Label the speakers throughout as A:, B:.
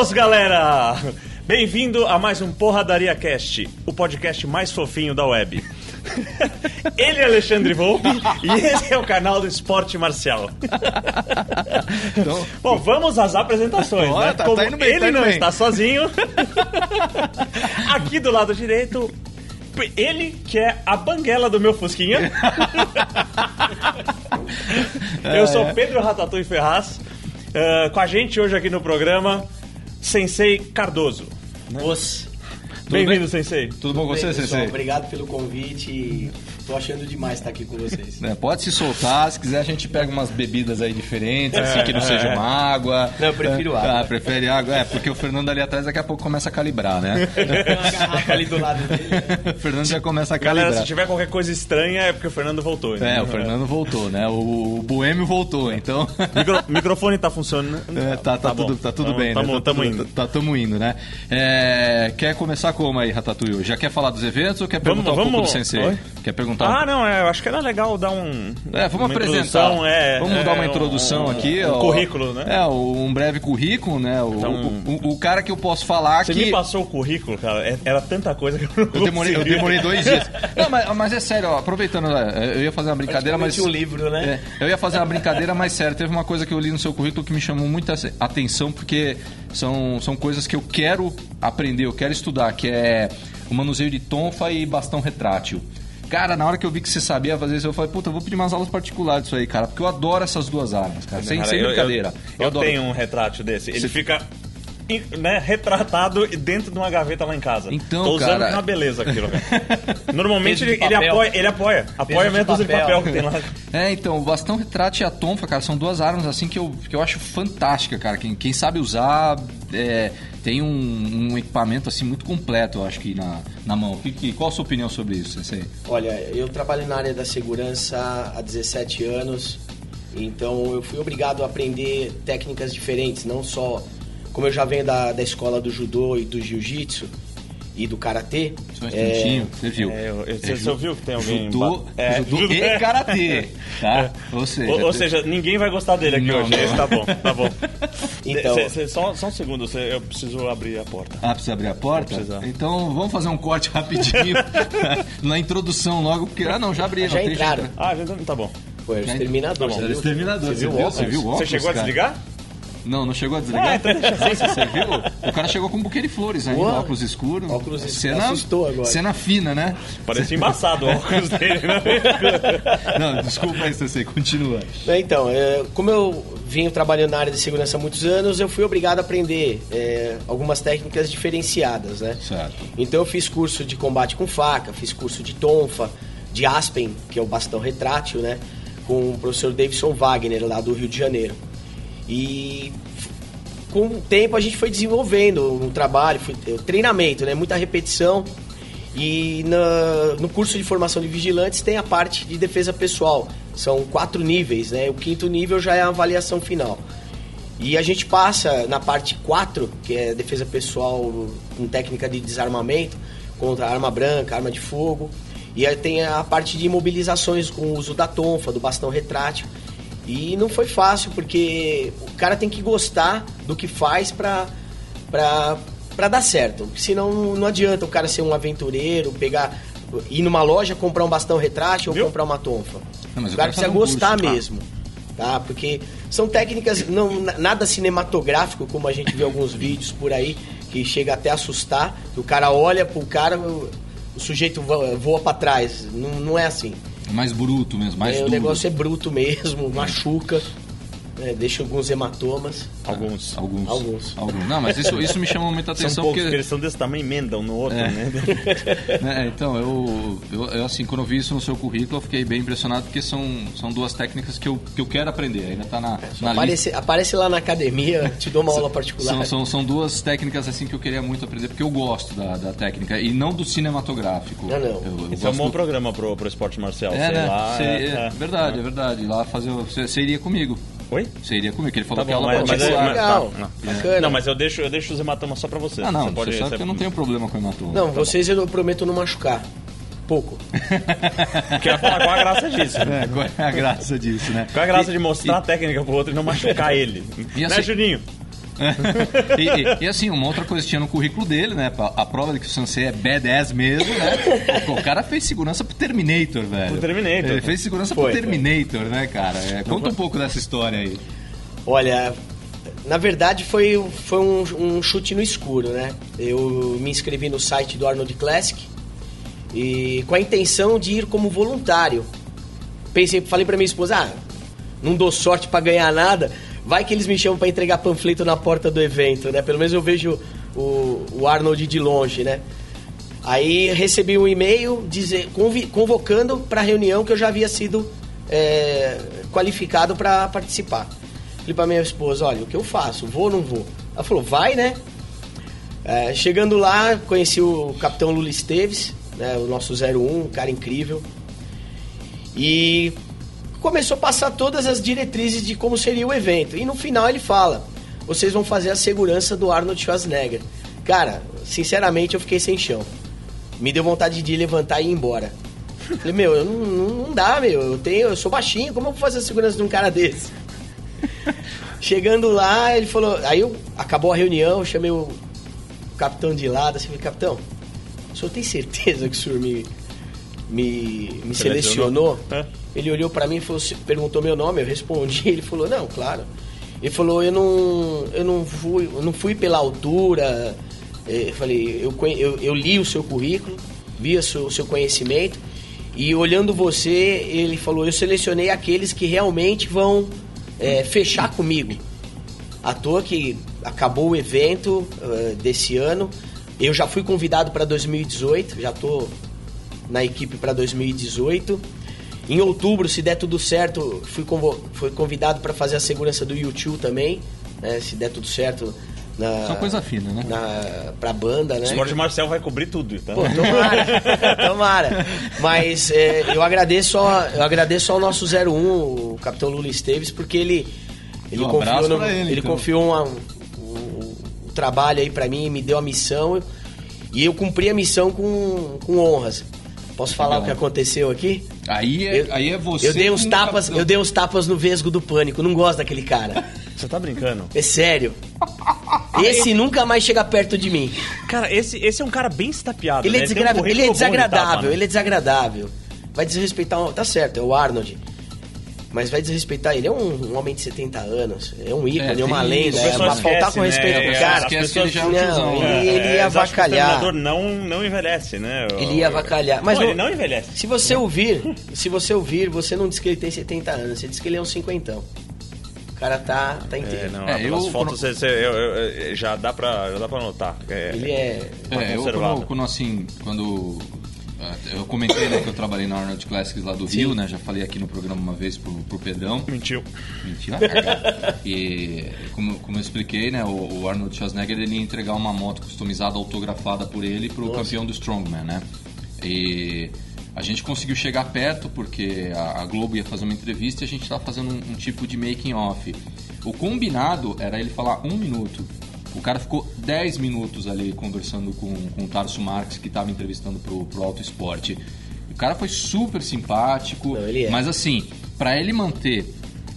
A: Os galera! Bem-vindo a mais um Porradaria Cast, o podcast mais fofinho da web. Ele é Alexandre Volpe e esse é o canal do Esporte Marcial.
B: Então,
A: Bom, vamos às apresentações,
B: Bora,
A: né?
B: tá- tá
A: Como
B: indo bem,
A: ele
B: tá indo
A: não
B: bem.
A: está sozinho. Aqui do lado direito, p- ele que é a banguela do meu fusquinha.
B: É,
A: Eu sou Pedro Ratatouille Ferraz. Ah, com a gente hoje aqui no programa, Sensei Cardoso.
B: Né?
C: Nossa,
A: Bem-vindo, Sensei.
B: tudo bom com você,
C: pessoal,
B: Sensei?
C: obrigado pelo convite. e Tô achando demais estar aqui com vocês.
B: É, pode se soltar, se quiser a gente pega umas bebidas aí
A: É,
B: diferentes, assim, que não seja uma água.
C: Não, eu prefiro
B: É,
C: água.
B: Ah, prefere água? É, porque o Fernando ali atrás daqui a pouco começa a calibrar, né?
C: Tem uma garrafa ali do lado dele.
B: o Fernando já começa a
A: Galera,
B: calibrar.
A: se tiver qualquer coisa estranha é porque o Fernando voltou.
B: É,
A: né?
B: o Fernando voltou, né? O, o Boêmio voltou, então...
A: Micro- microfone tá funcionando.
B: É, tá, tá,
A: bom.
B: tudo, tá tudo
A: Tamo-
B: bem,
A: tamo,
B: né? Tá
A: tamo
B: tudo-
A: indo.
B: Tá, tamo indo, né? É, quer começar como aí, Ratatouille? Já quer falar dos eventos ou quer
A: Vamos-
B: perguntar um pouco
A: vamos-
B: do Sensei?
A: Oi?
B: Quer perguntar um
A: Ah, não, é, eu acho que era legal dar um.
B: É, vamos
A: uma
B: apresentar.
A: introdução, é,
B: vamos
A: é,
B: dar uma
A: um-
B: introdução
A: um-
B: aqui.
A: um
B: ó.
A: currículo, né?
B: É, um breve currículo, né? O,
A: Então-
B: o- o- o cara que eu posso falar
A: Você
B: que.
A: me passou o currículo, cara. é- Era tanta coisa que eu não
B: Eu demorei, eu
A: consegui.
B: demorei dois dias. Não, mas, mas é sério, ó, aproveitando, né, eu ia fazer uma brincadeira, mas.
C: Praticamente um livro, né?
B: É, eu ia fazer uma brincadeira, mas sério, teve uma coisa que eu li no seu currículo que me chamou muita ace- atenção, porque são, são coisas que eu quero aprender, eu quero estudar, que é o manuseio de tonfa e bastão retrátil. Cara, na hora que eu vi que você sabia fazer isso, eu falei, puta, eu vou pedir umas aulas particulares disso aí, cara, porque eu adoro essas duas armas, cara, sem,
A: Cara,
B: sem
A: eu- eu-
B: brincadeira.
A: Eu, tenho um retrátil desse. Ele
B: Você-
A: fica. in- Né, retratado dentro de uma gaveta lá em casa.
B: Então,
A: Tô usando
B: cara-
A: que é uma beleza aquilo, cara. Normalmente
C: Peso
A: ele,
C: de
A: ele
C: papel.
A: apoia, ele apoia. Apoia
C: de
A: mesmo de papel
C: papel.
A: que tem lá.
B: É, então, o bastão retrato e a tonfa, cara, são duas armas assim que eu, que eu acho fantástica, cara. Quem, quem sabe usar é, tem um, um equipamento assim muito completo, eu acho que na, na mão. Que- que- qual a sua opinião sobre isso, Sensei?
C: Olha, eu trabalho na área da segurança há 17 anos, então eu fui obrigado a aprender técnicas diferentes, não só como eu já venho da, da escola do judô e do jiu-jitsu e do karatê.
B: Só um
C: é,
B: instantinho, você viu.
A: É, eu- eu-
B: É,
A: você-
B: ju-
A: você ouviu que tem alguém
B: Judô,
A: ba- é,
B: judô
A: judô- É.
B: e karatê, tá? Ou seja...
A: Ou, ou seja, ninguém vai gostar dele aqui
B: Não,
A: hoje.
B: não.
A: Esse tá bom, tá bom.
C: Então-
A: Cê- cê- só, só um segundo, cê- eu preciso abrir a porta.
B: Ah, precisa abrir a porta?
A: Vou precisar.
B: Então vamos fazer um corte rapidinho na introdução logo, porque... Ah, não, já abriram.
C: Já
B: tem gente
C: entraram.
B: entrando.
A: Ah, gente, tá bom.
C: Foi o
B: Já-
C: exterminador.
B: Tá bom.
C: você
B: Era
C: viu?
B: Exterminador,
C: Você viu o óculos?
B: Você viu o
A: Você
B: óculos,
A: chegou
B: cara?
A: a desligar?
B: Não, não chegou a desligar?
A: Ah,
C: É, tá
A: então deixa assim.
B: Você viu? O cara chegou com um buquê de flores ainda,
C: Uou.
B: óculos escuros.
C: Óculos escuros, assustou agora.
B: Cena fina, né?
A: Parecia embaçado o óculos dele, né?
B: Não, desculpa aí, Cecê, continua.
C: É, Então, é, como eu venho trabalhando na área de segurança há muitos anos, eu fui obrigado a aprender é, algumas técnicas diferenciadas, né?
B: Certo.
C: Então eu fiz curso de combate com faca, fiz curso de tonfa, de aspen, que é o bastão retrátil, né? Com o professor Davidson Wagner, lá do Rio de Janeiro. E f- com o tempo a gente foi desenvolvendo um trabalho, foi, é, treinamento, né? Muita repetição. E na- no curso de formação de vigilantes tem a parte de defesa pessoal. São quatro níveis, né? O quinto nível já é a avaliação final. E a gente passa na parte 4, que é defesa pessoal com técnica de desarmamento, contra arma branca, arma de fogo. E aí tem a parte de imobilizações com o uso da tonfa, do bastão retrátil. E não foi fácil, porque o cara tem que gostar do que faz pra, pra, pra dar certo. Porque Senão não adianta o cara ser um aventureiro, pegar ir numa loja, comprar um bastão retrátil
A: Viu?
C: ou comprar uma tonfa.
B: Não, mas eu
C: o cara
B: quero fazer
C: precisa
B: um
C: gostar
B: curso. Ah.
C: mesmo mesmo, tá? Porque são técnicas não na- nada cinematográfico como a gente vê em alguns vídeos por aí que chega até a assustar, que o cara olha pro cara, o, o sujeito voa, voa para trás. Não, não é assim.
B: Mais bruto mesmo, mais
C: É, o
B: duro.
C: negócio é bruto mesmo, machuca, né? deixa alguns hematomas.
A: Alguns.
B: Alguns.
C: Alguns.
B: Alguns. Não, mas isso, isso me chamou muita
A: São
B: atenção,
A: poucos, porque... eles são desse tamanho, emendam no outro,
B: É.
A: né?
B: né, então, eu, eu, eu, assim, quando eu vi isso no seu currículo, eu fiquei bem impressionado, porque são, são duas técnicas que eu, que eu quero aprender. Ainda tá
C: É,
B: na, na lista.
C: Aparece, aparece lá na academia, te dou uma aula particular.
B: São, são, são duas técnicas assim que eu queria muito aprender, porque eu gosto da, da técnica, e não do cinematográfico.
C: Ah, Não, não.
B: Eu- eu
A: Esse é um
B: gosto
A: bom
B: do-
A: programa pro, pro esporte marcial.
B: É,
A: sei
B: né?
A: lá.
B: Você-
A: é,
B: é
A: é.
B: verdade, é verdade. Lá fazer. o- Você você iria comigo.
A: Oi?
B: Você iria comigo, que ele
A: Tá
B: falou que
A: bom,
B: ela
A: mas,
B: pode
A: mas, mas-
C: particular.
A: tá,
C: Legal,
A: não.
C: bacana.
A: Não, mas eu deixo, eu deixo os hematomas só pra você.
B: Ah, não,
A: você
B: você,
A: pode.
B: sabe
A: você-
B: que eu não tenho problema com hematoma.
C: Não, vocês eu prometo não machucar. Pouco.
A: Porque eu ia falar, qual a graça disso?
B: É, qual é a graça disso, né?
A: Qual a graça
B: E-
A: de mostrar a técnica pro outro e não machucar ele?
B: E
A: né,
B: assim-
A: Juninho?
B: e, e- e assim, uma outra coisa que tinha no currículo dele, né? A, a prova de que o Sansei é badass mesmo, né? Pô, o cara fez segurança pro Terminator, velho.
A: Pro Terminator.
B: Ele fez segurança pro
C: Foi, foi.
B: Terminator, né, cara? É, conta um pouco dessa história aí.
C: Olha, na verdade foi, foi um, um chute no escuro, né? Eu me inscrevi no site do Arnold Classic e com a intenção de ir como voluntário. Pensei, falei pra minha esposa, ah, não dou sorte pra ganhar nada, vai que eles me chamam pra entregar panfleto na porta do evento, né? Pelo menos eu vejo o, o Arnold de longe, né? Aí recebi um e-mail dizer, convi- convocando pra reunião que eu já havia sido é, qualificado pra participar. Falei pra minha esposa, olha, o que eu faço? Vou ou não vou? Ela falou, vai, né? É, chegando lá, conheci o capitão Lula Esteves, né, o nosso 01, um cara incrível. E começou a passar todas as diretrizes de como seria o evento. E no final ele fala: vocês vão fazer a segurança do Arnold Schwarzenegger. Cara, sinceramente eu fiquei sem chão. Me deu vontade de levantar e ir embora. Falei, meu, eu não, não- não dá, meu. Eu, tenho, eu sou baixinho, como eu vou fazer a segurança de um cara desse? Chegando lá, ele falou. Aí eu- acabou a reunião, eu chamei o capitão de lado, assim, falei, capitão, o senhor tem certeza que o senhor me, me, me
A: Selecionou?
C: selecionou?
A: É.
C: Ele olhou pra mim e falou, se- perguntou meu nome, eu respondi, ele falou, não, claro. Ele falou, eu não, eu não fui, eu não fui pela altura. Eh, Eu falei, eu, conhe- eu, eu li o seu currículo, vi o seu, o seu conhecimento, e olhando você, ele falou, eu selecionei aqueles que realmente vão eh, fechar comigo. À toa que acabou o evento eh, desse ano. Eu já fui convidado para 2018, já tô na equipe para 2018. Em outubro, se der tudo certo, fui, convo- fui convidado para fazer a segurança do YouTube também, né, se der tudo certo na
B: Só coisa fina, né?
C: na pra banda, né?
A: O Jorge Marcel vai cobrir tudo, tá?
C: Pô, tomara, tomara. Mas é, eu agradeço ao, eu agradeço ao nosso 01, o capitão Lula Esteves, porque ele ele
B: Um abraço
C: confiou no-
B: pra ele,
C: ele,
B: então.
C: confiou uma- um, um trabalho aí pra mim, me deu a missão e eu cumpri a missão com, com honras. Posso falar
B: Legal.
C: o que aconteceu aqui?
B: Aí é, aí é você.
C: eu dei uns
B: como
C: tapas,
B: capitão.
C: eu dei uns tapas no vesgo do pânico, não gosto daquele cara.
A: Você tá brincando?
C: É sério. Esse nunca mais chega perto de mim.
A: Cara, esse, esse é um cara bem estapeado.
C: Ele é,
A: né? Tem um
C: desgra- ele
A: currículo
C: é
A: bom de tapa,
C: desagradável,
A: né?
C: ele é desagradável. Vai desrespeitar. um- Tá certo, é o Arnold. Mas vai desrespeitar. Ele é um, um homem de 70 anos. É um
B: É,
C: ícone, é
B: tem
C: uma
B: isso.
C: lenda.
B: O
C: É,
B: pessoal
C: pra faltar
A: né? esquece,
C: com respeito
A: né?
C: pro
A: É,
C: cara.
B: esquece que ele já é um
C: não,
B: tiozão, né?
C: ele, ele
A: É,
C: ia
A: eles acham que O
C: avacalhar.
A: Terminador não, não envelhece, né?
C: Ele ia avacalhar. Mas
A: Pô,
C: não-
A: ele não envelhece.
C: Se você ouvir, se você ouvir, você não diz que ele tem 70 anos, você diz que ele é um cinquentão. O cara tá, tá inteiro.
A: É, não,
B: É,
A: pelas
B: eu-
A: fotos você- você- eu- eu- eu- já, dá pra, já dá pra notar. É,
C: Ele é.
A: uma
B: É, eu
A: conservada.
B: quando, quando, assim, quando é, eu comentei né, que eu trabalhei na Arnold Classics lá do Rio, né? Já falei aqui no programa uma vez pro, pro Pedrão.
A: Mentiu.
B: Mentira, cara. E como, como eu expliquei, né? O, o Arnold Schwarzenegger ele ia entregar uma moto customizada, autografada por ele pro campeão do Strongman, né? E a gente conseguiu chegar perto porque a, a Globo ia fazer uma entrevista e a gente estava fazendo um, um tipo de making off. O combinado era ele falar um minuto. O cara ficou 10 minutos ali conversando com, com o Tarso Marx, que estava entrevistando pro, pro Auto Esporte. O cara foi super simpático,
C: Não, ele é.
B: mas assim, pra ele manter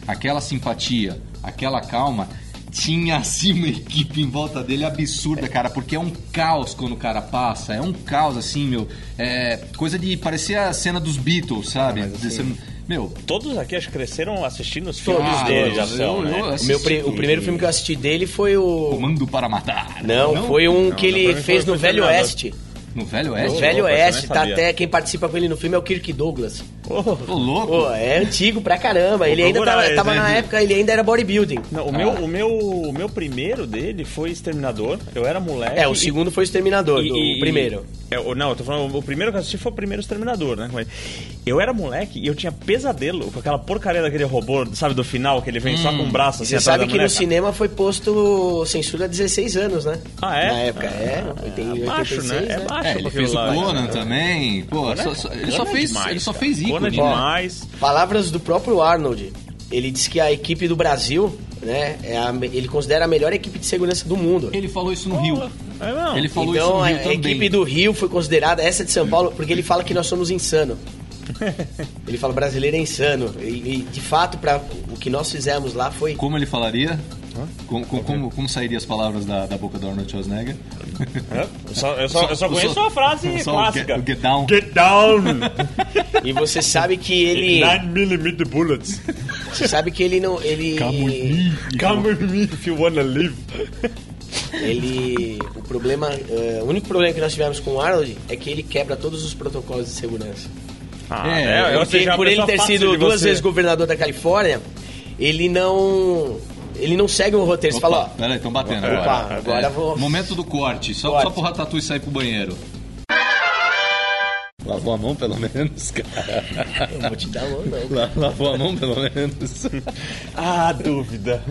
B: aquela simpatia, aquela calma, tinha assim uma equipe em volta dele absurda, cara, porque é um caos quando o cara passa, é um caos assim, meu, é coisa de parecia a cena dos Beatles, sabe? Desse- meu,
A: Todos aqui acho que cresceram assistindo os
C: Todos
A: filmes dele
C: deles,
A: de ação,
B: eu-
A: né?
B: eu
C: O, meu pri-
B: assisti
C: o primeiro filme que eu assisti dele foi o.
B: Comando para matar.
C: Não, foi um
A: Não,
C: que
A: não, pra
C: ele
A: mim foi-
C: fez
A: foi
C: no Velho
A: Terminador.
C: Oeste.
B: no Velho
C: No
B: Oeste.
A: louco,
C: Velho
A: eu
C: Oeste,
A: nem
C: tá
A: sabia.
C: até quem participa com ele no filme é o Kirk Douglas.
B: Ô, louco.
C: Pô, é antigo pra caramba. Ele ainda
A: procurar
C: tava,
A: esse,
C: tava
A: né?
C: na época, ele ainda era bodybuilding.
A: Não, o, meu, o, meu, o meu primeiro dele foi Exterminador. Eu era moleque.
C: É, o
A: e-
C: segundo foi o Exterminador, do-
A: E- e-
C: o primeiro.
A: e- é, o- não, eu tô falando, o primeiro que eu assisti foi o primeiro Exterminador, né? Mas Eu era moleque e eu tinha pesadelo com aquela porcaria daquele robô, sabe, do final, que ele vem só com o braço assim
C: Hum.
A: atrás
C: Você sabe
A: da
C: que no
A: boneca?
C: cinema foi posto censura a 16 anos, né?
A: Ah, é?
C: Na época, é. oitenta-
A: É baixo,
C: 86,
A: né? É baixo
B: É, ele
A: aquilo
B: fez o
A: lá,
B: Conan
A: cara.
B: também. Pô,
A: Conan-
B: só- só- ele
A: Conan
B: só
A: é
B: fez,
A: demais,
B: ele só
A: cara.
B: fez ícone.
A: Conan é
B: né?
A: demais.
C: Palavras do próprio Arnold. Ele disse que a equipe do Brasil, né? é a me- ele considera a melhor equipe de segurança do mundo.
B: Ele falou isso no Rio.
A: É, não.
B: Ele falou isso
C: Então
B: no
C: a,
B: Rio
C: a
B: também.
C: equipe do Rio foi considerada, essa é de São Paulo, porque ele fala que nós somos insano. Ele fala brasileiro é insano. E, e, de fato, para o que nós fizemos lá foi
B: Como ele falaria?
D: Como, como, como, como sairia as palavras da, da boca do Arnold Schwarzenegger?
A: Eu É, só, eu só, eu só conheço uma frase
D: só o
A: clássica.
D: Get, o get down.
A: Get down!
C: E você sabe que ele.
A: 9mm bullets.
C: Você sabe que ele não. Ele.
D: Come with me.
A: Come with me if you wanna live.
C: Ele. O problema. eh, o único problema que nós tivemos com o Arnold é que ele quebra todos os protocolos de segurança.
A: Ah,
D: É,
A: ou
C: Porque
A: seja, uma
C: por ele
A: pessoa
C: ter
A: fácil
C: sido
A: de
C: duas
A: você.
C: vezes governador da Califórnia, ele não. Ele não segue o roteiro. Você fala,
D: Opa,
C: ó.
D: peraí, estão batendo
C: Opa,
D: agora.
C: agora vou-
D: Momento do corte. Só,
C: Corte.
D: só pro Ratatouille sair pro banheiro.
B: Lavou a mão pelo menos, cara.
C: Eu vou te dar um não.
B: La- Lavou a mão pelo menos.
A: Ah, dúvida.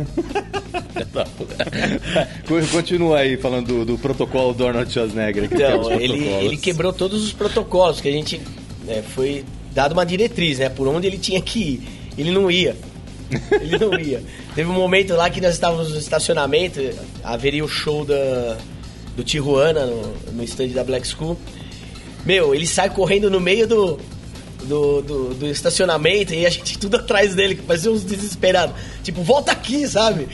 B: Co- Continua aí falando do, do protocolo do Arnold Schwarzenegger. que tem os
C: Então, ele,
B: protocolos.
C: ele quebrou todos os protocolos que a gente. né, foi dado uma diretriz, né? Por onde ele tinha que ir. Ele não ia. Ele não ia. Teve um momento lá que nós estávamos no estacionamento, haveria o show da, do Tijuana no, no stand da Black School. Meu, ele sai correndo no meio do, do, do, do estacionamento e a gente tudo atrás dele, que parecia uns desesperados. Tipo, volta aqui, sabe?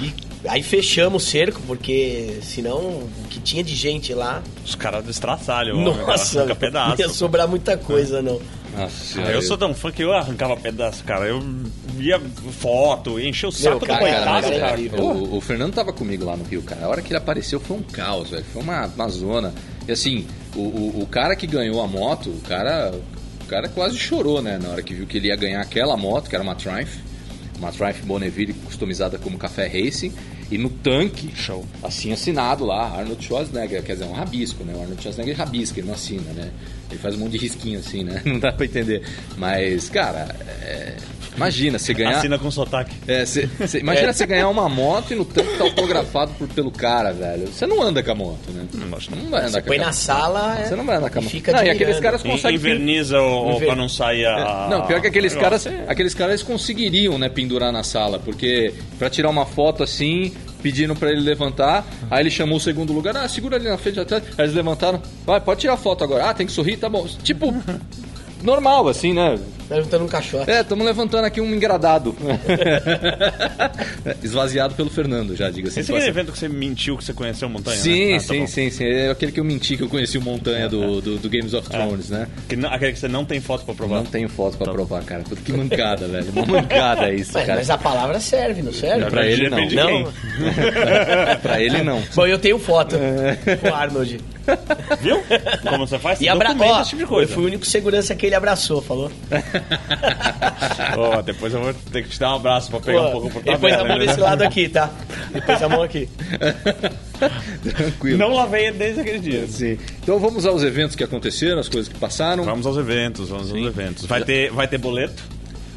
C: E aí fechamos o cerco, porque senão o que tinha de gente lá.
A: Os caras destraçalham. ó,
C: Nossa,
A: arranca
C: não ia
A: pedaço.
C: sobrar muita coisa, não.
B: Nossa,
A: Ah,
B: senhora,
A: eu sou tão fã que eu arrancava pedaço, cara. Eu via foto, enchia o saco do
C: cara,
A: coitado, cara.
C: cara, cara.
B: O, é o- o Fernando tava comigo lá no Rio, cara. A hora que ele apareceu foi um caos, velho. Foi uma, uma zona. E assim, o, o, o cara que ganhou a moto, o cara, o cara quase chorou, né? Na hora que viu que ele ia ganhar aquela moto, que era uma Triumph. Uma Triumph Bonneville customizada como Café Racing. E no tanque,
A: Show.
B: assim assinado lá, Arnold Schwarzenegger. Quer dizer, um rabisco, né? O Arnold Schwarzenegger rabisca, ele não assina, né? Ele faz um monte de risquinho assim, né? Não dá pra entender. Mas, cara, é, imagina, você ganhar...
A: Assina com sotaque.
B: É, cê- cê- imagina você ganhar uma moto e no tanto tá autografado por- pelo cara, velho. Você não anda com a moto, né? Não, você não vai andar com
C: Põe
B: a
C: na
B: moto.
C: sala. é,
B: Você não vai andar com a
C: e
B: moto.
C: Fica
B: não, e
C: admirando.
B: aqueles caras
A: E
B: conseguem.
A: inverniza o, o,
C: Inver-
A: pra não sair a.
B: É, Não, pior que aqueles
A: o
B: caras,
A: Ah, um negócio.
B: aqueles caras eles conseguiriam, né, pendurar na sala, porque pra tirar uma foto assim, pediram pra ele levantar, aí ele chamou o segundo lugar, ah, segura ali na frente atrás, aí eles levantaram, vai, pode tirar foto agora, ah, tem que sorrir, tá bom. Tipo, normal, assim, né?
C: Tá juntando um caixote.
B: É, estamos levantando aqui um engradado. Esvaziado pelo Fernando, já diga assim.
A: Esse é aquele evento que você mentiu que você conheceu Montanha?
B: Sim,
A: né? Ah, tá
B: sim,
A: bom. É.
B: sim, sim. É aquele que eu menti que eu conheci o Montanha do, do, do Games of Thrones, né?
A: Que não- aquele que você não tem foto pra provar. Tá
B: Não tenho foto pra provar, cara. Puta, que mancada, velho. Uma mancada isso,
C: Ué,
B: cara.
C: Mas a palavra serve, não serve?
B: pra ele não.
A: Depende de
C: Não.
A: quem.
B: Pra ele não.
C: Bom, eu tenho foto
B: É.
C: com o Arnold.
A: Viu? Como você faz? Você
C: E abra...
A: documenta
C: Ó,
A: esse tipo de
C: eu
A: coisa.
C: fui o único segurança que ele abraçou, falou.
A: Ó, depois eu vou ter que te dar um abraço pra pegar um pouco por
C: ele pôs a mão
A: tabela, né?
C: desse lado aqui, tá? Ele pôs a mão aqui.
B: Tranquilo.
A: Não lavei desde aquele dia.
B: Sim. Então vamos aos eventos que aconteceram, as coisas que passaram.
A: Vamos aos eventos, vamos aos eventos. Vai ter, vai ter boleto?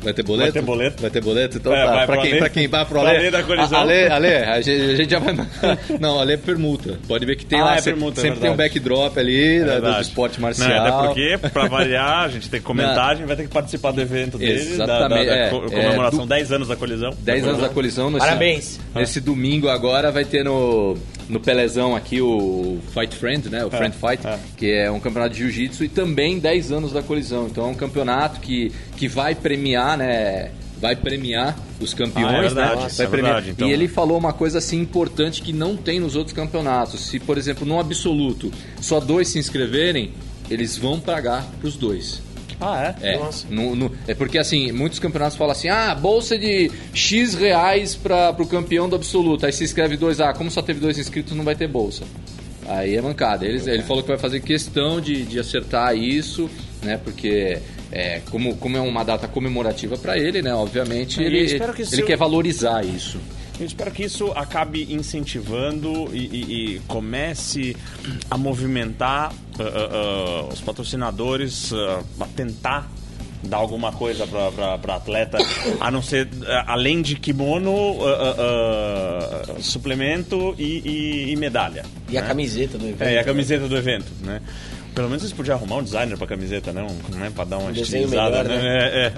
B: Vai ter boleto?
A: Vai ter boleto.
B: Vai ter boleto? Então
A: É,
B: tá.
A: vai
B: Pra
A: pro
B: quem,
A: Ale.
B: pra quem vai pro
A: Pro
B: Ale.
A: Ale da colisão.
B: A- Ale, Ale, a gente, a gente já vai. Não, Ale é permuta. Pode ver que tem
A: Ah,
B: lá.
A: é
B: se-
A: permuta, é
B: sempre tem um
A: verdade. É
B: backdrop ali da- É, do,
A: Verdade.
B: esporte
A: Não,
B: marcial.
A: até porque, pra variar, a gente tem que comentar, a gente vai ter que participar do evento dele, da- da, da
B: Exatamente, é,
A: co-
B: é,
A: comemoração
B: do-
A: 10 anos da colisão.
B: 10 anos da colisão. Nesse,
C: Parabéns.
B: Nesse domingo agora vai ter no, no Pelezão aqui o Fight Friend, né? O Friend Fight,
A: é.
B: que é um campeonato de jiu-jitsu e também 10 anos da colisão. Então é um campeonato que, que vai premiar, né? Vai premiar os campeões,
A: Ah, é verdade,
B: né?
A: isso
B: Vai
A: é
B: premiar.
A: verdade, então.
B: E ele falou uma coisa assim importante que não tem nos outros campeonatos. Se, por exemplo, no absoluto só dois se inscreverem, eles vão pagar pros dois.
A: Ah, é?
B: É,
C: Nossa.
B: no- no- é porque assim, muitos campeonatos falam assim: ah, bolsa de X reais para pro campeão do absoluto. Aí se inscreve dois, ah, como só teve dois inscritos, não vai ter bolsa. Aí é mancada. Ele, ele falou que vai fazer questão de, de acertar isso, né? Porque é, como, como é uma data comemorativa para ele, né? Obviamente,
A: E
B: ele,
A: espero que
B: ele
A: seu-
B: quer valorizar isso.
A: Eu espero que isso acabe incentivando e, e- e comece a movimentar ah, ah, ah, os patrocinadores ah, a tentar dar alguma coisa para atleta, a não ser ah, além de kimono, ah, ah, ah, suplemento e, e- e medalha.
C: E a
A: né?
C: camiseta do evento.
A: É, e a camiseta do evento, né? Pelo menos eles podiam arrumar um designer pra camiseta, né? Um, né? Pra dar uma
C: Um desenho
A: estilizada,
C: melhor,
A: né? É, é.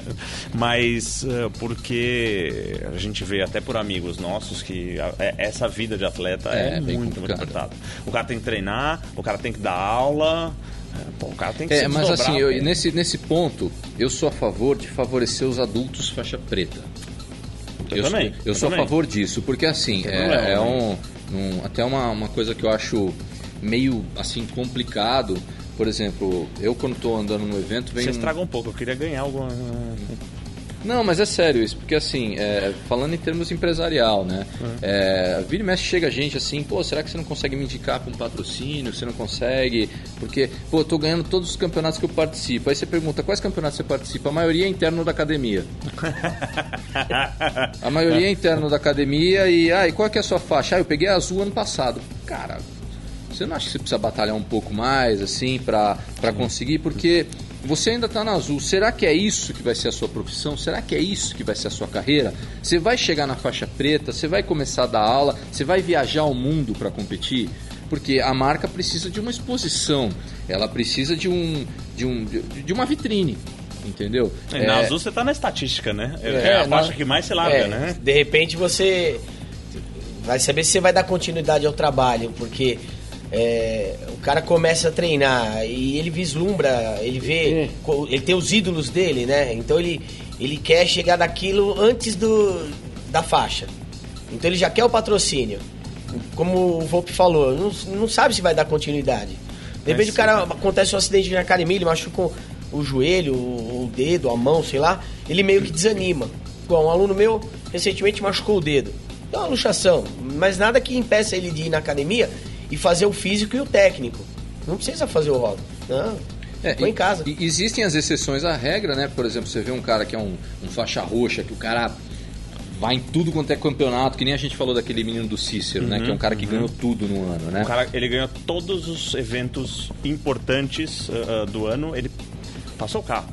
A: Mas eh, porque a gente vê até por amigos nossos que a- é- essa vida de atleta é,
B: É, bem
A: muito, muito
B: complicado.
A: apertada. O cara tem que treinar, o cara tem que dar aula, eh, pô, o cara tem que
B: É,
A: se
B: mas
A: desdobrar,
B: assim, eu-
A: pô.
B: nesse, nesse ponto, eu sou a favor de favorecer os adultos faixa preta.
A: Eu,
B: eu sou-
A: também.
B: Eu, sou
A: também.
B: a favor disso, porque assim,
A: problema,
B: é, é um, um- até uma, uma coisa que eu acho meio assim complicado. Por exemplo, eu quando estou andando no evento, vem
A: Você
B: um-
A: estraga um pouco, eu queria ganhar alguma.
B: Não, mas é sério isso, porque assim, é, falando em termos empresarial, né? É, vira e mexe chega gente assim, pô, será que você não consegue me indicar para um patrocínio? Você não consegue? Porque, pô, eu tô ganhando todos os campeonatos que eu participo. Aí você pergunta, quais campeonatos você participa? A maioria é interno da academia. A maioria é interno da academia e, ah, e qual é, que é a sua faixa? Ah, eu peguei a azul ano passado. Cara, você não acha que você precisa batalhar um pouco mais, assim, pra, pra conseguir? Porque você ainda tá na azul. Será que é isso que vai ser a sua profissão? Será que é isso que vai ser a sua carreira? Você vai chegar na faixa preta, você vai começar a dar aula, você vai viajar ao mundo pra competir? Porque a marca precisa de uma exposição, ela precisa de um de, um, de, de uma vitrine, entendeu?
A: É, Na
B: É,
A: Azul você tá na estatística, né? É,
C: É,
A: a
C: na-
A: faixa que mais se larga,
C: É,
A: né?
C: De repente você vai saber se você vai dar continuidade ao trabalho, porque é, o cara começa a treinar e ele vislumbra, ele vê, co- ele tem os ídolos dele, né? Então ele, ele quer chegar daquilo antes do, da faixa. Então ele já quer o patrocínio. Como o Volpe falou, não, não sabe se vai dar continuidade. De repente o cara acontece um acidente na academia, ele machuca o- o joelho, o o dedo, a mão, sei lá, ele meio que desanima. Igual um aluno meu recentemente machucou o dedo. É uma luxação, mas nada que impeça ele de ir na academia e fazer o físico e o técnico. Não precisa fazer o rock. Não.
B: É,
C: Ficou
B: e-
C: em casa.
B: e existem as exceções à regra, né? Por exemplo, você vê um cara que é um, um faixa roxa, que o cara vai em tudo quanto é campeonato, que nem a gente falou daquele menino do Cícero, né? Que é um cara que
C: Uhum,
B: ganhou tudo no ano, né?
A: O cara, ele ganhou todos os eventos importantes ah, ah, do ano, ele passou o carro.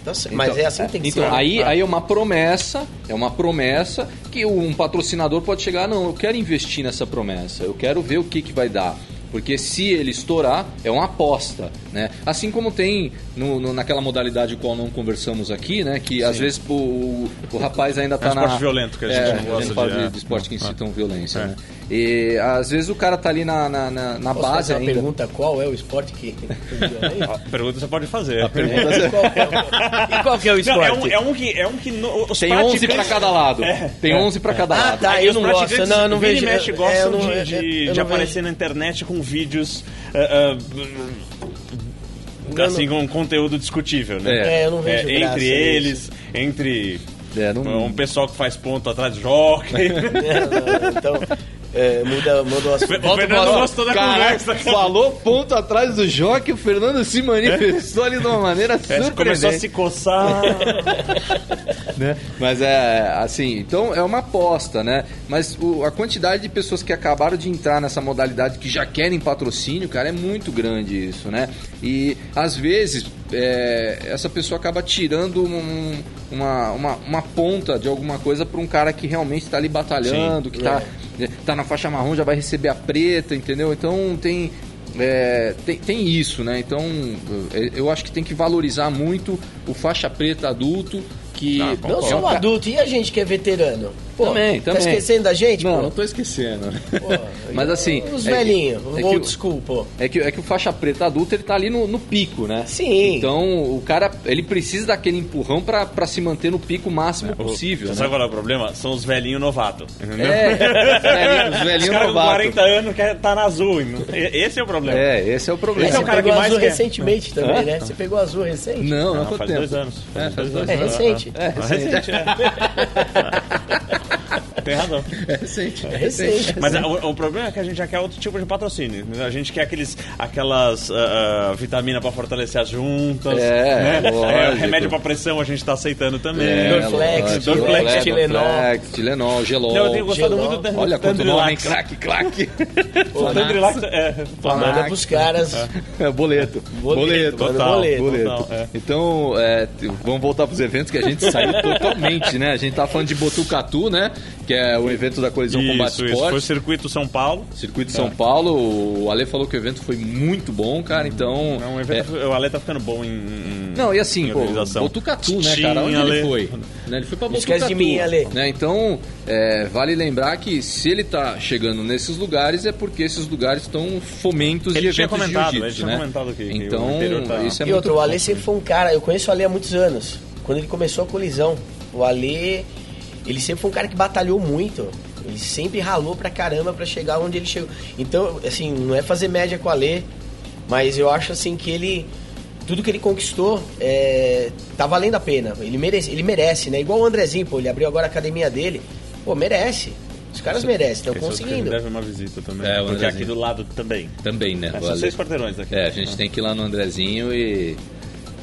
C: Então, mas é assim que tem que
B: então,
C: ser.
B: Aí, aí é uma promessa, é uma promessa que um patrocinador pode chegar, não, eu quero investir nessa promessa, eu quero ver o que, que vai dar. Porque se ele estourar, é uma aposta, né? Assim como tem no, no- naquela modalidade qual não conversamos aqui, né? Que às vezes pô, o, o rapaz ainda
A: É
B: tá
A: um esporte
B: na...
A: violento que a gente
B: é,
A: não gosta
B: a gente
A: de-
B: fala de,
A: é.
B: de esporte que incitam violência, né? E às vezes o cara tá ali na, na, na, na
C: Posso
B: base
C: fazer uma
B: ainda.
C: pergunta qual é o esporte que. né?
A: A pergunta você pode fazer.
C: Então, assim, qual é o... E qual que é o
A: Não,
C: esporte?
A: é, um, é um que. É um que no- os
B: Tem 11
A: praticantes-
B: pra cada lado. Tem 11 pra cada
C: um. É. Ah,
B: lado.
C: tá.
A: Aí
C: eu
A: os
C: não
A: praticantes
C: gosto. Não, eu não
A: vira
C: vejo-
A: E mexe,
C: eu-
A: gostam
C: eu não-
A: de,
C: eu-
A: de-
C: eu
A: de
C: não vejo.
A: aparecer na internet com vídeos. ah, ah,
C: Não,
A: assim, com conteúdo discutível, né?
B: É.
C: É, eu não vejo
A: É,
C: graça
A: entre
C: nisso. Hum.
A: eles, entre.
B: É, não-
A: Um pessoal que faz ponto atrás de jockey.
C: É, não, então, é, muda, muda o assunto.
A: O Fernando gostou da
B: Caraca,
A: conversa.
B: Falou ponto atrás do Joque, o Fernando se manifestou ali de uma maneira
A: É,
B: surpreendente.
A: começou a se coçar.
B: né? Mas é assim, então é uma aposta, né? Mas o- a quantidade de pessoas que acabaram de entrar nessa modalidade que já querem patrocínio, cara, é muito grande isso, né? E às vezes é, essa pessoa acaba tirando um- uma, uma, uma ponta de alguma coisa para um cara que realmente está ali batalhando, que está tá na faixa marrom, já vai receber a preta, entendeu? Então tem. é, tem, tem isso, né? Então eu- eu acho que tem que valorizar muito o faixa preta adulto que
A: Ah,
C: Não
B: é
C: sou
B: um
C: um
B: ca-
C: adulto, e a gente que é veterano? Pô,
B: Também,
C: tá
B: também.
C: esquecendo da gente?
B: Não,
C: pô?
B: não tô esquecendo.
A: né?
C: Pô,
B: Mas assim.
C: Os
B: é que-
C: velhinhos,
B: é que
C: old
B: o-
C: school, pô.
B: É que, é que o faixa preta adulto ele tá ali no, no pico, né?
C: Sim.
B: Então o cara ele precisa daquele empurrão pra pra se manter no pico o máximo possível.
A: Você
B: Né?
A: Sabe qual é o problema? São os velhinhos novatos.
B: É, os velhinhos- os
A: Os
B: velhinhos
A: caras com
B: novatos.
A: 40 anos quer tá na azul. e não- e- Esse é o problema.
B: É, esse é o problema.
A: Esse é o
C: Você
A: cara que
C: pegou
A: mais
C: azul
A: quer.
C: recentemente também,
B: Hã?
C: né? Você pegou azul recente?
B: Ah. Não, não,
A: Não,
B: há quanto
A: Ah, faz
B: tempo.
A: dois anos.
B: É, faz dois
C: É
B: anos.
C: recente.
A: É recente, é. Tem razão.
B: É recente.
C: É recente.
A: Mas é, o, o problema é que a gente já quer outro tipo de patrocínio. né? A gente quer aqueles, aquelas ah, ah, vitamina para fortalecer as juntas.
B: É,
A: né?
B: lógico. É,
A: É, remédio para pressão a gente tá aceitando também.
C: Dorflex,
B: lógico, é,
C: Dorflex, Tilenol.
B: Dorflex, Tilenol, Gelol.
A: Não, eu tenho gostado
C: Gelol.
A: muito do
B: Olha quanto nome, hein?
A: Tandrilax.
B: Crack, crack.
A: O Tandrilax é...
C: Manda pros caras.
B: É, boleto. Boleto.
A: total,
B: boleto.
A: total, é.
B: Então, é, t- vamos voltar pros eventos que a gente saiu totalmente, né? A gente tá falando de Botucatu, né? Que é o evento da Colisão Combate
A: Isso, isso. Foi é. o
B: Esporte.
A: circuito São Paulo.
B: Circuito de São Paulo, o Ale falou que o evento foi muito bom, cara, então...
A: É um evento, O Ale tá ficando bom em- em.
B: Não, e assim,
A: em
B: pô,
A: organização.
B: Botucatu, né,
A: Tinha,
B: cara? Onde
A: Ale. é
B: ele foi? Né, ele foi pra
C: Não
B: Botucatu.
C: esquece de mim, Ale.
B: Né, Então, é, vale lembrar que se ele tá chegando nesses lugares, é porque esses lugares estão fomentos
A: Ele
B: de
A: tinha
B: eventos de
A: comentado,
B: jiu-jitsu,
A: ele tinha
B: né?
A: comentado que- que o
B: Então,
A: interior tá-
B: isso é
C: e
B: muito
C: outro, o Ale sempre foi um cara. Eu conheço o Ale há muitos anos. Quando ele começou a colisão, o Ale Ele sempre foi um cara que batalhou muito. Ele sempre ralou pra caramba pra chegar onde ele chegou. Então, assim, não é fazer média com a Lê, mas eu acho assim que ele. Tudo que ele conquistou é, tá valendo a pena. Ele merece, ele merece, né? Igual o Andrezinho, pô, ele abriu agora a academia dele. Pô, merece. Os caras merecem, estão
A: Esse outro cara me
C: conseguindo.
A: deve uma visita também.
B: É, o
A: porque
B: Andrezinho.
A: aqui do lado também.
B: Também, né?
A: É,
B: o
A: são
B: Ale-
A: seis quarteirões daqui.
B: É, a gente tem que ir lá no Andrezinho e.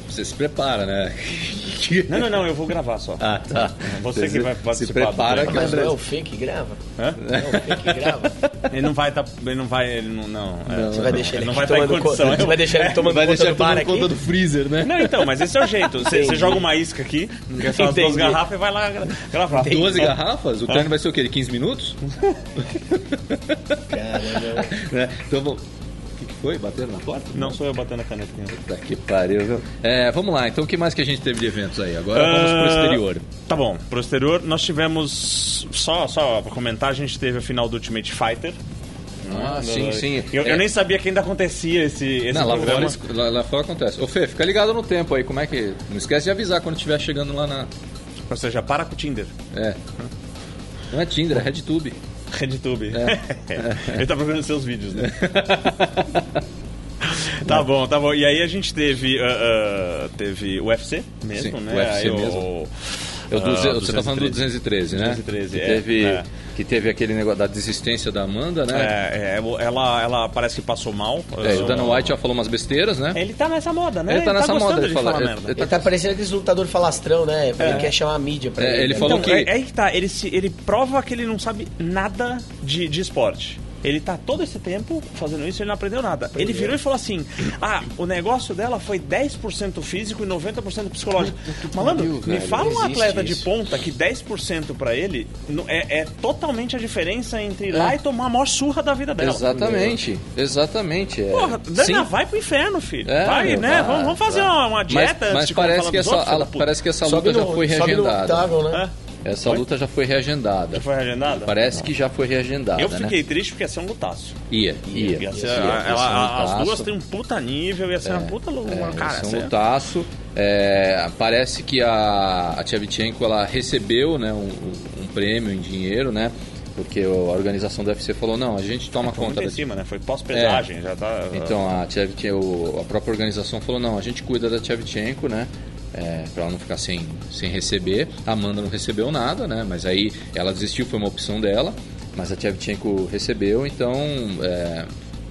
B: Você se prepara, né?
A: Não, não, não, eu vou gravar só.
B: Ah, tá.
A: Você que vai
B: Se
A: participar do
B: prepara que o
C: Mas não é o
B: Andrezinho.
C: Fê que grava?
A: Hã?
C: Não é o Fê que grava?
A: Ele não vai tá, ele não vai, ele não, não, é.
C: Você vai deixar ele
A: não vai
C: aqui
A: estar em
C: tomando
A: condição. É,
C: conta. Você vai deixar ele tomando
B: Vai
C: conta
B: deixar
C: do bar
B: tomando
C: aqui?
B: conta do freezer, né?
A: Não, então, mas esse é o jeito. Você
C: Entendi.
A: você joga uma isca aqui, que são as duas
C: Entendi.
A: garrafas e vai lá gra- gravar. É.
B: 12 garrafas? O treino vai ser o quê? De 15 minutos?
C: Caramba.
B: Né? Então vamos. O que que foi? Bateram na porta?
A: Não sou eu batendo a caneta. aqui. né?
B: Puta que pariu, viu? É, vamos lá, então o que mais que a gente teve de eventos aí? Agora vamos pro
A: Ah,
B: exterior.
A: Tá bom, pro exterior nós tivemos. Só, só pra comentar, a gente teve a final do Ultimate Fighter.
B: Ah, sim, sim.
A: Eu, eu
B: É,
A: nem sabia que ainda acontecia esse, esse
B: Não, lá
A: programa.
B: fora, isso- lá, lá fora acontece. Ô Fê, fica ligado no tempo aí, como é que. Não esquece de avisar quando estiver chegando lá na.
A: Ou seja, para com o Tinder.
B: É. Não é Tinder, é RedTube.
A: RedTube.
B: É.
A: Ele tá procurando seus vídeos, né? Tá bom, tá bom. E aí a gente teve, ah, ah, teve o UFC mesmo,
B: Sim,
A: né?
B: UFC
A: aí o-
B: mesmo.
A: ah,
B: Eu, duze- você tá falando do
A: 213.
B: 213, né?
A: 213,
B: que
A: é,
B: teve,
A: é.
B: Que teve aquele negócio da desistência da Amanda, né? É,
A: É, é, ela, ela parece que passou mal. Ah,
B: o Dana White já falou umas besteiras, né?
A: É, Ele tá nessa moda, né?
B: Ele tá nessa
A: gostando
B: moda,
A: de
B: ele fala- é,
A: falar
B: ele-
A: merda.
B: ele
C: Ele tá parecendo aqueles lutador falastrão, né? Ele quer chamar a mídia pra
B: É,
C: ele.
B: ele
C: né?
B: falou
A: Então,
B: que-
A: é, é aí que tá. Ele, se, ele prova que ele não sabe nada de, de esporte. Ele tá todo esse tempo fazendo isso e ele não aprendeu nada. Ele
B: é.
A: virou e falou assim: Ah, o negócio dela foi 10% físico e 90% psicológico. Malandro, me fala um
C: Existe
A: atleta de
C: isso.
A: ponta que 10% pra ele não- é, é totalmente a diferença entre ir lá
B: É.
A: e tomar a maior surra da vida dela.
E: Exatamente, exatamente. É.
A: Porra, Dana,
E: Sim.
A: vai pro inferno, filho.
E: É,
A: vai,
E: meu,
A: né?
E: vai,
A: vamos, vamos fazer
E: vai.
A: uma, uma dieta
B: É. mas mas
A: antes de começar a
B: parece,
A: falar
B: que
A: dos
B: essa,
A: outros, filho da
B: a-
A: puta. É.
B: parece que essa luta já foi
C: sobe no
E: reagendada.
C: octágono, né?
A: Hã?
E: Essa luta já foi reagendada.
A: Foi agendada?
E: Parece que já foi reagendada,
A: Eu
E: né?
A: fiquei triste porque ia ser um lutaço.
B: Ia, ia.
A: Ia ser-
E: ia,
A: ela-
E: ia ser um
A: a- as
E: lutaço.
A: duas têm um puta nível, ia ser uma puta loucura. cara,
E: Cara,
A: essa
E: é
A: é-
E: um lutaço.
B: É, parece que a, a Tchevchenko ela recebeu né, um, um- um prêmio em dinheiro, né? Porque a organização do UFC falou, não, a gente toma
A: Foi muito
B: conta
A: em
B: da
A: cima, né? Foi pós-pesagem, já tá.
B: Então a Tchevchenko, a própria organização falou, não, a gente cuida da Tchevchenko, né? É, para ela não ficar sem, sem receber. A Amanda não recebeu nada, né? Mas aí ela desistiu, foi uma opção dela. Mas a Tchevchenko recebeu, então é,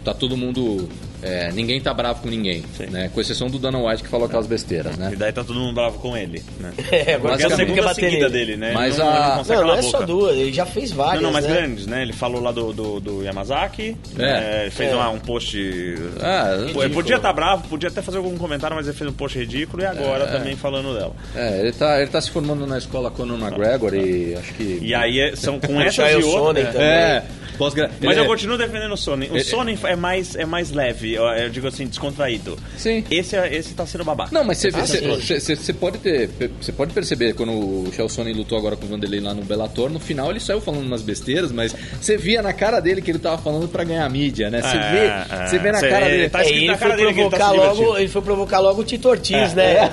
B: tá todo mundo... é, ninguém tá bravo com ninguém,
A: Sim.
B: né? Com exceção do Dana White que falou aquelas besteiras, né?
A: E daí tá todo mundo bravo com ele, né?
C: É, agora
A: Porque é a
C: todo mundo quer
A: segunda
C: bater
A: seguida
C: nele.
A: dele, né?
B: Mas
A: ele não,
B: a-
A: ele não consegue
C: Não, não
A: calar
C: é
A: a
C: só
A: boca.
C: duas, ele já fez
A: Não,
C: várias,
A: não, mas
C: né?
A: grandes, né? Ele falou lá do, do, do Yamazaki,
B: É.
A: né? Ele fez
C: É.
A: lá um post.
B: Ah,
A: Pô, ele podia tá- estar bravo, podia até fazer algum comentário, mas ele fez um post ridículo e agora também falando dela.
B: É, ele tá, ele tá se formando na escola Conor McGregor e acho que...
A: E aí é- são com
C: O
A: essas
C: Chael
A: e outras.
C: Sonnen
A: né?
C: também.
B: É, pós-gra...
A: Mas
B: ele
A: eu
B: é-
A: continuo defendendo o Sony. O Sony é mais, é mais leve, eu- eu digo assim, descontraído.
B: Sim.
A: Esse, é- esse tá sendo babaca.
B: Não, mas
A: Esse tá sendo trouxa.
B: você pode ter. Você pode perceber quando o Chelsea lutou agora com o Vanderlei lá no Bellator, no final ele saiu falando umas besteiras, mas você via na cara dele que ele tava falando pra ganhar mídia, né? Você
A: É,
B: vê, você vê na
A: cê-
B: cara dele.
A: tá
C: É,
A: escrito
C: ele
A: na cara
C: foi
A: dele que ele tá
C: provocar
A: se divertindo. É.
C: logo, ele foi provocar logo o Tito Ortiz, né?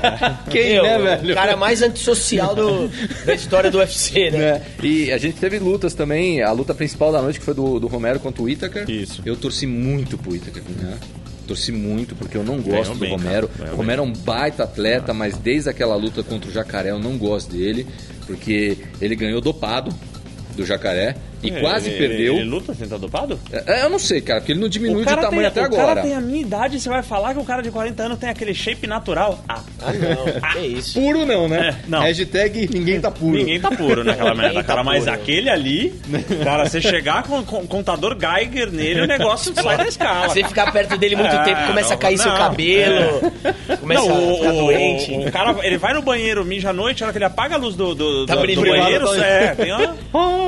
B: Quem,
C: Meu,
B: né, velho?
C: O cara mais antissocial do, da história do UFC, né?
A: É.
B: né? E a gente teve lutas também, a luta principal da noite que foi do, do Romero contra o Itaker.
A: Isso.
B: Eu torci muito pro Itaker, né? Torci muito, porque eu não
A: Ganhou
B: gosto do
A: bem,
B: Romero.
A: cara. Ganhou
B: O Romero é um baita atleta, mas desde aquela luta contra o Jacaré eu não gosto dele, porque ele ganhou dopado do Jacaré e
A: Ele-
B: quase
A: É, ele-
B: perdeu.
A: Ele luta sem estar dopado?
B: É, Eu não sei, cara, porque ele não diminui de tamanho
A: tem,
B: até
A: o
B: agora.
A: cara tem a minha idade, você vai falar que o cara de 40 anos tem aquele shape natural. Ah,
B: Tá
C: Ah, não, que isso.
B: Puro não, né?
A: É, não.
B: Hashtag ninguém tá puro.
A: ninguém tá puro naquela
C: Ninguém
A: merda,
C: tá
A: cara. Mas
C: puro.
A: aquele ali, cara, você chegar com com- contador Geiger nele, o negócio sai da escala.
C: Você ficar perto dele muito
A: Ah,
C: tempo, começa
A: não,
C: a cair seu
A: não. É.
C: cabelo, começa a ficar doente.
A: o cara, ele vai no banheiro, mija à noite, a hora que ele apaga a luz do, do,
C: Tá
A: do- do
B: né?
C: brilhando.
A: banheiro, é, tem uma...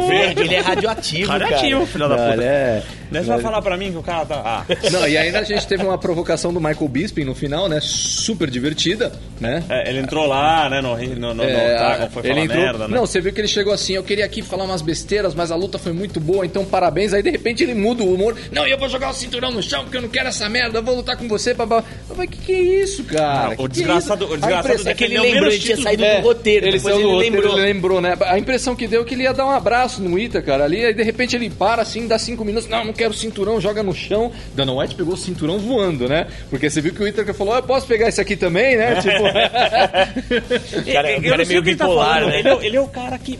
C: Ele é- ele é radioativo,
A: Radioativo, filho da
B: Não,
A: puta.
B: ele é-
A: Daí você vai falar pra mim que o cara tá. Ah,
B: Não, e ainda a gente teve uma provocação do Michael Bisping no final, né? Super divertida, né?
A: é, ele entrou lá, né? No, no, no, no
B: É,
A: octágono, foi falar merda, né?
B: Não, você viu que ele chegou assim, eu queria aqui falar umas besteiras, mas a luta foi muito boa, então parabéns. Aí de repente ele muda o humor. Não, eu vou jogar o cinturão no chão porque eu não quero essa merda, eu vou lutar com você, babá. Eu falei, que que é isso, cara?
A: Não,
B: Que
A: o
B: que
A: desgraçado-
B: é isso?
A: o
B: A
A: desgraçado
B: impressão-
A: é
C: É que ele
A: Ele é o
C: lembrou,
A: menos
C: ele tinha
A: título
C: saído
B: É,
C: do roteiro,
B: ele
C: depois
B: saiu
C: ele
B: do roteiro,
C: lembrou.
B: ele
E: lembrou, né? A impressão que deu é que ele ia dar um abraço no Ita, cara, ali, aí de repente ele para assim, dá cinco minutos, não, não quero cinturão, joga no chão.
B: Dana White pegou o cinturão voando, né? Porque você viu que o Itaker falou, "Ah, eu posso pegar esse aqui também, né? tipo,
C: Cara,
A: Eu-
C: o
A: eu
C: cara
A: não sei
C: é meio
A: o que ele tá
C: bipolar,
A: falando.
C: né?
A: Ele, é- ele é o cara que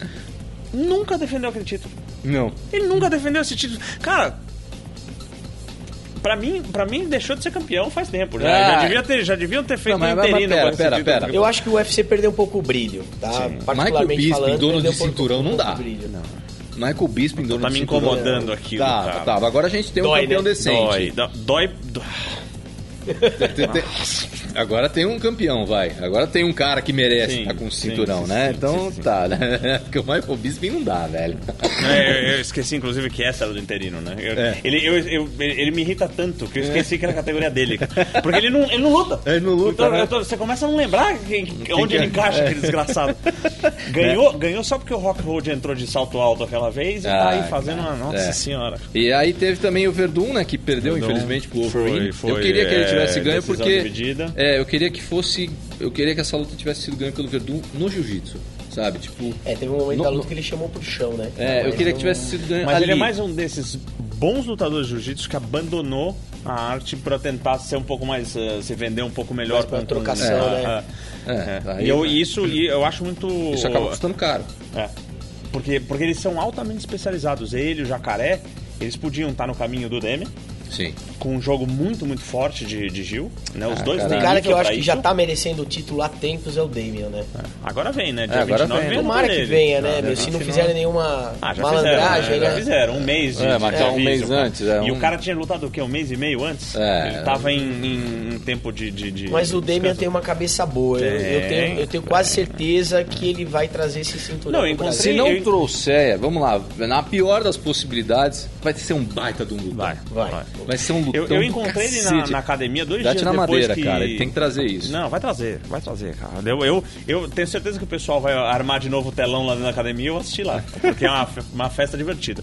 A: nunca defendeu aquele título.
B: não.
A: Ele nunca defendeu esse título. Cara. Pra mim, pra mim, deixou de ser campeão faz tempo. Já,
B: Ah.
A: já, devia ter, já deviam ter feito
B: Não, mas-
A: um
B: mas- mas
A: interino
B: pera,
A: com esse
B: pera,
A: título.
B: pera.
C: Eu acho que o UFC perdeu um pouco o brilho, tá?
B: é- Michael Bisping,
C: falando,
B: dono
C: perdeu
B: de
C: um pouco-
B: cinturão, não
C: um pouco
B: dá.
C: o brilho.
B: Michael Bisping, dono
A: Tá
B: do
A: me
B: cinturão.
A: incomodando aqui.
B: Tá,
A: cara.
B: tá. Agora a gente tem um
C: Dói,
B: campeão
C: né?
B: decente.
A: Dói, dá- dói, dói.
B: Tem- tem- Agora tem um campeão, vai. Agora tem um cara que merece
A: Sim,
B: estar com o
A: sim,
B: cinturão,
A: sim,
B: né?
A: sim,
B: então
A: sim, sim.
B: tá, né? Porque o Michael Bisping não dá, velho.
A: É, eu, eu esqueci, inclusive, que essa era do interino, né? Eu-
B: É.
A: ele, eu- eu- ele- ele me irrita tanto que eu esqueci que era a categoria dele. cara. Porque ele não, ele não luta.
B: Ele não luta,
A: Então,
B: né?
A: eu tô- você começa a não lembrar quem- onde
B: que é?
A: ele encaixa, aquele desgraçado. Ganhou, ganhou só porque o Rock Road entrou de salto alto aquela vez e tá
B: Ah,
A: aí fazendo
B: cara,
A: uma. Nossa
B: é.
A: senhora.
B: E aí teve também o Verdun, né? Que perdeu,
A: Verdun.
B: infelizmente, pro
A: Foi,
B: Overeem. Eu
A: foi,
B: queria que ele
A: é,
B: tivesse ganho
A: decisão
B: porque...
A: dividida.
B: É, eu queria que fosse... Eu queria que essa luta tivesse sido ganha pelo Verdun no Jiu-Jitsu, sabe? Tipo...
C: É, teve um momento
B: No-
C: da
B: no-
C: luta que ele chamou pro chão, né?
B: É, eu
C: Mas
B: queria
C: não-
B: que tivesse sido ganho
A: Mas
B: ali.
A: ele é mais um desses bons lutadores de jiu-jitsu que abandonou a arte pra tentar ser um pouco mais. eh, se vender um pouco melhor.
C: Mais pra trocação,
A: ah,
B: né?
A: ah,
B: É,
A: é.
B: aí,
A: e eu,
B: né?
A: isso e eu acho muito.
B: Isso acaba custando caro.
A: É. Porque, porque eles são altamente especializados. Ele, o Jacaré, eles podiam estar no caminho do Demi,
B: Sim.
A: com um jogo muito, muito forte de, de Gil. Né? Os dois
B: caralho.
C: O
A: têm
C: Ah, cara
A: nível
C: que eu acho
A: pra
C: que já
A: isso.
C: tá merecendo o título há tempos é o Damian, né?
A: Agora vem, né? Dia
B: É, agora
A: 29
B: vem.
A: vem. a luta
C: Tomara que
A: dele.
C: venha, né,
B: Ah,
C: meu?
B: eu
C: Se
B: acho
C: não
B: que
C: fizerem
B: não.
C: nenhuma
A: Ah, já
C: malandragem,
A: fizeram, né? Já
C: né?
A: fizeram, um mês de,
B: É, mas
A: de
B: tá um
A: aviso,
B: mês
A: cara.
B: antes, é,
A: E
B: um-
A: o cara tinha lutado o quê? Um mês e meio antes?
B: É.
A: Ele tava em, em- em tempo de... de, de-
C: Mas o Damian
A: descanso.
C: tem uma cabeça boa. Eu, eu
A: Tem,
C: tenho, eu tenho quase certeza que ele vai trazer esse cinturão.
A: Não,
C: pro
A: em
C: Brasil.
B: Se
A: Sim,
B: não
A: eu-
B: trouxer, vamos lá, na pior das possibilidades, vai ser um baita de um lutão.
A: Vai, vai.
C: Vai.
B: Vai ser um lutão
A: Eu, eu
B: do
A: encontrei ele na,
B: cacete.
A: na academia dois
B: Dá-te
A: dias
B: na
A: depois
B: madeira,
A: que...
B: cara, ele tem que trazer isso.
A: Não, vai trazer, vai trazer, cara. Eu, eu, eu tenho certeza que o pessoal vai armar de novo o telão lá dentro da academia e eu assisti lá, porque é uma, fe- uma festa divertida.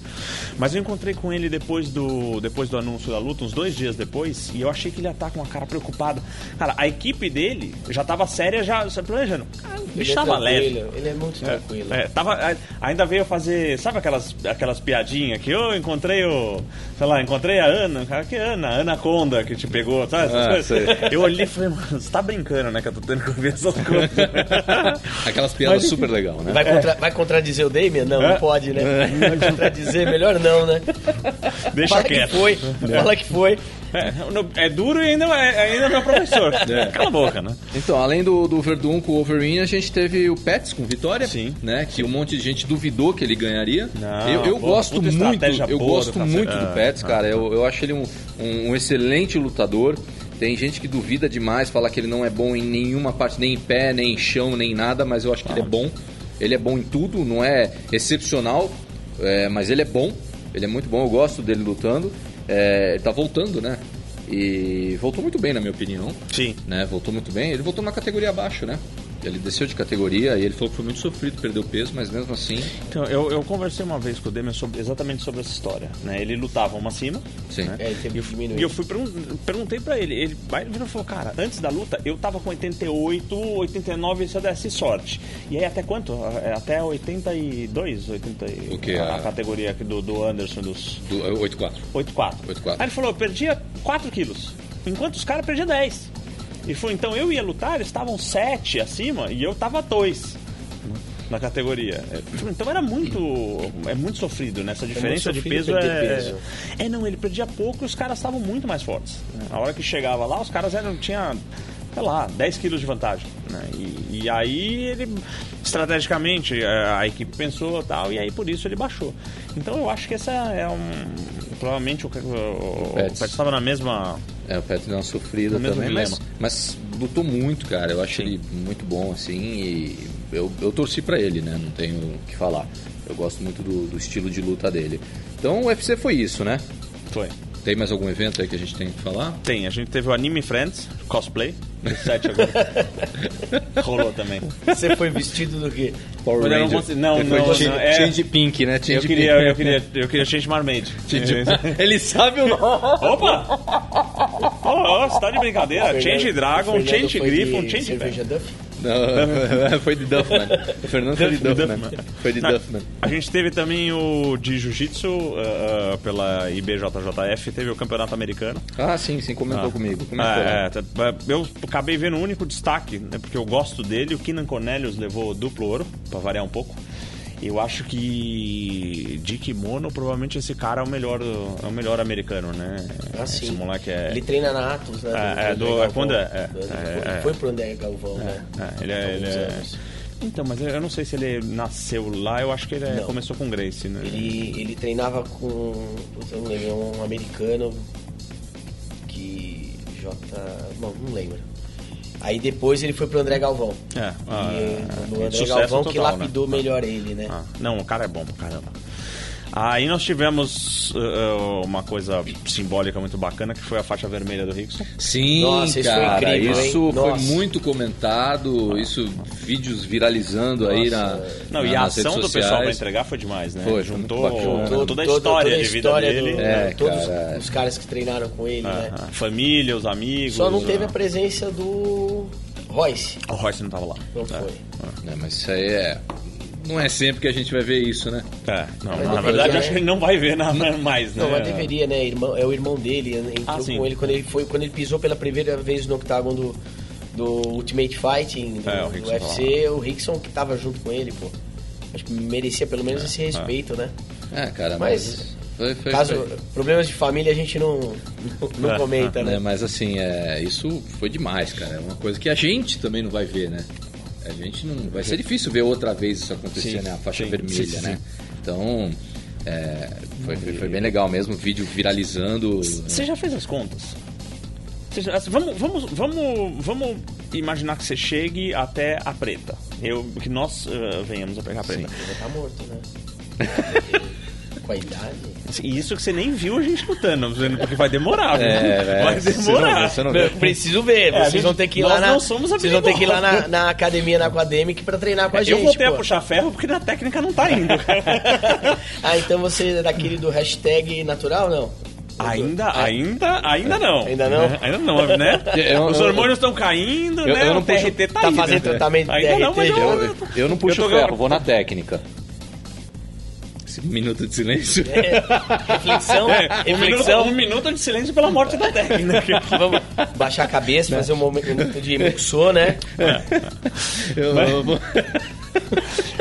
A: Mas eu encontrei com ele depois do, depois do anúncio da luta, uns dois dias depois, e eu achei que ele ia estar com uma cara preocupada. Cara, a equipe dele já tava séria, já sabe, planejando. Ah, O
C: Ele
A: bicho
C: é
A: tava leve.
C: tranquilo, Ele é muito tranquilo.
A: É, tava, a- ainda veio fazer, sabe aquelas, aquelas piadinhas que eu encontrei o. Sei lá, encontrei a Ana, cara, que Ana, Ana Conda que te pegou, sabe? Essas
B: Ah,
A: coisas.
B: sei.
A: Eu olhei e falei, mano, você tá brincando, né? Que eu tô tendo que ouvir essas coisas.
B: Aquelas piadas super legal, né?
A: É.
C: Vai, contra- vai contradizer o Damian? Não, não pode, né? Vai contradizer, melhor não, né?
A: Deixa
C: Fala que
A: quieto.
C: foi, fala que foi.
A: É, no- é duro e ainda é, ainda é meu professor. Cala a boca, né?
B: Então, além do, do Verdun com o Overeem, a gente teve o Pets com vitória,
A: Sim.
B: né? Que um monte de gente duvidou que ele ganharia.
A: Não,
B: eu eu
A: boa,
B: gosto
A: puta
B: muito,
A: estratégia
B: eu
A: boa
B: gosto
A: do Cacete.
B: muito do
A: Ah,
B: Pets, cara. Eu, eu acho ele um, um, um excelente lutador. Tem gente que duvida demais, fala que ele não é bom em nenhuma parte, nem em pé, nem em chão, nem em nada, mas eu acho que ele é bom. Ele é bom em tudo, não é excepcional, é, mas ele é bom. Ele é muito bom, eu gosto dele lutando. É, ele tá voltando, né? E voltou muito bem, na minha opinião
A: Sim.
B: né? Voltou muito bem. Ele voltou na categoria abaixo, né? Ele desceu de categoria e ele falou que foi muito sofrido, perdeu peso, mas mesmo assim,
A: Então, eu, eu conversei uma vez com o Demian sobre- exatamente sobre essa história. Né? Ele lutava uma cima,
B: sim.
C: É, ele teve que
A: E
C: diminuir.
A: eu fui pergun- perguntei pra ele, ele aí ele virou e falou, cara, antes da luta eu tava com 88, 89 se eu desse é sorte. E aí até quanto? É, Até 82, 80 e-
B: O quê?
A: a,
B: A-
A: a categoria aqui do, do Anderson dos
B: Do- é, 8-4.
A: 84.
B: 8,4.
A: Aí ele falou, eu perdia 4 quilos, enquanto os caras perdiam 10. Ele falou, então eu ia lutar, eles estavam 7 acima e eu tava 2 na categoria. É, tipo, Então era muito. É muito sofrido, né? Essa diferença de
C: sofrido
A: peso
C: perder
A: é.
C: peso.
A: É não, ele perdia pouco e os caras estavam muito mais fortes. né? A hora que chegava lá, os caras eram. tinha. Sei lá, 10 quilos de vantagem. né? E, e aí ele, estrategicamente, é, a equipe pensou tal, e aí por isso ele baixou. Então eu acho que essa é um. Provavelmente o, o, o
B: Pets.
A: Pets estava na mesma.
B: É, o Petro deu uma sofrida
A: No mesmo
B: também, mas,
A: dilema.
B: mas lutou muito, cara. Eu acho
A: Sim.
B: ele muito bom, assim, e eu, eu torci pra ele, né? Não tenho o que falar. Eu gosto muito do, do estilo de luta dele. Então o UFC foi isso, né?
A: Foi.
B: Tem mais algum evento aí que a gente tem que falar?
A: Tem, a gente teve o Anime Friends, cosplay, 7 agora. Rolou também.
C: Você foi vestido do quê?
B: Power
A: Olha, eu não
B: Ranger.
A: consigo- um não,
B: Ele
A: não,
B: foi
A: não,
B: change,
A: é-
B: change Pink, né? Change
A: Eu queria,
B: Pink. É
A: eu queria, eu queria Change Marmaid.
B: Ele sabe o nome.
A: Opa! Ó, ó, você tá de brincadeira. Change Dragon,
C: Fernando
A: Change
C: foi de
A: Griffon, Change
C: Cerveja Duff?
B: Não, foi de Duffman. O Fernando foi de Duffman. Foi de
A: Não,
B: Duffman.
A: A gente teve também o de Jiu-Jitsu eh, eh, pela IBJJF, teve o Campeonato Americano.
B: Ah, sim, sim, comentou comigo. Comentou
A: É,
B: lá.
A: é, tá- eu acabei vendo o único destaque, né, porque eu gosto dele. O Kinan Cornelius levou o duplo ouro, pra variar um pouco. Eu acho que de kimono, provavelmente esse cara é o melhor, do- é o melhor americano, né?
C: Ah, sim.
A: Esse moleque é.
C: Ele treina na Atos, né?
A: É, é, do-
C: André
A: é com o André,
C: Galvão.
A: é,
C: Do-
A: é, é.
C: Foi pro André Galvão, né?
A: É, ele é,
C: Há
A: ele
C: alguns
A: é-
C: anos.
A: Então, mas eu não sei se ele nasceu lá, eu acho que ele é-
C: Não.
A: começou com Grace, né?
C: Ele, ele treinava com. Putz, eu não lembro, é um americano que. J. Bom, não lembro. Aí depois ele foi pro André Galvão.
A: É,
C: E
A: ah,
C: é do
A: é,
C: André
A: sucesso
C: Galvão que
A: total,
C: lapidou
A: né?
C: melhor ele, né?
A: Ah, não, o cara é bom pra caramba. Aí nós tivemos uh, uh, uma coisa simbólica muito bacana, que foi a faixa vermelha do Rickson.
B: Sim,
C: Nossa, isso foi
B: cara,
C: incrível, hein?
B: isso foi
C: Nossa.
B: muito comentado, isso vídeos viralizando aí na,
A: Não,
B: na-
A: e a
B: Ah, nas redes
A: ação do pessoal pra
B: sociais.
A: entregar foi demais, né?
B: Foi, foi
A: juntou,
B: muito bacana.
A: juntou toda a história
C: toda a
A: de vida
C: história
A: dele, Ah,
C: do-
B: É,
C: todos
B: cara.
C: os caras que treinaram com ele, né?
A: a família, os amigos.
C: Só não teve
A: né?
C: a presença do Royce.
A: O Royce não tava lá.
C: Não foi.
B: É, mas isso aí é. Não é sempre que a gente vai ver isso, né?
A: É, não,
C: Mas
A: na
C: deveria,
A: verdade
C: né?
A: acho que ele não vai ver na, mais, né?
C: Não, mas deveria, né? Irmão, é o irmão dele, né? entrou
A: Ah, sim.
C: com ele quando ele foi, quando ele pisou pela primeira vez no octágono do, do Ultimate Fighting, do,
A: É, o
C: do
A: Rickson
C: UFC, o Rickson que tava junto com ele, pô. Acho que merecia pelo menos esse respeito, né?
B: É, cara, mas.
C: Mas,
B: foi, foi,
C: Caso
B: foi.
C: problemas de família a gente não, não,
A: É.
C: não comenta,
B: Né,
C: né?
B: mas assim, é, isso foi demais, cara. É uma coisa que a gente também não vai ver, né? A gente não. Vai ser difícil ver outra vez isso acontecer, né? A faixa vermelha, né? Então. é, foi, foi- foi bem legal mesmo, vídeo viralizando. né?
A: Você já fez as contas? Você já- assim, vamos, vamos, vamos, vamos imaginar que você chegue até a preta. Eu, que nós eh, venhamos a pegar a preta.
C: Ele tá morto, né? com a idade.
A: Assim, E isso que você nem viu a gente lutando, tá porque vai demorar, viu?
B: é,
A: vai
B: você não-
A: demorar.
B: você não- Meu,
C: preciso ver,
A: vocês vão ter que ir lá na- vocês vão ter que ir lá na-
C: academia, na Academic pra treinar com a gente.
A: Eu voltei a puxar ferro porque na técnica não tá indo.
C: Ah, então você é daquele do hashtag natural, não?
A: ainda, ainda, ainda não.
C: Ainda não?
A: É, ainda não, né?
B: Eu-
A: Os
B: eu-
A: hormônios estão caindo,
B: eu-
A: né?
B: eu não
A: o TRT
B: puxo-
A: tá,
C: tá
A: indo.
C: fazendo tratamento
A: Ainda não, mas
C: TRT,
A: eu,
B: Eu, eu não puxo
A: Eu tô um-
B: ferro,
A: gan-
B: vou na técnica. Esse minuto de silêncio.
C: É, reflexão, né?
A: É, um, minuto,
C: reflexão.
A: um minuto de silêncio pela morte da técnica.
C: Vamos baixar a cabeça, fazer um momento de muxô, né?
B: Eu- eu vou-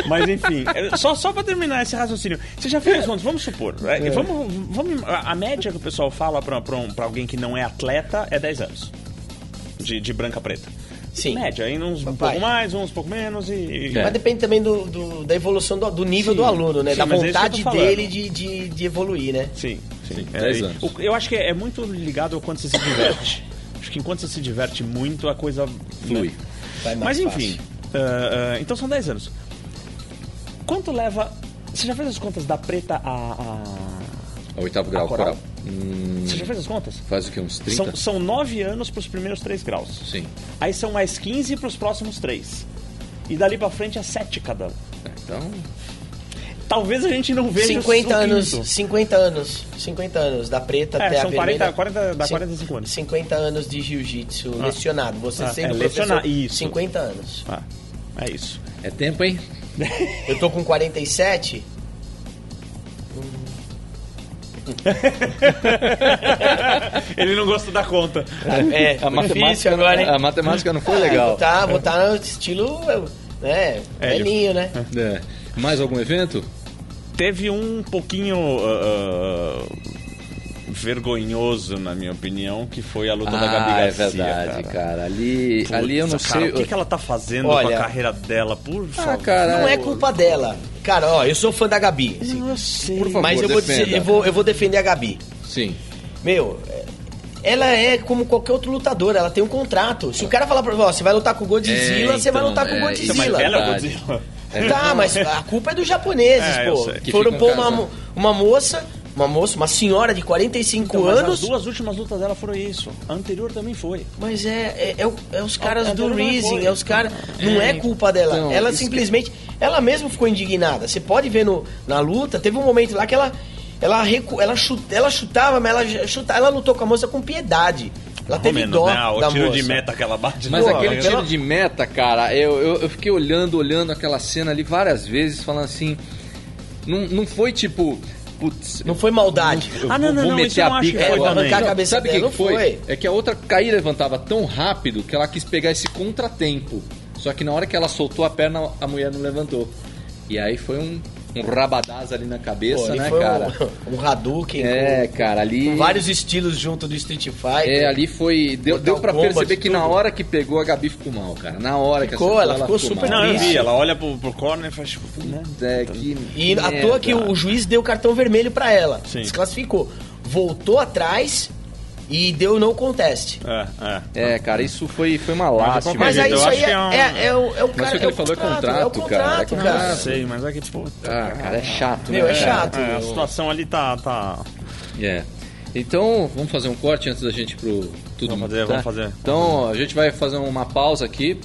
A: Mas enfim, é, só, só pra terminar esse raciocínio, você já fez as contas, vamos supor, é, vamos, vamos, a a média que o pessoal fala pra, pra, um- pra alguém que não é atleta é 10 anos. De, de branca a preta.
C: Sim.
A: Média, aí uns um
C: Papai.
A: pouco mais, uns um pouco menos e.
B: É.
C: Mas depende também do, do- da evolução, do, do nível
A: Sim,
C: do aluno, né?
A: sim,
C: da
A: mas é isso que eu tô
C: vontade
A: falando.
C: dele de, de, de evoluir, né?
A: Sim, sim.
B: Sim,
A: É,
B: 10
A: e-
B: anos.
A: o- eu acho que é, é muito ligado ao quanto você se diverte. acho que enquanto você se diverte muito, a coisa
B: Flui.
A: né?
C: Vai mais
A: Mas enfim,
C: fácil.
A: ah, ah, então são 10 anos. Quanto leva. Você já fez as contas da preta a. a-
B: O oitavo grau,
A: A coral.
B: coral. Hum,
A: Você já fez as contas?
B: faz o que? Uns 30?
A: São, são 9 anos pros primeiros 3 graus.
B: Sim.
A: Aí são mais 15 pros próximos 3. E dali pra frente é 7 cada um.
B: É, Então,
A: Talvez a gente não veja o
C: 50 anos,
A: quinto.
C: 50 anos, 50 anos, da preta
A: É,
C: até a
A: são 40,
C: vermelha.
A: 40 dá
C: Cin-
A: 45 anos.
C: 50 anos de jiu-jitsu lecionado. Você
A: Ah,
C: sendo
A: é,
C: professor,
A: lecionar, isso.
C: 50 anos.
A: Ah, é isso.
B: é tempo, hein?
C: Eu tô com 47.
A: Ele não gosta da conta.
B: A
C: É, difícil
B: matemática,
C: agora, hein?
B: né? a matemática não foi
C: Ah,
B: legal.
C: Vou tá, vou tá no estilo,
A: É,
C: né,
A: Hélio.
C: velhinho, né?
B: É. Mais algum evento?
A: Teve um pouquinho ah, ah, vergonhoso, na minha opinião, que foi a luta da Gabi
B: é
A: Garcia. cara.
B: verdade, cara. Ali,
A: Putz,
B: ali eu não
A: cara,
B: sei.
A: O que, que ela tá fazendo com
C: Olha-
A: a carreira dela? Por
B: Ah,
A: favor.
B: cara.
C: Não é culpa dela. Cara, ó, eu sou fã da Gabi. assim.
A: Eu sei.
B: Por favor,
C: mas eu vou,
B: defenda.
C: dizer- eu vou- eu vou defender a Gabi.
B: Sim.
C: Meu, é- ela é como qualquer outro lutador, ela tem um contrato. Se o cara falar pra você, ó, você vai lutar com o Godzilla,
B: É,
C: você vai
B: então,
C: lutar com o
B: é, isso é
A: Mas
C: Godzilla.
A: ela é o
B: Verdade.
A: Godzilla.
C: Tá, mas a culpa é dos japoneses,
A: É, eu
C: pô.
A: sei.
B: Que
C: Foram
B: ficam
C: pôr
B: em
C: uma,
B: casa.
C: mo- uma moça, uma moça, uma senhora de 45
A: Então, mas
C: anos.
A: As duas últimas lutas dela foram isso. A anterior também foi.
C: Mas é, é, é o- é os caras
A: É,
C: do
A: dela não é
C: Reason,
A: culpa.
C: é os caras. Não é culpa dela.
B: então,
C: ela
B: isso que-
C: simplesmente. Ela mesma ficou indignada. Você pode ver no, na luta, teve um momento lá que ela. Ela, recu, ela, chu- ela chutava, mas ela j- chuta, ela lutou com a moça com piedade. Ela
A: Pelo
C: teve
A: menos,
C: dó
A: né? Ah, O
C: da
A: tiro
C: moça.
A: de meta que ela bate.
B: Mas
A: né?
C: Pô,
B: aquele
C: pela-
B: tiro de meta, cara, eu, eu, eu fiquei olhando, olhando aquela cena ali várias vezes, falando assim. Não, não foi tipo. Putz,
C: Não foi maldade.
B: eu
A: Ah,
B: vou,
A: não, não,
B: vou
A: não, isso
B: meter
A: eu não
B: a
A: acho
B: pica.
A: que foi
B: vou
A: também.
B: arrancar
C: Não,
B: Sabe o que
C: não
B: que foi?
C: foi.
B: É que a outra caía e levantava tão rápido que ela quis pegar esse contratempo. Só que na hora que ela soltou a perna, a mulher não levantou. E aí foi um, um rabadaz ali na
C: Pô,
B: cabeça,
C: ali
B: né,
C: foi um-
B: cara?
C: um, Hadouken.
B: É,
C: com-
B: cara, ali.
C: com vários estilos junto do Street Fighter.
B: É, ali foi. Deu,
C: Mortal
B: deu pra
C: Kombat,
B: perceber que na
C: um tudo.
B: hora que pegou a Gabi ficou mal, cara. Na hora que
C: Ficou,
B: acertou,
C: ela ficou super
B: mal.
A: Não, eu vi.
C: Isso.
A: Ela olha pro, pro corner e faz... tipo, né?
B: É, que
C: E à
B: merda.
C: toa que o juiz deu cartão vermelho pra ela.
A: Sim.
C: Desclassificou. Voltou atrás e deu não conteste.
A: É, é.
B: É, cara, isso foi, foi uma
A: Mas eu
B: lástima.
C: Mas
A: gente,
C: aí
A: eu
C: isso
A: acho
C: aí
A: que
C: é,
A: é um-
C: é, é o, é o cara.
B: o que ele
C: o
B: falou é
C: é o
B: contrato, cara, é
C: contrato,
B: contrato.
A: Eu
C: cara.
A: sei, mas é que, puta...
B: Ah, cara, é chato,
C: Meu,
B: né,
C: é
B: cara?
C: chato.
A: É, a situação ali tá... tá...
B: É. Então, vamos fazer um corte antes da gente ir pro tudo
A: Vamos fazer,
B: tá?
A: vamos fazer.
B: Então, a gente vai fazer uma pausa aqui.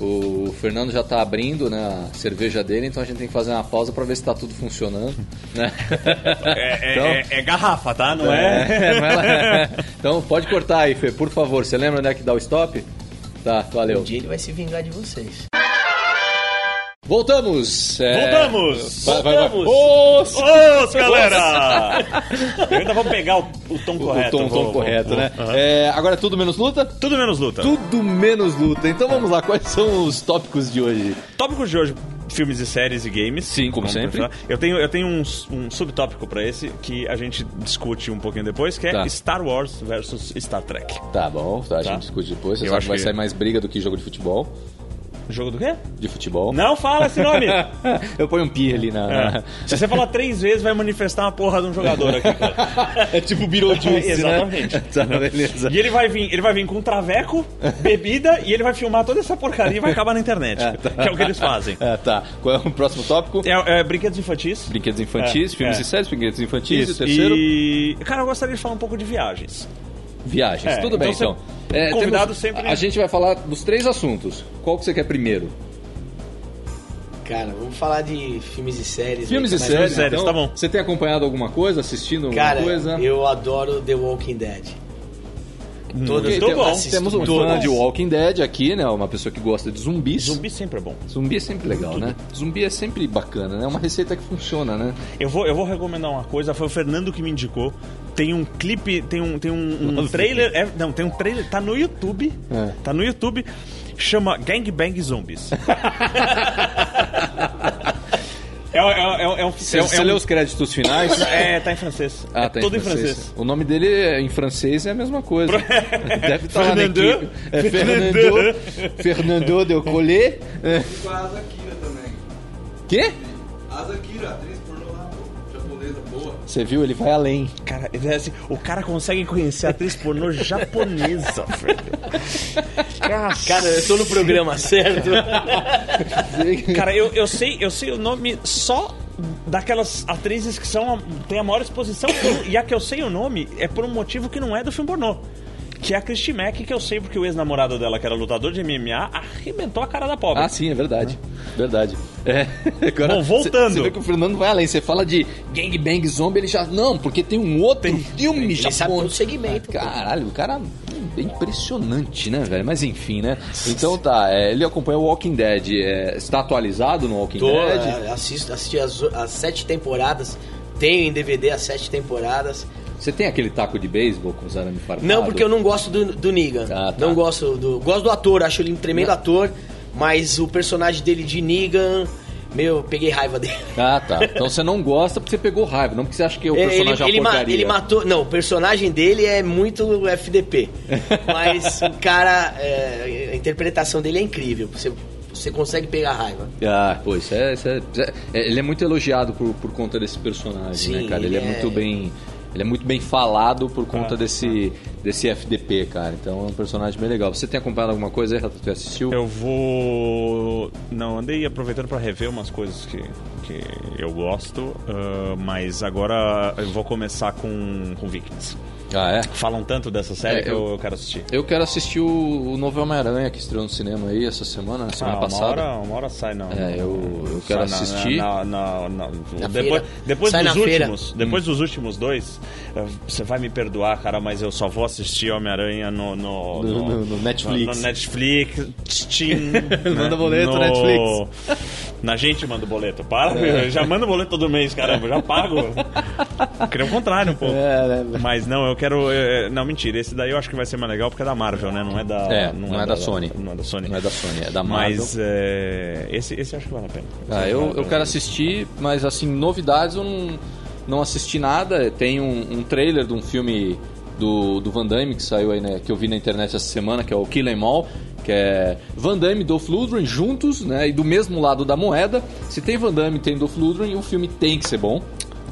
B: O Fernando já tá abrindo, né, a cerveja dele, então a gente tem que fazer uma pausa pra ver se tá tudo funcionando, né?
A: É, é-
B: Então-
A: é- é garrafa, tá? Não é...
B: É, vai lá. Então pode cortar aí, Fê, por favor. Você lembra onde é que dá o stop? Tá,
C: Um
B: valeu.
C: dia ele vai se vingar de vocês.
B: Voltamos! é.
A: Voltamos!
B: Vai, vai, vai.
A: Voltamos!
B: Os-
A: Os, galera! Eu ainda vou pegar o, o tom
B: O
A: correto.
B: tom, tom
A: vou- vou-
B: correto,
A: vou-
B: né?
A: Aham.
B: É, agora é tudo menos luta?
A: Tudo menos luta.
B: Tudo menos luta. Então vamos lá, quais são os tópicos de hoje?
A: Tópicos de hoje, filmes e séries e games.
B: Sim, como
A: Vamos
B: sempre.
A: continuar. Eu tenho, eu tenho um, s- um subtópico pra esse que a gente discute um pouquinho depois, que é
B: Tá.
A: Star Wars versus Star Trek.
B: Tá bom, tá, a gente
A: Tá.
B: discute depois. Você
A: Eu
B: sabe
A: acho
B: que vai
A: que-
B: sair mais briga do que jogo de futebol.
A: Jogo do quê?
B: De futebol.
A: Não fala esse nome!
B: Eu ponho um pi ali na.
A: É. Se você falar três vezes, vai manifestar uma porra de um jogador aqui, cara.
B: É tipo Beetlejuice, né?
A: Exatamente.
B: Tá, beleza.
A: E ele vai vir, ele vai vir com um traveco, bebida, e ele vai filmar toda essa porcaria e vai acabar na internet.
B: tá.
A: Que é o que eles fazem.
B: É, tá. Qual é o próximo tópico?
A: É, é, brinquedos infantis.
B: Brinquedos infantis,
A: É,
B: filmes
A: é.
B: e séries, brinquedos infantis. E o
A: Isso,
B: terceiro,
A: E, cara, eu gostaria de falar um pouco de viagens.
B: viagens.
A: É,
B: Tudo bem,
A: então
B: então.
A: você-
B: É,
A: convidado
B: temos-
A: sempre-
B: A gente vai falar dos três assuntos. Qual que você quer primeiro?
C: Cara, vamos falar de filmes e séries. né?
B: Filmes e
C: Mas-
B: séries,
A: séries,
B: então,
A: tá bom.
B: Você tem acompanhado alguma coisa, assistindo alguma
C: Cara,
B: coisa?
C: eu adoro The Walking Dead. Todas
A: Muito
C: eu
A: bom.
C: assisto
B: Temos um
C: todas.
B: fã de Walking Dead aqui, né? Uma pessoa que gosta de zumbis. Zumbi,
A: Zumbi sempre é bom.
B: é sempre legal, né? Zumbi é sempre bacana, né? É uma receita que funciona, né?
A: Eu vou, eu vou recomendar uma coisa, foi o Fernando que me indicou. Tem um clipe, tem um, tem um, um trailer. é, não, tem um trailer, tá no YouTube.
B: É.
A: Tá no YouTube, chama Gangbang Zombies. é, um- é, um- é um.
B: Você,
A: é um-
B: você
A: é um-
B: leu os créditos finais?
A: é, tá em francês. é
B: tá
A: todo em francês.
B: O nome dele é- em francês é a mesma coisa. Deve estar lá na
A: Fernando.
B: equipe. É Fernando. Fernando Del Collet. É.
F: com a Asa Kira também.
B: Quê?
F: Asa Kira, atriz pornô lá, pô, japonesa boa.
B: Você viu? Ele vai além.
A: Cara, é assim, o cara consegue conhecer a atriz pornô japonesa, velho.
C: Cara, eu tô no programa certo.
A: Cara, eu, eu, sei, eu sei o nome só daquelas atrizes que são a- têm a maior exposição e a que eu sei o nome é por um motivo que não é do filme pornô. Que é a Christy Mack, que eu sei porque o ex-namorado dela, que era lutador de MMA, arrebentou a cara da pobre.
B: Ah, sim, é verdade. Verdade. É. Agora,
A: Bom, voltando.
B: Você você vê que o Fernando vai além. Você fala de gangbang zombie, ele já. Não, porque tem um outro filme
C: Ele sabe todo o
B: japonês.
C: segmento. pô.
B: Caralho, o cara é impressionante, né, velho? Mas enfim, né? Então tá, é, ele acompanha o Walking Dead. é, está atualizado no Walking
C: Tô,
B: Dead?
C: é, assisto, assisti as, as sete temporadas. Tenho em DVD as sete temporadas.
B: Você tem aquele taco de beisebol com zarame farpado?
C: Não, porque eu não gosto do, do Negan.
B: Ah, tá.
C: Não gosto do. Gosto do ator, acho ele um tremendo
B: Não.
C: ator, mas o personagem dele de Negan, meu, peguei raiva dele.
B: Ah, tá. Então você não gosta porque você pegou raiva, não porque você acha que o personagem é uma
C: ele, ma-
B: porcaria.
C: ele matou. Não, o personagem dele é muito FDP. Mas o cara. é, a interpretação dele é incrível. Você, você consegue pegar raiva.
B: Ah, pô, isso é, isso é- isso é- ele é muito elogiado por, por conta desse personagem,
C: Sim,
B: né, cara? Ele é,
C: ele é-
B: muito bem. Ele é muito bem falado por conta desse, desse FDP, cara. Então é um personagem bem legal. Você tem acompanhado alguma coisa aí, Rato? Você assistiu?
A: Eu vou. Não, andei aproveitando pra rever umas coisas que, que eu gosto, ah, mas agora eu vou começar com, com Vikings.
B: Ah, é?
A: Falam tanto dessa série
B: É,
A: que eu, quero assistir.
B: Eu quero assistir o, o novo Homem-Aranha que estreou no cinema aí essa semana, na semana
A: Ah,
B: passada.
A: Uma hora, uma hora sai, não.
B: É, eu- eu
A: Sai
B: quero
A: na-
B: assistir.
A: na- na- na-
C: Na
A: depois
C: feira.
A: depois
C: Sai
A: dos
C: na feira.
A: últimos, depois
B: Hum.
A: dos últimos dois, eh, você vai me perdoar, cara, mas eu só vou assistir Homem-Aranha no, no,
B: No- no- no Netflix.
A: No, no Netflix. Steam, né?
B: Manda boleto, Netflix. É.
A: Na gente manda o boleto. Para, eu já manda o boleto todo mês, caramba, já pago. Queria o contrário um pouco.
B: É, né?
A: Mas não, eu quero. eh, Não, mentira, esse daí eu acho que vai ser mais legal porque é da Marvel, né? Não é da.
B: É, não é da Sony.
A: Não é da Sony.
B: Não é da Sony, é da Marvel.
A: Mas é, esse, esse eu acho que vale a pena. Esse
B: Ah,
A: acho que
B: eu,
A: vale a
B: eu
A: pena.
B: quero assistir, mas assim, novidades eu não, não assisti nada. Tem um, um trailer de um filme do, do Van Damme que saiu aí, né, que eu vi na internet essa semana, que é o Kill Em All, que é Van Damme e Dolph Lundgren juntos, né, e do mesmo lado da moeda. Se tem Van Damme, tem Dolph Lundgren, o filme tem que ser bom.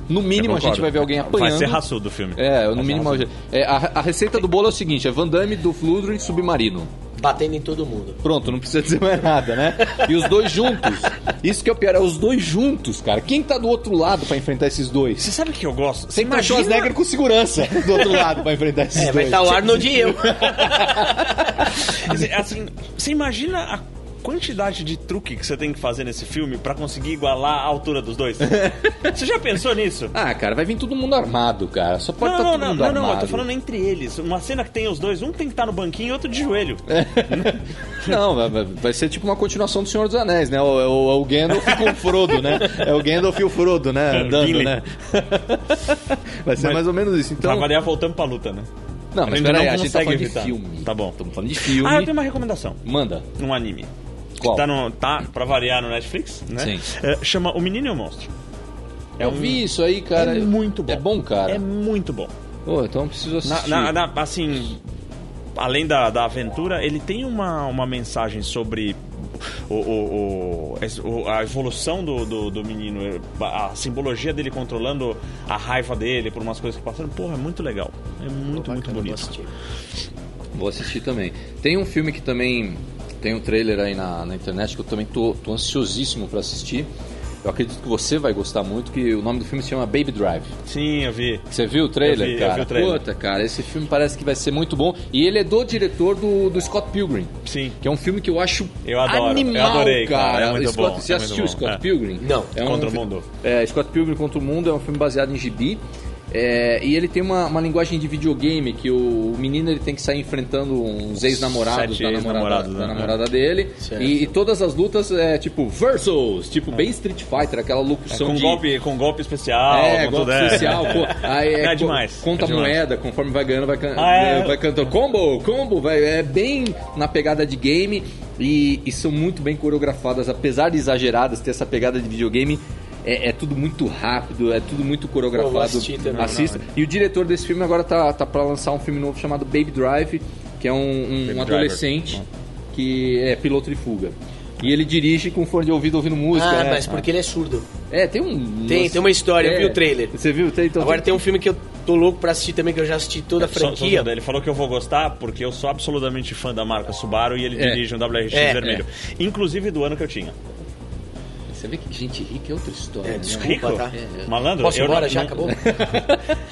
B: No mínimo a
A: Eu
B: gente
A: concordo.
B: vai ver alguém apanhando.
A: Vai ser raçudo o filme.
B: É,
A: Vai
B: no
A: ser
B: mínimo.
A: raçudo.
B: É, a, a receita do bolo é o seguinte: é Van Damme, Dolph Lundgren, Submarino.
C: Batendo em todo mundo.
B: Pronto, não precisa dizer mais nada, né? E os dois juntos. Isso que é o pior, é os dois juntos, cara. Quem tá do outro lado pra enfrentar esses dois?
A: Você sabe que eu gosto? Você
B: Tem que
A: imagina... tá
B: as negras com segurança do outro lado pra enfrentar esses
C: É, vai
B: dois.
C: estar o Arnold e eu.
A: Quer dizer, assim, você imagina a quantidade de truque que você tem que fazer nesse filme pra conseguir igualar a altura dos dois? você já pensou nisso?
B: Ah, cara, vai vir todo mundo armado, cara. Só pode
A: Não,
B: estar
A: não,
B: todo
A: não,
B: mundo
A: não,
B: armado.
A: não, eu tô falando entre eles. Uma cena que tem os dois, um tem que estar no banquinho e outro de joelho.
B: É, Não, vai- vai- vai ser tipo uma continuação do Senhor dos Anéis, né? O, é o, é o Gandalf com o Frodo, né? É o Gandalf e o Frodo, né? Andando,
A: É, Gimli.
B: né? Vai ser mais ou menos isso.
A: Pra
B: Então,
A: variar, voltando pra luta, né?
B: Não, mas
A: Ainda
B: peraí,
A: não
B: a gente
A: consegue
B: tá falando
A: evitar.
B: de filme.
A: Tá bom.
B: Estamos falando de filme.
A: Ah, eu tenho uma recomendação.
B: Manda.
A: Um anime.
B: Qual?
A: Tá, no, tá pra variar no Netflix, né?
B: Sim.
A: É, chama O Menino e o Monstro.
B: eu vi isso É um aí, cara.
A: Uhum. é muito bom.
B: É bom, cara.
A: É muito bom.
B: Pô, então preciso
A: Na-
B: assistir.
A: na- na- assim, além da, da aventura, ele tem uma, uma mensagem sobre o, o- o- es- o- a evolução do, do, do menino, a simbologia dele controlando a raiva dele por umas coisas que passaram. Porra, é muito legal. É muito, muito bonito.
B: Vou assistir também. Tem um filme que também tem um trailer aí na, na internet que eu também tô, tô ansiosíssimo pra assistir. Eu acredito que você vai gostar muito, que o nome do filme se chama Baby Drive.
A: Sim, eu vi.
B: Você viu o trailer,
A: Eu vi- eu
B: cara?
A: vi o trailer.
B: Puta, cara, esse filme parece que vai ser muito bom. E ele é do diretor do, do Scott Pilgrim.
A: Sim.
B: Que é um filme que eu acho
A: Eu adoro,
B: animal,
A: eu adorei, cara, é muito
B: Scott,
A: bom,
B: Você
A: é muito
B: assistiu
A: bom,
B: Scott
A: é.
B: Pilgrim?
C: Não,
B: É um
A: Contra o
B: fi-
A: Mundo.
B: É, Scott Pilgrim contra o Mundo é um filme baseado em gibi. É, e ele tem uma, uma linguagem de videogame que o, o menino ele tem que sair enfrentando uns ex-namorados
A: Sete
B: da namorada,
A: ex-namorados,
B: da
A: né?
B: namorada dele.
C: Certo.
B: E, e todas as lutas é tipo versus, tipo bem Street Fighter, aquela
A: É,
B: locução
A: com,
B: de
A: golpe, com golpe especial.
B: é,
A: com
B: golpe
A: tudo,
B: social, pô. Aí
A: É
B: co-
A: demais,
B: Conta
A: é demais.
B: moeda, conforme vai ganhando, vai, can
A: Ah, é.
B: vai cantando. Combo, combo, vai, é bem na pegada de game e, e são muito bem coreografadas, apesar de exageradas, ter essa pegada de videogame. É, é tudo muito rápido, é tudo muito coreografado.
C: Pô, vou assistir também.
B: Assista. E o diretor desse filme agora tá, tá para lançar um filme novo chamado Baby Drive, que é um- um,
A: Baby
B: um adolescente que é piloto de fuga. E ele dirige com fone de ouvido ouvindo música.
C: Ah,
B: né?
C: mas porque ele é surdo.
B: É, tem um.
C: Tem, tem uma história, eu vi o trailer.
B: Você viu? Tem, então,
C: Agora tem um filme que eu tô louco pra assistir também, que eu já assisti toda a
E: É,
A: Só- só
C: franquia.
A: zoando, ele falou que eu vou gostar porque eu sou absolutamente fã da marca Subaru e ele
B: É.
A: dirige um WRX
C: É,
A: vermelho. Inclusive do ano que eu tinha.
B: Você vê que gente rica é outra história.
C: É,
B: né?
C: desculpa,
A: Rico?
C: tá?
A: Malandro?
C: Posso ir
A: eu
C: embora?
A: não-
C: Já
A: não-
C: acabou?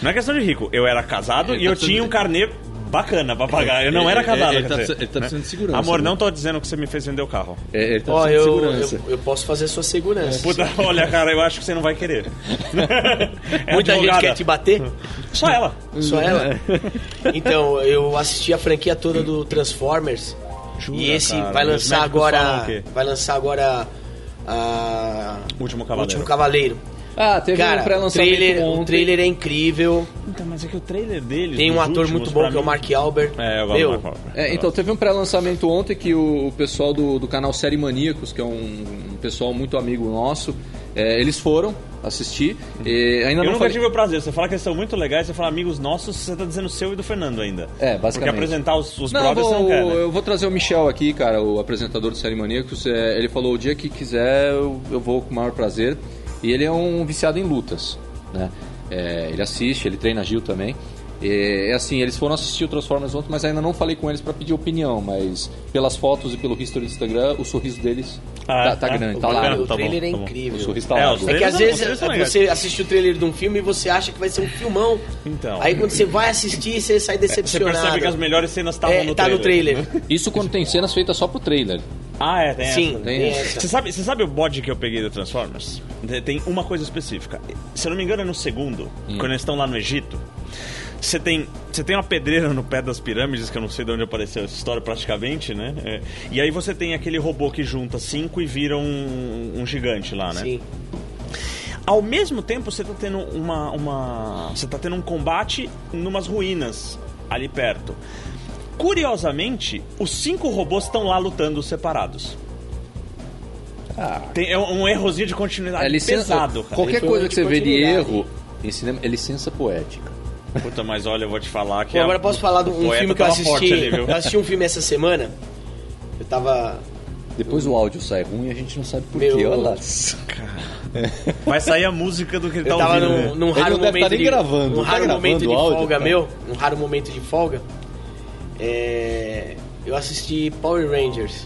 A: Não é questão de rico. Eu era casado e eu
B: tá
A: tinha um
B: sendo-
A: carnê bacana pra pagar. Ah, Eu não era
C: É,
B: Ele-
A: casado,
B: ele
A: quer
B: tá
A: dizer,
B: precis- ele
A: né?
B: tá precisando de segurança,
A: Amor,
B: né?
A: não tô dizendo que você me fez vender o carro.
B: É, ele tá
C: Ó,
B: precisando de
C: eu,
B: segurança.
C: eu, eu posso fazer sua segurança.
A: Puta, olha, cara, eu acho que você não vai querer. É
C: Muita gente
A: advogada.
C: quer tipo, te bater,
A: Só ela.
C: só ela. Uhum. Então, eu assisti a franquia toda do Transformers.
A: Jura,
C: e esse
A: cara?
C: vai
A: E os
C: lançar
A: médicos falam
C: agora.
A: o quê?
C: Vai lançar agora. A...
A: Último Cavaleiro.
C: Último Cavaleiro.
B: Ah, teve um
C: Cara, o
B: pré-lançamento
C: trailer, o
B: ontem.
C: trailer é incrível.
A: Puta, mas é que o trailer dele.
C: Tem um ator muito bom que é o Mark Albert.
A: É, eu gosto
C: Meu,
A: do Mark Wahlberg.
B: É, então, teve um pré-lançamento ontem que o, o pessoal do, do canal Série Maníacos, que é um, um pessoal muito amigo nosso, é, eles foram assistir. E ainda
A: Eu
B: não
A: nunca
B: falei-
A: tive o prazer. Você fala que eles são muito legais, você fala amigos nossos, você tá dizendo seu e do Fernando ainda.
B: É,
A: Porque
B: basicamente.
A: apresentar os, os
B: Não, eu
A: brothers
B: vou,
A: você não quer, né?
B: eu vou trazer o Michel aqui, cara, o apresentador do Série Maníacos. É, ele falou: o dia que quiser, eu, eu vou com o maior prazer. E ele é um viciado em lutas, né? É, ele assiste, ele treina Gil também. É, é assim, eles foram assistir o Transformers ontem, mas ainda não falei com eles para pedir opinião, mas pelas fotos e pelo history do Instagram, o sorriso deles
A: Ah,
B: tá, tá
A: tá?
B: grande,
A: O
B: tá
A: bacana.
B: lá.
C: o
A: tá bom,
C: trailer
A: tá
C: é
A: bom.
B: O
C: incrível.
B: sorriso tá
A: É,
B: lá.
A: os
C: É que às
A: Não,
C: vezes
A: vocês são legais.
C: você assiste o trailer de um filme e você acha que vai ser um filmão.
A: Então. É,
C: Aí quando você vai assistir, você sai
A: Você
C: decepcionado.
A: percebe que as melhores cenas estavam
C: É,
A: no,
C: tá no trailer.
B: Isso quando tem cenas feitas só pro trailer.
A: Ah, é, tem
C: Sim,
A: essa, né?
B: tem
C: tem
B: essa.
C: essa.
A: Você sabe, você sabe o bode que eu peguei do Transformers? De- Tem uma coisa específica. Se eu não me engano, é no segundo,
C: Hum.
A: quando eles estão lá no Egito. Você tem, você tem uma pedreira no pé das pirâmides, que eu não sei de onde apareceu essa história praticamente, né? É, e aí você tem aquele robô que junta cinco e vira um, um gigante lá, né?
C: Sim.
A: Ao mesmo tempo, você tá tendo uma, uma. Você tá tendo um combate numas ruínas ali perto. Curiosamente, os cinco robôs estão lá lutando separados.
C: Ah.
A: Tem, é um um errozinho de continuidade
B: É licença.
A: pesado, cara. é
B: qualquer
C: Foi um
B: coisa que você vê de
C: continuidade.
B: erro em cinema é licença poética.
A: Puta, mas olha, eu vou te falar que.
C: Pô,
A: é-
C: agora posso falar de
A: o
C: um
A: poeta
C: filme que eu
A: tava forte
C: assisti.
A: ali, viu?
C: eu assisti um filme essa semana. Eu tava.
B: Depois o áudio sai ruim e a gente não sabe por
C: Meu-
B: quê. Olha lá.
A: Vai sair a música do que ele
C: Eu
A: tá
C: tava
A: ouvindo.
C: num,
A: né?
C: num
B: Ele
C: raro
B: não deve
C: momento
B: tá nem
C: de
B: gravando,
C: um
B: tá
C: raro
B: gravando
C: momento de
B: o áudio,
C: folga
B: cara.
C: meu, um raro momento de folga. É, eu assisti Power Rangers,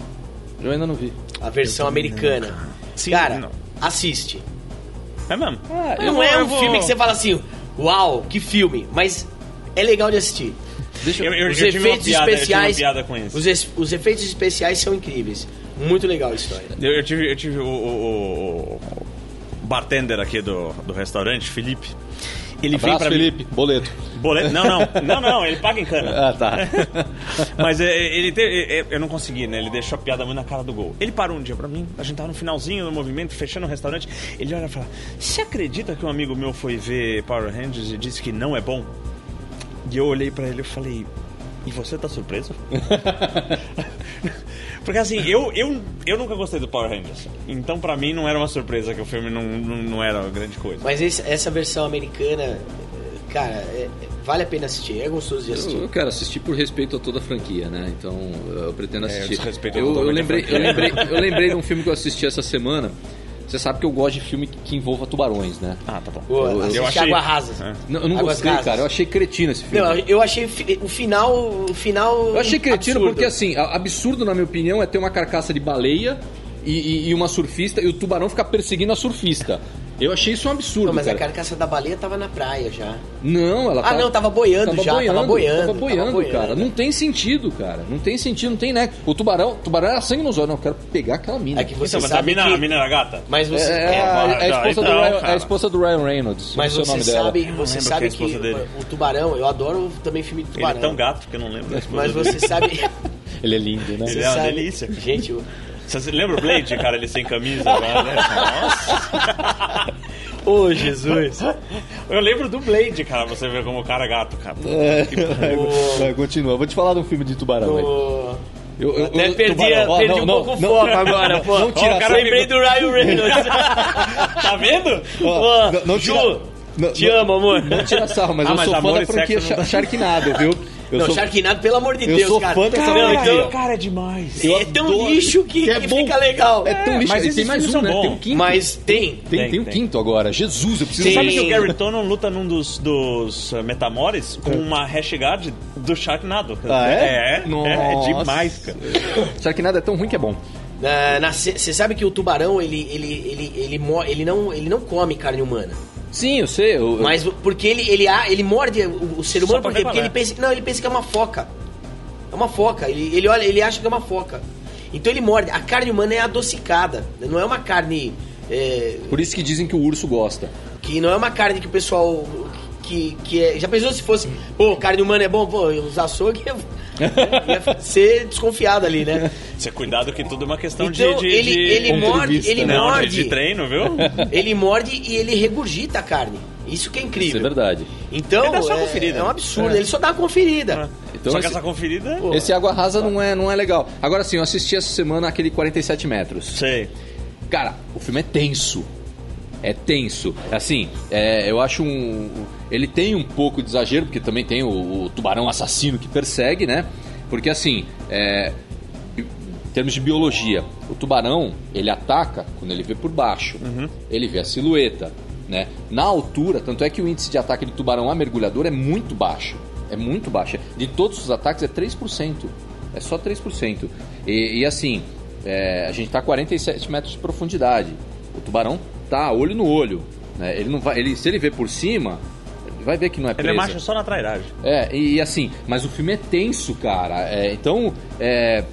B: Eu ainda não vi.
C: a versão americana.
A: né? Sim,
C: cara,
A: não.
C: assiste.
A: É mesmo?
C: não
A: vou-
C: é
A: eu
C: um
A: vou-
C: filme que você fala assim, uau, que filme, mas é legal de assistir.
B: Deixa eu...
A: Eu- eu-
C: os
A: tive uma
C: efeitos
A: piada- eu tive uma
C: especiais,
A: piada com isso.
C: Os, es- os efeitos especiais são incríveis. Muito legal a história.
A: Eu, eu tive, eu tive o, o- o- o bartender aqui do, do restaurante, Felipe. Ele vem pra
B: Abraço,
A: mim.
B: Felipe. Boleto.
A: Boleto? Não, não. Não, não, ele paga em cana.
B: Ah, tá.
A: Mas é, é, ele te- é, é, eu não consegui, né? Ele deixou a piada muito na cara do gol. Ele parou um dia pra mim, a gente tava no finalzinho do movimento, fechando o restaurante. Ele olha e fala: Você acredita que um amigo meu foi ver Power Rangers e disse que não é bom? E eu olhei pra ele e falei: E você tá surpreso? Porque assim, eu, eu, eu nunca gostei do Power Rangers. Então pra mim não era uma surpresa que o filme não, não, não é era grande coisa.
C: Mas esse- essa versão americana, eh, cara, é- é- vale a pena assistir. É gostoso de
B: Eu,
C: assistir.
B: eu quero assistir por respeito a toda a franquia, né? Então eu pretendo assistir.
A: É, desrespeito
B: eu,
A: totalmente
B: eu
A: a
B: lembrei, eu,
A: franquia.
B: lembrei, eu lembrei de um filme que eu assisti essa semana. Você sabe que eu gosto de filme que, que envolva tubarões, né?
A: Ah, tá bom.
C: Pô,
B: eu- eu
C: assiste
A: achei-
C: Água Rasa.
A: É.
B: Não, eu não
C: Águas
B: gostei,
C: rasas.
B: cara. Eu achei cretino esse filme.
C: Não, eu achei fi- o final. O final
B: Eu achei cretino
C: absurdo.
B: porque, assim, a- absurdo, na minha opinião, é ter uma carcaça de baleia e, e- e uma surfista e o tubarão ficar perseguindo a surfista. Eu achei isso um absurdo,
C: Não, mas é a
B: cara.
C: carcaça da baleia tava na praia já.
B: Não, ela
C: Ah, não, tava boiando já, tava boiando,
B: Tava
C: tava
B: boiando,
C: boiando.
B: cara. Não tem sentido, cara. Não tem sentido, não tem, né? O tubarão, o tubarão era sangue nos olhos. Não, eu quero pegar aquela mina.
C: É que você
A: Então, mas a
C: sabe
A: mina,
C: que...
A: a mina era gata?
C: Mas você,
B: É, é a,
A: vai,
B: é a
A: já,
B: esposa do
A: então,
B: Ryan, é a
A: cara.
B: esposa do Ryan Reynolds.
C: mas
B: não sei
C: você
B: o nome
C: sabe,
B: dela.
A: não
C: você
A: lembro
C: sabe
A: quem é a
C: que
A: esposa dele.
C: o tubarão, eu adoro também filme de
A: Ele é
C: tubarão.
A: tão gato que eu não lembro da esposa
C: né? Mas
A: dele.
C: você sabe,
B: Ele é lindo, né?
A: Ele
C: você
A: é uma
C: sabe.
A: delícia.
C: Gente, o,
A: Você lembra o Blade, cara, ele sem camisa agora, né?
C: Ô, Jesus.
A: Eu lembro do Blade, cara, você vê como o cara é gato, cara.
G: Vai, continua. Vou te falar de um filme de tubarão aí.
C: O...
B: Eu, eu,
C: Até
B: eu-
C: perdi,
B: tubarão. Ó,
C: perdi
B: não,
C: um
B: não,
C: pouco o
B: não.
C: foco agora, pô.
B: não tira
C: Ó,
B: sangue.
C: lembrei do Ryan Reynolds.
A: Tá
C: É.
A: vendo?
C: Ó,
G: não- não
C: Ju,
G: tira- não-
C: te
G: não-
C: amo, amor.
G: Não tira sarro, mas
A: Ah,
G: eu
A: mas
G: sou fã
A: amor
G: da
A: e
G: franquia
A: sexo não
G: Char- Sharknado, viu? Eu
C: não,
G: sou...
C: Sharknado, pelo amor de
G: eu
C: Deus,
G: sou
C: cara.
G: fã dessa
C: Não,
G: franquia.
C: então,
A: cara é demais.
C: é tão
G: adoro.
C: lixo que,
G: Que é
C: que
G: bom.
C: fica legal.
G: É tão lixo.
A: mas
G: e tem
A: esses
G: mais
A: filmes
G: um,
A: são
G: né? Tem
A: bons.
G: um quinto.
C: Mas tem.
G: Tem,
A: Tem,
G: tem, um
A: tem.
G: quinto agora. Jesus, eu preciso...
A: Você sabe
C: Sim.
A: que o Gary Tonon luta num dos, dos eh, Metamores
C: É.
A: com uma hashguard do Sharknado.
G: Ah, é?
A: É, é, é
G: Nossa.
A: demais, cara.
B: Sharknado é tão ruim que é bom.
C: Você sabe que o tubarão, ele, ele, ele, ele, mo- ele, não, ele não come carne humana.
B: Sim, eu sei. Eu, eu-
C: Mas o- porque ele, ele, a- ele morde o, o ser humano
A: Só pra
C: porque,
A: rebalar.
C: porque ele pensa. Não, ele pensa que é uma foca. É uma foca. Ele, ele olha, ele acha que é uma foca. Então ele morde. A carne humana é adocicada. Não é uma carne. é,
B: Por isso que dizem que o urso gosta.
C: que não é uma carne que o pessoal. Que, que é, já pensou se fosse, pô, carne humana é bom, pô, os açougues ia, ia ser desconfiado ali, né?
A: Você cuidado que tudo é uma questão
C: Então,
A: de, de-
C: ele,
A: de-
C: ele
G: Ponto de
C: morde,
G: vista,
C: ele
E: né?
A: Não, de-
C: morde,
A: de treino, viu?
C: ele morde e ele regurgita a carne. Isso que é incrível.
B: Isso é verdade.
C: Então,
A: Ele dá só uma
C: é,
A: conferida.
C: é um absurdo, ele só dá uma conferida.
B: Então,
A: Só que
B: esse-
A: essa conferida...
B: Esse água rasa não é, não é legal. Agora sim, eu assisti essa semana aquele 47 metros.
A: Sei.
B: Cara, o filme é tenso. É tenso. Assim, é, eu acho um. Ele tem um pouco de exagero, porque também tem o, o tubarão assassino que persegue, né? Porque assim, é, bi- em termos de
E: Uhum.
B: biologia, o tubarão ele ataca quando ele vê por baixo. Ele vê a silhueta. Né? Na altura, tanto é que o índice de ataque do tubarão a mergulhador é muito baixo. É muito baixo. De todos os ataques é 3%. É só 3%. E, e assim, é, a gente está a 47 metros de profundidade. O tubarão tá olho no olho. Né? Ele não vai, ele, se ele vê por cima, ele vai ver que não é
E: Ele
B: presa.
E: é macho só na trairagem.
B: É, e, e assim, mas o filme é tenso, cara. É, então, é,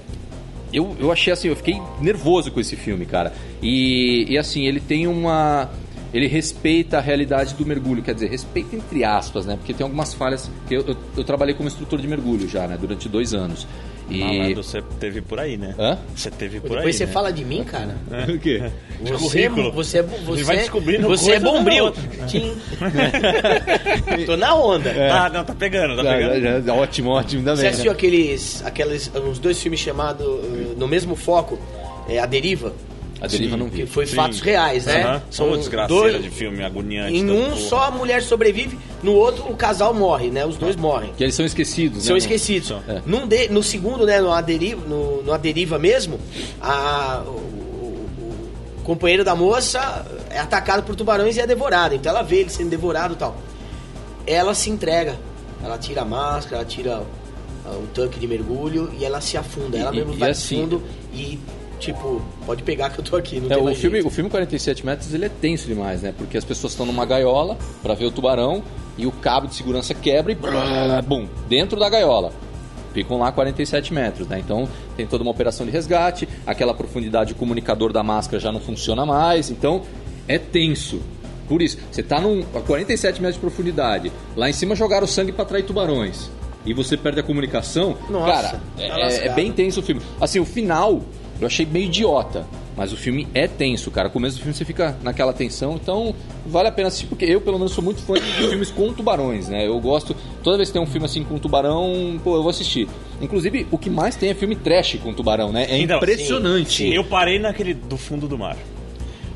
B: eu, eu achei assim, eu fiquei nervoso com esse filme, cara. E, e assim, ele tem uma. Ele respeita a realidade do mergulho, quer dizer, respeita entre aspas, né? Porque tem algumas falhas. que Eu, eu, eu trabalhei como instrutor de mergulho já, né? Durante dois anos. E.
E: Malandro, Ah, você teve por aí, né?
B: Hã?
E: Você teve por aí.
C: Depois você
E: né?
C: fala de mim, cara.
B: O quê?
E: De
C: Você, é
E: currículo.
C: bu- você é bu- você,
E: Ele vai descobrindo
C: você é
E: coisa
C: bom
E: na
C: bril.
E: outra.
C: Tim. Tô na onda.
E: Tá, não, tá pegando, tá pegando.
B: Já- já- É, ótimo, ótimo, ainda
C: Você
B: bem.
C: assistiu
B: Né?
C: aqueles, aqueles uns dois filmes chamados uh, no mesmo foco, é, A Deriva,
B: A deriva não
C: que
B: vi.
C: foi
E: Sim.
C: fatos reais, né?
E: Aham. São uma desgraceira
C: dois-
E: de filme agoniante.
C: Em
E: da
C: um
E: porra.
C: só a mulher sobrevive, no outro o casal morre, né? Os dois morrem.
B: Que eles são esquecidos,
C: São
B: né?
C: esquecidos.
E: São.
B: É.
C: Num de- no segundo, né, no A Deriva, no, no A Deriva mesmo, a- o, o- o companheiro da moça é atacado por tubarões e é devorado. Então ela vê ele sendo devorado e tal. Ela se entrega. Ela tira a máscara, ela tira ah, o tanque de mergulho e ela se afunda. Ela
B: E-
C: mesmo
B: e
C: vai
B: assim-
C: fundo e, tipo, pode pegar que eu tô aqui, não
B: É,
C: tem
B: o,
C: mais
B: filme,
C: jeito.
B: o filme 47 metros ele é tenso demais, né? Porque as pessoas estão numa gaiola pra ver o tubarão e o cabo de segurança quebra e brrr, bum, dentro da gaiola. Ficam lá 47 metros, né? Então tem toda uma operação de resgate, aquela profundidade, o comunicador da máscara já não funciona mais, então é tenso. Por isso, você tá num, a 47 metros de profundidade, lá em cima jogaram sangue pra atrair tubarões. E você perde a comunicação,
C: Nossa,
B: cara,
C: tá
B: é- é, é
C: lascado.
B: bem tenso o filme. Assim, o final eu achei meio idiota. Mas o filme é tenso, cara. O começo do filme você fica naquela tensão, então vale a pena assistir, porque eu, pelo menos, sou muito fã de filmes com tubarões, né? Eu gosto. Toda vez que tem um filme assim com tubarão, pô, eu vou assistir. Inclusive, o que mais tem é filme trash com tubarão, né? É
E: Então,
B: impressionante.
E: Eu parei naquele do fundo do mar.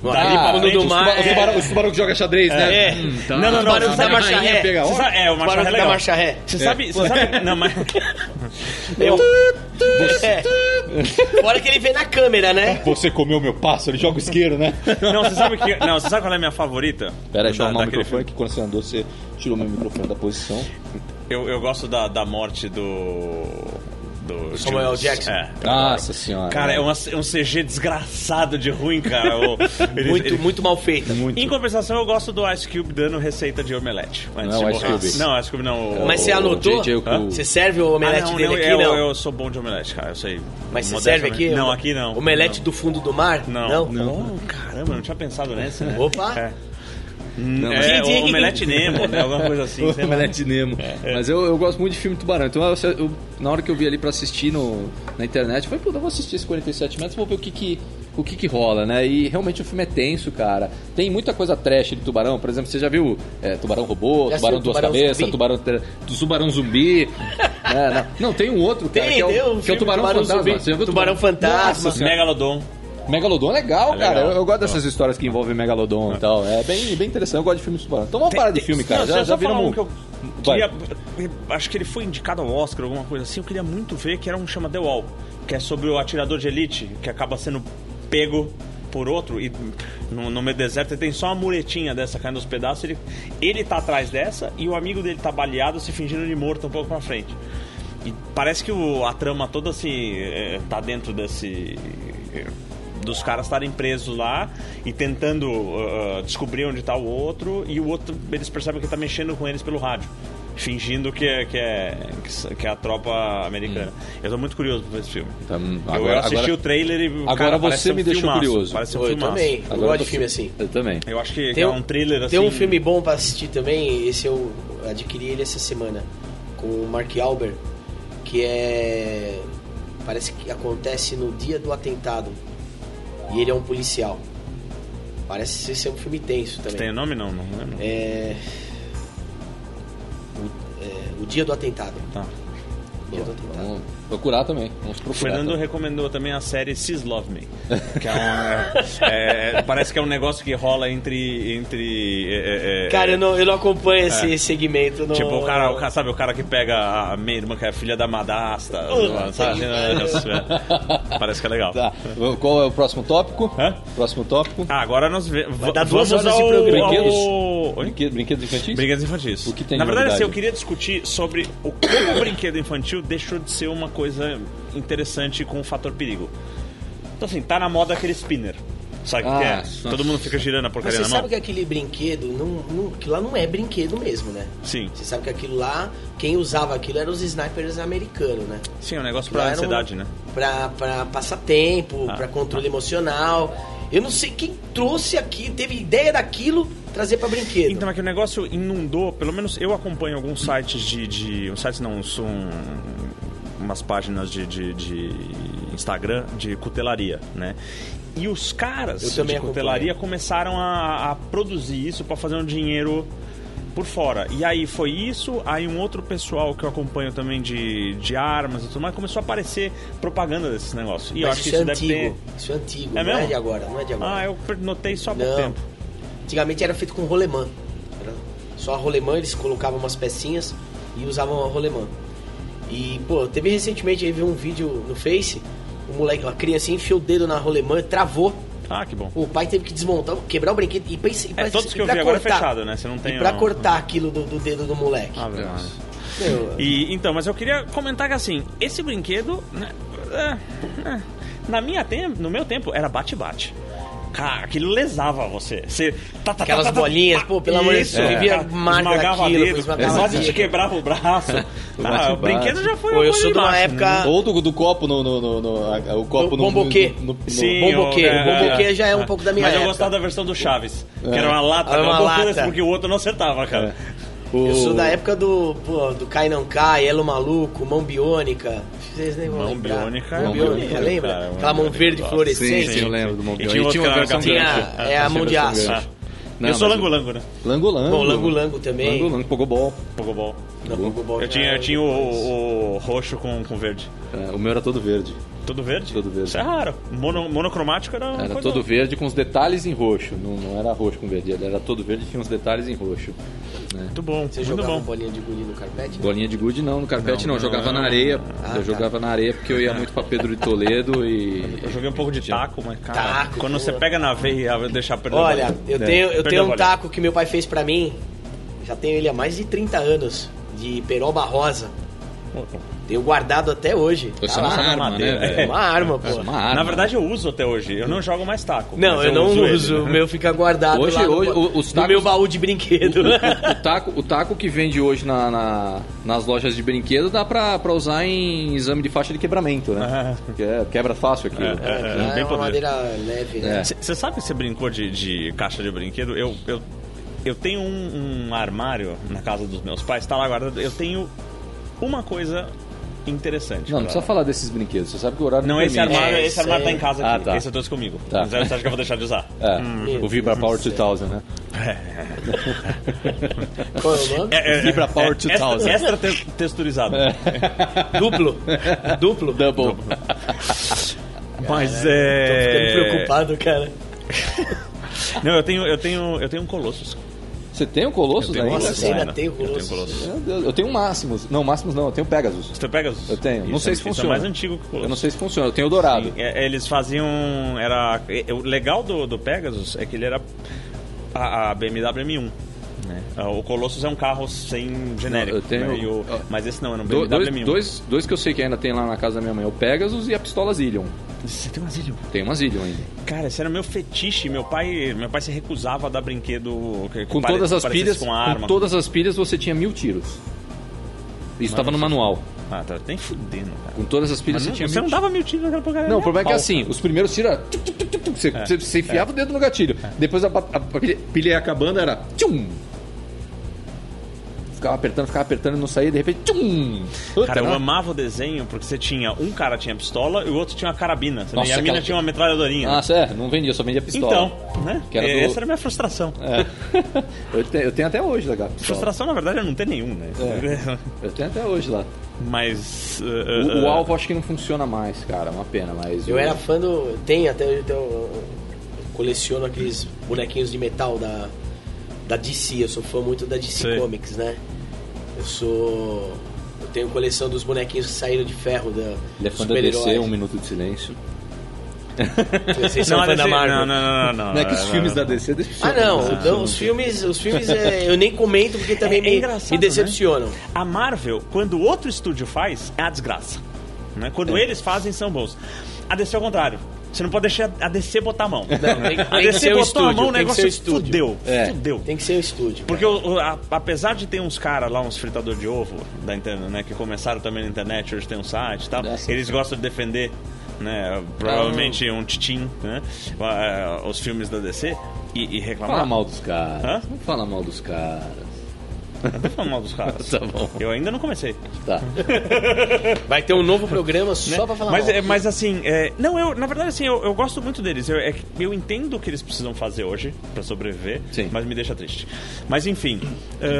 B: Ah,
E: Dali pra frente,
B: os
E: os
B: tuba- os
E: tubarão-
C: É,
B: tubarão- os tubarão que joga xadrez, né?
E: É. Não, não, não.
C: Tubarão
E: você
C: da
E: sabe-
C: marcha
E: Rainha
C: ré.
E: pega a
B: Você
E: hora? É, o marcha
C: Tubarão
E: ré
C: da
E: legal.
C: marcha ré.
E: Você sabe... Você sabe... Não, mas...
C: Meu.
E: É.
C: Fora que ele vê na câmera, né?
B: Você comeu meu pássaro, ele joga o isqueiro, né?
E: Não, você sabe que... Não, você sabe qual é a minha favorita?
B: Pera aí, deixa eu
E: Da-
B: arrumar o
E: daquele
B: microfone, que quando você andou, você tirou meu microfone da posição.
E: Eu, eu gosto da, da morte do. do
C: Samuel
E: Jules.
C: Jackson.
E: É.
B: Nossa senhora.
E: Cara, é, uma- é um CG desgraçado de ruim, cara. O- ele-
C: Muito,
E: ele-
C: muito mal feita.
E: Em compensação, eu gosto do Ice Cube dando receita de omelete. antes
B: Não é o
E: de
B: Ice
E: morrer.
B: Cube.
E: Não, Ice Cube não. o-
C: Mas você
E: o-
C: anotou?
B: JJ com-
E: Hã?
C: Você serve o
E: Ah,
C: omelete
E: não,
C: dele
E: não,
C: aqui,
E: eu,
C: não?
E: eu sou bom de omelete, cara, eu sei.
C: Mas você
E: Modéstia
C: serve
E: minha.
C: aqui?
E: Não, aqui não.
C: Omelete do fundo do mar?
E: Não. Oh, caramba, eu não tinha pensado nessa, né?
C: Opa.
E: É,
C: Din,
E: é
C: din.
E: o omelete Nemo, né? Alguma coisa assim. sei lá.
B: Omelete Nemo.
E: É.
B: Mas eu, eu gosto muito de filme Tubarão. Então, eu- eu- na hora que eu vi ali pra assistir no, na internet, eu falei, puta, eu vou assistir esse 47 metros, vou ver o que que... O que que rola, né? E realmente o filme é tenso, cara. Tem muita coisa trash de tubarão. Por exemplo, você já viu é, Tubarão Robô,
C: Já
B: Tubarão
C: assistiu
B: Duas
C: Tubarão
B: Cabeças,
C: Zumbi?
B: Tubarão, ter- tubarão Zumbi. É, não. não, tem um outro, cara,
C: Tem,
B: que é o,
C: tem um
B: que é o
C: filme
B: Tubarão,
C: Tubarão
B: Fantasma.
C: Zumbi,
B: Você já viu o
C: Tubarão Fantasma.
B: Nossa Senhora.
E: Megalodon.
B: Megalodon é legal,
E: É legal.
B: cara. Eu, eu gosto dessas histórias que envolvem Megalodon e tal. É bem, bem interessante. Eu gosto de filmes de tubarão. Então vamos parar de filme, cara.
E: Não,
B: já
E: deixa eu
B: já
E: só falar
B: viramos-
E: um que eu
B: Vai.
E: queria, acho que ele foi indicado ao Oscar, alguma coisa assim. Eu queria muito ver que era um chama The Wall, que é sobre o atirador de elite que acaba sendo pego por outro e no, no meio do deserto ele tem só uma muretinha dessa caindo aos pedaços. Ele, ele tá atrás dessa e o amigo dele tá baleado, se fingindo de morto um pouco pra frente. E parece que o- a trama toda assim é, tá dentro desse é, dos caras estarem presos lá e tentando uh, uh, descobrir onde tá o outro e o outro eles percebem que tá mexendo com eles pelo rádio fingindo que é que é que s- que é a tropa americana eu tô muito curioso pra ver esse filme
B: Tá, hum,
E: Eu- eu
B: agora-
E: assisti
B: agora-
E: o trailer e
B: agora
E: cara,
B: você
E: parece ser um
B: me deixou
E: filmaço,
B: curioso.
E: parece ser um
C: Eu
E: filmaço.
C: também. Eu
B: Agora
C: gosto de
B: tô-
C: filme assim.
B: Eu também.
E: eu acho que, que é um thriller assim
C: Tem um filme bom pra assistir também, esse eu adquiri ele essa semana, com o Mark Albert, que é. Parece que acontece no dia do atentado. E ele é um policial. Parece ser um filme tenso também.
E: tem nome não não lembro
C: É. O, é, o dia do atentado.
E: Tá.
C: E outra temporada.
B: Vamos procurar também. Vamos
E: O
B: procurar.
E: Fernando
B: também.
E: recomendou também a série Sis Love Me. Que é um, é, parece que é um negócio que rola entre. entre é, é,
C: Cara, eu não, eu não acompanho esse segmento. Não...
E: Tipo, o cara, o cara- sabe, o cara que pega a minha irmã, que é filha da madasta. sabe? né, É, Parece que é legal.
B: Tá. Qual é o próximo tópico?
E: Hã?
B: Próximo tópico.
E: Ah, agora nós ve-
C: dar duas
E: vamos
C: horas de
E: ao, é?
C: programa.
E: ao... Oi?
B: Brinquedos, brinquedos infantis?
E: Brinquedos infantis.
B: O que tem
E: Na
B: de
E: verdade,
B: novidade?
E: assim, eu queria discutir sobre o como o brinquedo infantil deixou de ser uma coisa interessante com o fator perigo. Então, assim, tá na moda aquele spinner. Sabe o
B: Ah,
E: que é?
B: nossa.
E: Todo mundo fica girando a porcaria
C: Você
E: na mão.
C: sabe que aquele brinquedo, não, não, aquilo lá não é brinquedo mesmo, né?
E: Sim.
C: Você sabe que aquilo lá, quem usava aquilo eram os snipers americanos, né?
E: Sim, é um negócio
C: Lá
E: pra
C: era um-
E: ansiedade, né?
C: Pra, pra passatempo,
E: Ah,
C: pra controle emocional. Eu não sei quem trouxe aqui, teve ideia daquilo, trazer pra brinquedo.
E: Então, é que o negócio inundou, pelo menos eu acompanho alguns sites de. de uns sites não, são umas páginas de, de- de Instagram de cutelaria, né? E os caras
C: Eu também
E: de cutelaria
C: acompanho.
E: começaram a, a produzir isso pra fazer um dinheiro por fora. E aí foi isso, aí um outro pessoal que eu acompanho também de, de armas e tudo mais começou a aparecer propaganda desses negócios. E eu
C: Mas
E: acho que
C: isso
E: isso
C: é
E: deve
C: antigo.
E: ter.
C: Isso é antigo,
E: É
C: não é
E: mesmo?
C: de agora, não é de agora.
E: Ah, eu notei só por
C: Não.
E: É tempo.
C: Antigamente era feito com rolemã. Era só a rolemã, eles colocavam umas pecinhas e usavam a rolemã. E, pô, teve recentemente aí vi um vídeo no Face, o moleque, a criança enfiou o dedo na rolemã, travou.
E: Ah, que bom.
C: O pai teve que desmontar, quebrar o brinquedo e pensa, e pra-
E: todos que
C: e
E: eu
C: pra
E: vi agora é
C: cortar.
E: fechado, né? Você não tem
C: E pra
E: um-
C: cortar aquilo do, do dedo do moleque.
E: Ah, verdade.
C: Meu,
E: E, então, mas eu queria comentar que assim, esse brinquedo. né, é, é, na minha tem- no meu tempo, era bate-bate. Cara, aquilo lesava você. você tá, tá, tá,
C: Aquelas
E: tá, tá,
C: bolinhas,
E: pá,
C: pô, pelo amor de Deus,
E: cara,
C: vivia marca
E: é, esmagava
C: daquilo,
E: dedo,
C: esmagava
E: quase te
C: dedo.
E: quebrava o braço. ah, o
B: Bate-bate.
E: brinquedo já foi
C: Pô,
E: uma
C: eu
E: coisa
C: sou de uma
E: baixa,
C: época-
E: né?
B: Ou do, do copo no. no, no- no- a- o copo no.
C: bomboquê.
B: no- no- no-
E: Sim,
C: Bom boquê,
E: eu-
C: bom boquê já é um pouco da minha
E: Mas eu
C: época. É.
E: gostava da versão do Chaves, que era uma lata,
C: Era uma
E: uma lata.
C: lata. É.
E: porque o outro não acertava, cara.
B: o-
C: Eu sou da época do, pô, do Cai Não Cai, Elo Maluco, Mão Biônica. Vocês nem vão
E: Mão
C: lembrar.
E: Biônica é
C: Mão Biônica,
E: maneiro,
C: lembra?
E: cara, Mão
C: Aquela mão
E: Biônica.
C: verde
E: Sim,
C: fluorescente.
H: Sim, eu lembro do Mombio.
E: E tinha um outro
H: uma
E: cara
H: versão
E: que tinha-
H: grande.
C: é a mão de
B: tinha
C: aço.
B: versão
E: Ah.
B: grande. Não,
E: eu sou
B: mas o-
E: lango-lango, né?
B: Lango Lango.
C: Bom, Lango Lango também.
B: Lango Lango, Pogobol.
E: Pogobol.
C: Não, Pogobol
E: Eu
C: já
E: tinha, eu
C: era
E: tinha o,
C: depois.
E: o- o roxo com, com verde.
B: É, o meu era todo verde.
E: Tudo verde?
B: Tudo verde.
E: Isso é raro. Mono- monocromático era uma
B: Era
E: coisa-
B: todo verde com os detalhes em roxo. Não, não era roxo com verde, ele era todo verde e tinha uns detalhes em roxo.
E: Muito bom,
C: Você
E: muito
C: jogava
E: bom.
C: uma bolinha de gude no carpete?
B: Bolinha de gude não, no carpete não,
E: Não,
B: eu jogava
E: não,
B: na areia.
C: Ah,
B: eu
C: tá.
B: jogava na areia porque eu ia muito pra Pedro de Toledo e.
E: Eu joguei um pouco de taco, mas cara,
C: Taco,
E: quando
C: boa.
E: você pega na veia e deixar perder a
C: Olha,
E: bola.
C: eu
E: É.
C: tenho, eu
E: Perdeu
C: tenho
E: a
C: um
E: bola.
C: taco que meu pai fez pra mim. Já tenho ele há mais de 30 anos. De peroba rosa. Tenho guardado até hoje.
B: Isso
C: Tá
B: é uma
C: lá.
B: arma, né?
E: Ah, madeira.
B: velho?
C: É uma arma, pô.
B: É uma arma.
E: Na verdade eu uso até hoje. Eu não jogo mais taco.
C: Não,
E: mas
C: eu, não uso.
E: ele,
C: O
E: né?
C: meu fica guardado
B: Hoje-
C: lá no,
B: hoje, o- os
C: no
B: tacos-
C: meu baú de brinquedo.
B: O taco, o taco que vende hoje na- na- nas lojas de brinquedo dá pra, pra usar em exame de faixa de quebramento, né? Que é- quebra fácil aquilo.
E: é,
C: Ah,
E: bem
C: é uma
E: podre.
C: madeira leve, né?
E: Você sabe que você brincou de, de caixa de brinquedo? Eu, eu, eu tenho um, um armário na casa dos meus pais, tá lá guardado. Eu tenho uma coisa interessante.
B: Não, não
E: pra-
B: precisa falar desses brinquedos, você sabe que o horário
E: Não, esse
B: permite.
E: armário,
C: É,
E: esse armário tá em casa aqui.
B: Ah, tá.
E: Esse eu trouxe comigo.
B: Tá.
E: Mas Você acha que eu vou deixar de usar?
B: É,
C: Meu
E: um-
B: o Vibra
C: Deus
B: Power
C: do céu.
B: 2000, né?
C: Qual é o nome?
B: Vibra Power É. 2000.
E: Extra, extra te- texturizado.
C: Duplo. Duplo.
B: Double.
E: Mas
C: Tô
E: é.
C: ficando preocupado, cara.
E: Não, eu tenho, eu tenho, eu tenho um Colossus.
B: Você tem um Colossus
E: Eu tenho
B: ainda?
E: um
C: Nossa,
E: Colossus
C: você ainda
E: ainda.
C: tem o
E: Eu tenho
C: Colossus.
E: Colossus.
B: Meu Deus, eu tenho um Máximos. Não, Máximos não, eu tenho Pegasus.
E: Você pega os...
B: Eu tenho. não sei
E: Isso é-
B: se
E: isso
B: funciona.
E: é mais antigo que o Colossus.
B: Eu não sei se funciona. Eu tenho o Dourado.
E: É, Eles faziam. Era, é, o legal do, do Pegasus é que ele era a, a BMW M1. né? O Colossus é um carro sem genérico.
B: eu tenho-
E: né? E o- mas esse não, era um
B: Do-
E: BMW
B: dois,
E: M1.
B: dois, dois que eu sei que ainda tem lá na casa da minha mãe, é o Pegasus e a pistola Zillion.
E: Você tem um asilo?
B: Tem uma Zillion ainda.
E: Cara, esse era meu fetiche. Meu pai, meu pai se recusava a dar brinquedo que- que
B: Com
E: pare-
B: todas as
E: parecesse
B: pilhas,
E: com
B: com,
E: arma.
B: todas as pilhas você tinha mil tiros. Isso estava no manual.
E: Ah, tá nem fudendo, cara.
B: Com todas as pilhas
E: Mas
B: você
E: não-
B: tinha
E: você é um
B: mil
E: não dava mil tiros naquela porcaria.
B: Não, o
E: né?
B: problema é que é
E: Pau.
B: assim, os primeiros tiros era... tum, tum, tum, tum, tum, Você,
E: É,
B: você- você enfiava o dedo no gatilho. Depois a, bat- a pilha- pilha ia acabando, era... Tchum! ficava apertando, ficava apertando e não saía, de repente. Tchum! Puta,
E: Cara, eu
B: não.
E: amava o desenho porque você tinha um cara tinha pistola e o outro tinha uma carabina. você não-
B: Nossa,
E: e a mina
B: aquela-
E: tinha uma metralhadorinha.
B: Nossa, é, não vendia, só vendia pistola.
E: então, né?
B: Que era do-
E: Essa era a minha frustração.
B: É. eu, te- eu tenho até hoje lá, cara. pistola.
E: Frustração, na verdade, é não ter nenhum, né?
B: Eu tenho até hoje lá.
E: Mas.
B: O,
E: eh,
B: o
E: eh,
B: alvo acho que não funciona mais, cara. É Uma pena, mas.
C: Eu
B: o-
C: era fã do. Tem até hoje eu, eu coleciono aqueles bonequinhos de metal da, da DC. Eu sou fã muito da DC
E: Sei.
C: Comics, né? Eu sou. Eu tenho coleção dos bonequinhos que saíram de ferro da
B: Ele é
C: dos
B: fã da DC,
C: super-heróis.
B: um minuto de silêncio.
C: Vocês são
B: é
E: não,
C: fã
E: a
C: da
E: DC
C: Marvel.
E: não, não, não, não,
B: Não é que os filmes da DC
C: Ah não, então, os filmes, os filmes é, eu nem comento porque também
E: É- é
C: me,
E: engraçado,
C: me decepcionam.
E: A Marvel, quando outro estúdio faz, é a desgraça. Né? Quando
B: É.
E: eles fazem, são bons. A DC é o contrário. Você não pode deixar a DC botar a mão.
B: né?
C: tem- tem
E: a
C: que
E: DC
C: ser o
E: É. botou a
C: estúdio,
E: mão,
C: tem que
E: o
C: ser o
E: negócio
C: estúdio.
E: fudeu.
B: É.
E: Fudeu.
C: Tem que ser o estúdio.
E: Porque o- o- a- apesar de ter uns caras lá, uns fritador de ovo da internet, né, que começaram também na internet, hoje tem um site e tal,
B: Nossa.
E: eles gostam de defender, né, provavelmente um titim, né, ah, os filmes da DC e, e reclamar.
B: Fala mal dos caras.
E: Hã?
B: Não fala mal dos caras.
E: Eu tô falando mal dos caras.
B: Tá bom.
E: Eu ainda não comecei.
B: Tá.
C: Vai ter um novo programa só pra falar
E: mas,
C: mal.
E: é, mas assim, é, não, eu, na verdade, assim, eu, eu gosto muito deles. Eu, é que eu entendo o que eles precisam fazer hoje pra sobreviver,
B: Sim.
E: mas me deixa triste. Mas enfim,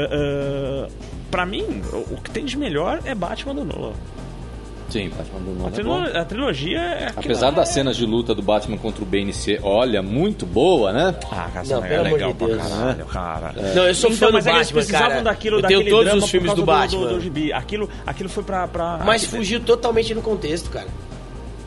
E: ah, ah, pra mim, o, o que tem de melhor é Batman do Nolan.
B: Sim, Batman do Nolan
E: A,
B: é
E: trilo-
B: bom.
E: a trilogia é. aquilo
B: Apesar
E: lá
B: das
E: é-
B: cenas de luta do Batman contra o Bane ser, olha, muito boa, né?
E: Ah, cara,
C: Não,
E: essa
C: pelo
E: é
C: amor
E: legal
C: de
E: pra
C: Deus.
E: caralho, cara.
C: Não, eu sou
E: Então,
C: fã do
E: mas é que eles
C: Batman,
E: precisavam
C: cara.
E: daquilo,
C: eu
E: daquele
C: tenho todos
E: drama
C: os filmes
E: por
C: do
E: causa Do,
C: Batman.
E: do gibi. Aquilo, aquilo foi pra. pra
C: Mas fugiu totalmente do contexto, cara.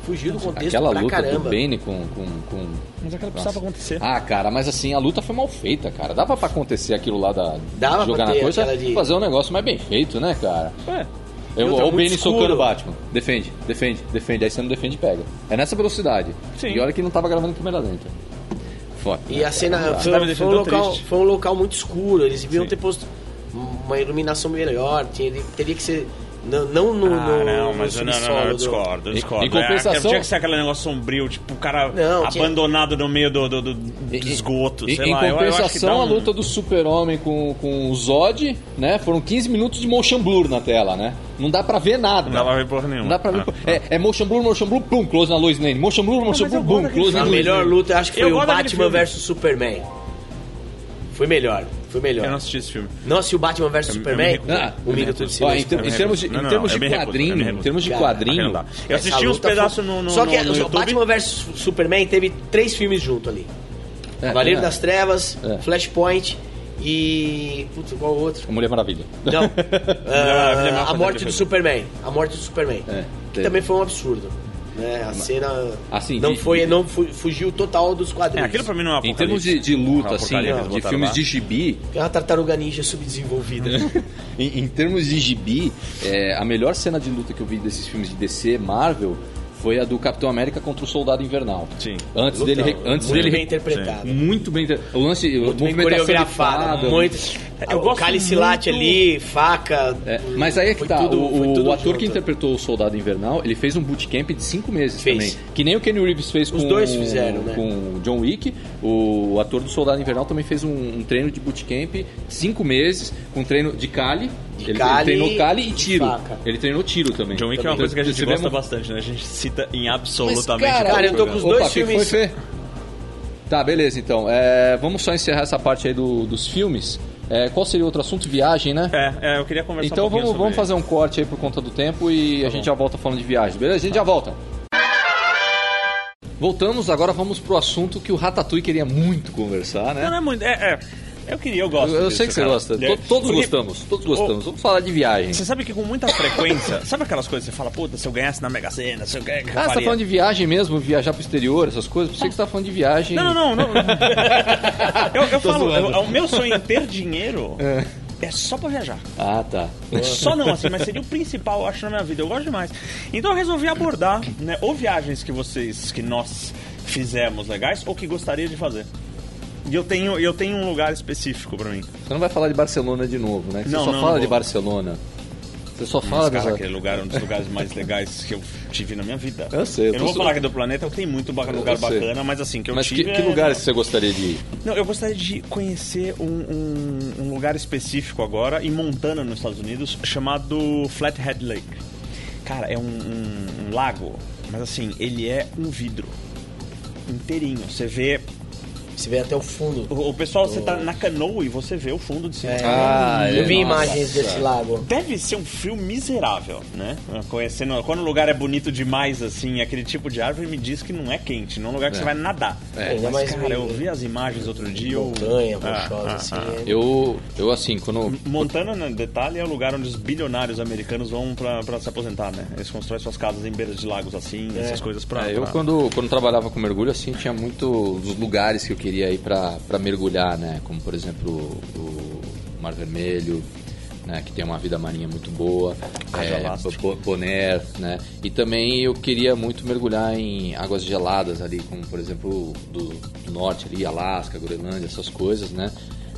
C: Fugiu do contexto
B: Aquela
C: pra
B: luta
C: caramba.
B: do Bane com, com, com-
E: Mas aquilo precisava acontecer.
B: Ah, cara, mas assim, a luta foi mal feita, cara. Dava pra acontecer aquilo lá da.
C: Dava pra
B: jogar
C: ter
B: na coisa,
C: aquela de-
B: fazer um negócio mais bem feito, né, cara?
E: Ué,
B: Eu,
C: outra,
B: o
C: muito
B: Bane
C: escuro.
B: socando o Batman. Defende, defende, defende. Aí você não defende, pega. É nessa velocidade.
E: Sim.
B: E olha que não tava gravando câmera lenta. Foda.
C: E a cena
E: Tá me
C: foi, foi
E: deixando
C: um
E: tão
C: local,
E: triste.
C: foi um local muito escuro. Eles deviam
E: Sim.
C: ter posto uma iluminação melhor. Tinha, teria que ser. Não, não no,
E: Ah,
C: no-
E: não,
C: no
E: mas eu- não, não,
C: subsolo
E: não, eu
C: do-
E: discordo, eu
B: Em-
E: discordo.
B: em compensação-
E: É, tinha que ser aquele negócio sombrio, tipo, o cara
C: Não, tinha-
E: abandonado no meio do, do, do- do esgoto,
B: Em,
E: sei
B: em
E: lá. eu- eu acho que
B: compensação,
E: dá um-
B: a luta do Super-Homem com, com o Zod, né? Foram 15 minutos de motion blur na tela, né? Não dá pra ver nada.
E: Não dá pra ver porra nenhuma.
B: Não dá pra ver.
E: Ah.
B: por- É, é motion blur, motion blur, pum, close na Lois Lane. Motion blur, motion
E: mas
B: blur,
E: eu gosto
B: pum,
E: daquele
B: close na
C: A
E: filme.
B: Lois
C: melhor
B: Lane.
C: luta, acho que
E: Eu
C: foi o
E: gosto daquele
C: Batman
E: filme.
C: versus Superman. Foi melhor, foi melhor.
E: Eu não assisti esse filme.
C: Nossa, e o Batman vs
E: Eu me- eu
C: Superman?
E: me recuso. então,
B: Ah,
C: um minuto de
B: Ó,
C: silêncio.
B: em, ter-
E: Eu me
B: em termos de,
E: recuso. Não,
B: em
E: não,
B: termos
E: eu me
C: é
B: de
E: recuso, eu me
B: quadrinho, em
E: recuso.
B: termos de
C: Cara,
E: aquilo
B: quadrinho,
E: lá.
C: Essa
E: Eu assisti uns
C: luta foi-
E: pedaços no, no,
C: Só que
E: no- no
C: o
E: YouTube.
C: Batman vs Superman teve três filmes junto ali.
B: É,
C: Cavaleiro
B: é.
C: das Trevas,
B: É.
C: Flashpoint e... Putz, qual o outro?
B: a é Mulher Maravilha.
C: Não. Ah,
E: Maravilha é
C: a
E: mapa
C: morte
E: dele,
C: do
E: foi.
C: Superman. A morte do Superman.
B: É,
C: que
B: teve.
C: também foi um absurdo. né? A cena
B: assim,
C: não
B: de-
C: foi, não fu- fugiu total dos
E: É,
C: quadrinhos.
E: aquilo pra mim não é
B: Em
E: apocalipse.
B: termos de, de
E: Não
B: luta,
E: é
B: assim,
E: apocalipse,
B: de
E: botaram
B: filmes
E: lá.
B: de gibi,
C: É uma tartaruga ninja
B: É.
C: subdesenvolvida.
B: em, em termos de gibi, é, a melhor cena de luta que eu vi desses filmes de DC, Marvel, foi a do Capitão América contra o Soldado Invernal.
E: Sim.
B: Antes dele, re-
C: Lutão,
B: antes
C: muito
B: dele,
C: bem
B: re-
C: interpretado.
B: muito bem, inter- o lance,
C: Muito bem
B: movimentação de
C: coreografado,
B: fada,
C: muito.
E: Eu
C: o
E: gosto
C: cálice late
E: muito-
C: ali, faca.
B: É, mas aí é que
C: foi
B: tá,
C: tudo-
B: o-
C: foi
B: o,
C: tudo
B: ator que
C: junto.
B: interpretou o Soldado Invernal, ele fez um bootcamp de cinco meses
C: Fez.
B: também. Que nem o Kenny Reeves fez com,
C: dois fizeram, né?
B: com o John Wick, o ator do Soldado Invernal também fez um, um treino de bootcamp de cinco meses, com treino de cali.
C: De
B: ele,
C: cale
B: ele treinou cali e
C: e
B: tiro.
C: faca.
B: Ele treinou tiro também.
E: John Wick é
B: Então,
E: uma coisa que a gente
B: você vê
E: gosta
B: uma-
E: bastante, né? A gente cita em
B: Mas,
E: absolutamente né?
C: cara, eu
E: todo
C: tô
E: programa.
C: com os dois
B: Opa, que
C: filmes-
B: Foi, Fê? Tá, beleza, então. É, vamos só encerrar essa parte aí do- dos filmes. É, qual seria outro assunto? Viagem, né?
E: É, é, eu queria conversar
B: Então
E: um pouquinho
B: vamos, vamos
E: sobre- Tá
B: fazer um corte aí por conta do tempo e a gente já volta falando de viagem, beleza? A gente já volta. Voltamos, agora vamos pro assunto que o Ratatouille queria muito conversar,
E: Não,
B: né?
E: não é muito... É, é. Eu queria, eu gosto
B: Eu, eu
E: disso,
B: sei que você
E: cara.
B: gosta.
E: É,
B: To- Todos
E: porque-
B: gostamos, todos
E: o-
B: gostamos. Vamos falar de viagem.
E: Você sabe que com muita frequência... sabe aquelas coisas que você fala, puta, se eu ganhasse na Mega Sena, se eu ganhasse...
B: Ah, você tá falando de viagem mesmo, viajar pro exterior, essas coisas? Por isso que você tá falando de viagem.
E: Não, não, não. não. eu eu
B: Tô
E: falo,
B: zoando.
E: eu- o meu sonho é ter dinheiro... É só pra viajar.
B: Ah, tá.
E: Só não, assim, mas seria o principal, eu acho, na minha vida. Eu gosto demais. Então eu resolvi abordar, né, ou viagens que vocês, que nós fizemos legais, ou que gostaria de fazer. E eu tenho, eu tenho um lugar específico pra mim.
B: Você não vai falar de Barcelona de novo, né? Que Você
E: Não,
B: só
E: não,
B: fala
E: não
B: de
E: vou.
B: Barcelona. Você Você só fala
E: Mas,
B: dessa...
E: cara, aquele lugar é um dos lugares mais legais que eu tive na minha vida.
B: Eu sei, eu
E: Eu,
B: tô
E: não vou
B: su-
E: falar que do planeta, eu tenho muito ba-
B: Eu
E: lugar
B: sei.
E: bacana, mas assim, que eu
B: Mas que,
E: tive...
B: que
E: é-
B: lugares você gostaria de ir?
E: Não, eu gostaria de conhecer um, um- um lugar específico agora, em Montana, nos Estados Unidos, chamado Flathead Lake. Cara, é um, um- um lago, mas assim, ele é um vidro inteirinho. Você vê.
C: Você vê até o fundo.
E: O, o pessoal, você
B: Oh.
E: tá na canoa e você vê o fundo de cima.
C: É,
B: Ah,
C: eu
B: é,
C: vi
B: nossa.
C: imagens desse lago.
E: Deve ser um frio miserável, né? Conhecendo, quando o lugar é bonito demais, assim, aquele tipo de árvore me diz que não é quente, não é um lugar que você vai nadar.
C: É, ainda
E: Mas,
C: mais
E: cara,
C: meio-
E: eu vi as imagens outro dia. eu-
C: Montanha,
E: Ah,
C: rochosa,
E: ah,
C: assim.
E: ah.
C: é-
B: Eu, eu assim, quando...
E: Montana, né, detalhe, é o lugar onde os bilionários americanos vão pra, pra se aposentar, né? Eles constroem suas casas em beiras de lagos assim, essas coisas pra...
B: É, eu
E: pra-
B: quando, quando trabalhava com mergulho, assim, tinha muito dos lugares que eu queria ir pra pra mergulhar, né? Como, por exemplo, o, o Mar Vermelho, né? Que tem uma vida marinha muito boa.
E: Caja
B: É,
E: Lastro.
B: Bo- Bonaire, né? E também eu queria muito mergulhar em águas geladas ali, como, por exemplo, do, do norte ali, Alasca, Groenlândia, essas coisas, né?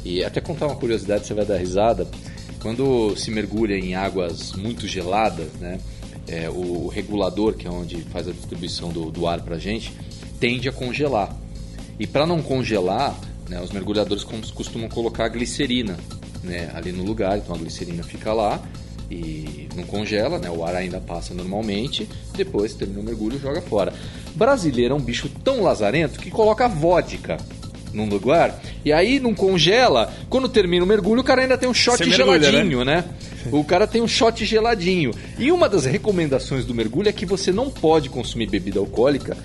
B: E até contar uma curiosidade, você vai dar risada. Quando se mergulha em águas muito geladas, né? é, o, o regulador, que é onde faz a distribuição do, do ar pra gente, tende a congelar. E para não congelar, né, os mergulhadores com- costumam colocar a glicerina né, ali no lugar. Então a glicerina fica lá e não congela, né, o ar ainda passa normalmente. Depois termina o mergulho joga fora. Brasileiro é um bicho tão lazarento que coloca vodka num lugar e aí não congela. Quando termina o mergulho, o cara ainda tem um shot
E: Você mergulha,
B: geladinho
E: né?
B: geladinho, né? O cara tem um shot geladinho. E uma das recomendações do mergulho é que você não pode consumir bebida alcoólica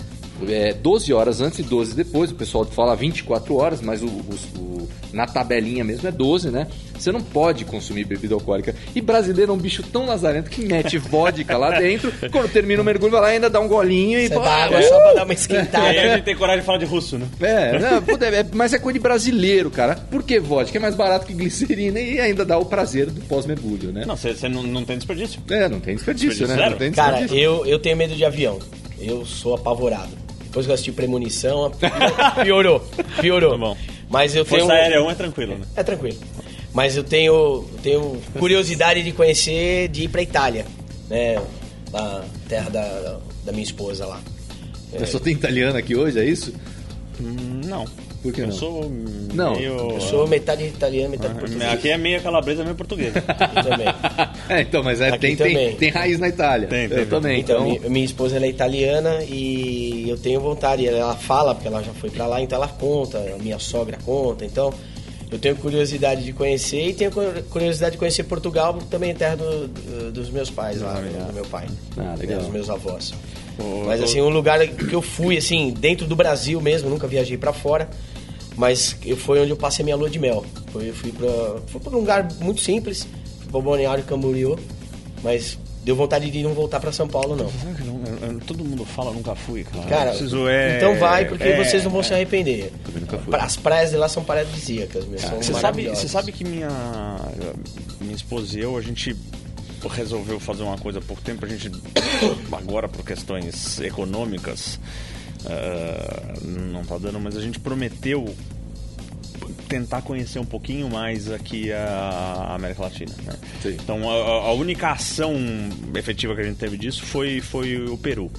B: é, 12 horas antes e 12 depois. O pessoal fala 24 horas, mas o, o- o- na tabelinha mesmo é 12, né? Você não pode consumir bebida alcoólica. E brasileiro é um bicho tão lazarento que mete vodka lá dentro. Quando termina o mergulho, vai lá ainda dá um golinho e
C: Você dá água
B: "Ah,
C: só pra dar uma
E: E aí a
C: esquentada.
E: gente tem coragem de falar de russo, né?
B: é, não, puta, é- mas é coisa de brasileiro, cara. Por que vodka? É mais barato que glicerina e ainda dá o prazer do pós-mergulho, né?
E: Não, você você não, não tem desperdício.
B: É, não tem desperdício, né?
E: Zero.
B: Não tem
C: Cara,
B: desperdício.
C: eu, eu tenho medo de avião. Eu sou apavorado. Depois que eu assisti Premonição, a- piorou. Piorou.
E: Tá bom.
C: Mas eu tenho.
B: um-
E: Força Aérea 1 é tranquilo, né?
C: É tranquilo. Mas eu tenho, eu tenho curiosidade de conhecer, de ir pra Itália, né? Na terra da, da minha esposa lá.
B: Eu só tem italiano aqui hoje, é isso?
E: Hum, Não.
B: Por que
E: eu
B: não?
E: sou meio...
B: Não,
C: Eu sou metade italiano, metade português.
E: Aqui é meio calabresa, meio portuguesa.
C: Eu também.
B: É, então, mas é,
C: Aqui
B: tem, tem,
C: também.
B: tem raiz na Itália.
E: Tem,
B: eu
E: tem.
B: também.
C: Então,
B: Então,
C: mi- minha esposa ela é italiana e eu tenho vontade. Ela ela fala, porque ela já foi pra lá, então ela conta, a minha sogra conta. Então, eu tenho curiosidade de conhecer e tenho cu- curiosidade de conhecer Portugal, porque também é terra do- do- dos meus pais lá, do, do meu pai.
B: Ah, legal.
C: Dos meus avós. Mas, assim, um lugar que eu fui, assim, dentro do Brasil mesmo, nunca viajei pra fora. Mas eu- foi onde eu passei minha lua de mel. Foi- Eu fui pra, fui pra um lugar muito simples, fui pra Balneário Camboriú, mas deu vontade de não voltar pra São Paulo, não.
E: Sabe que não- eu- eu- Todo mundo fala, eu nunca fui, cara.
C: Cara,
E: Eu preciso, é-
C: então vai, porque
E: é-
C: vocês não vão se arrepender. Pra- As praias de lá são paradisíacas, meu. são
E: Ah, Você sabe,
C: maravilhosas.
E: você sabe que minha, minha esposa e eu, a gente resolveu fazer uma coisa há pouco tempo, a gente agora por questões econômicas ah, não tá dando, mas a gente prometeu tentar conhecer um pouquinho mais aqui a a América Latina. né?
B: Sim.
E: Então a, a- a única ação efetiva que a gente teve disso foi, foi o Peru.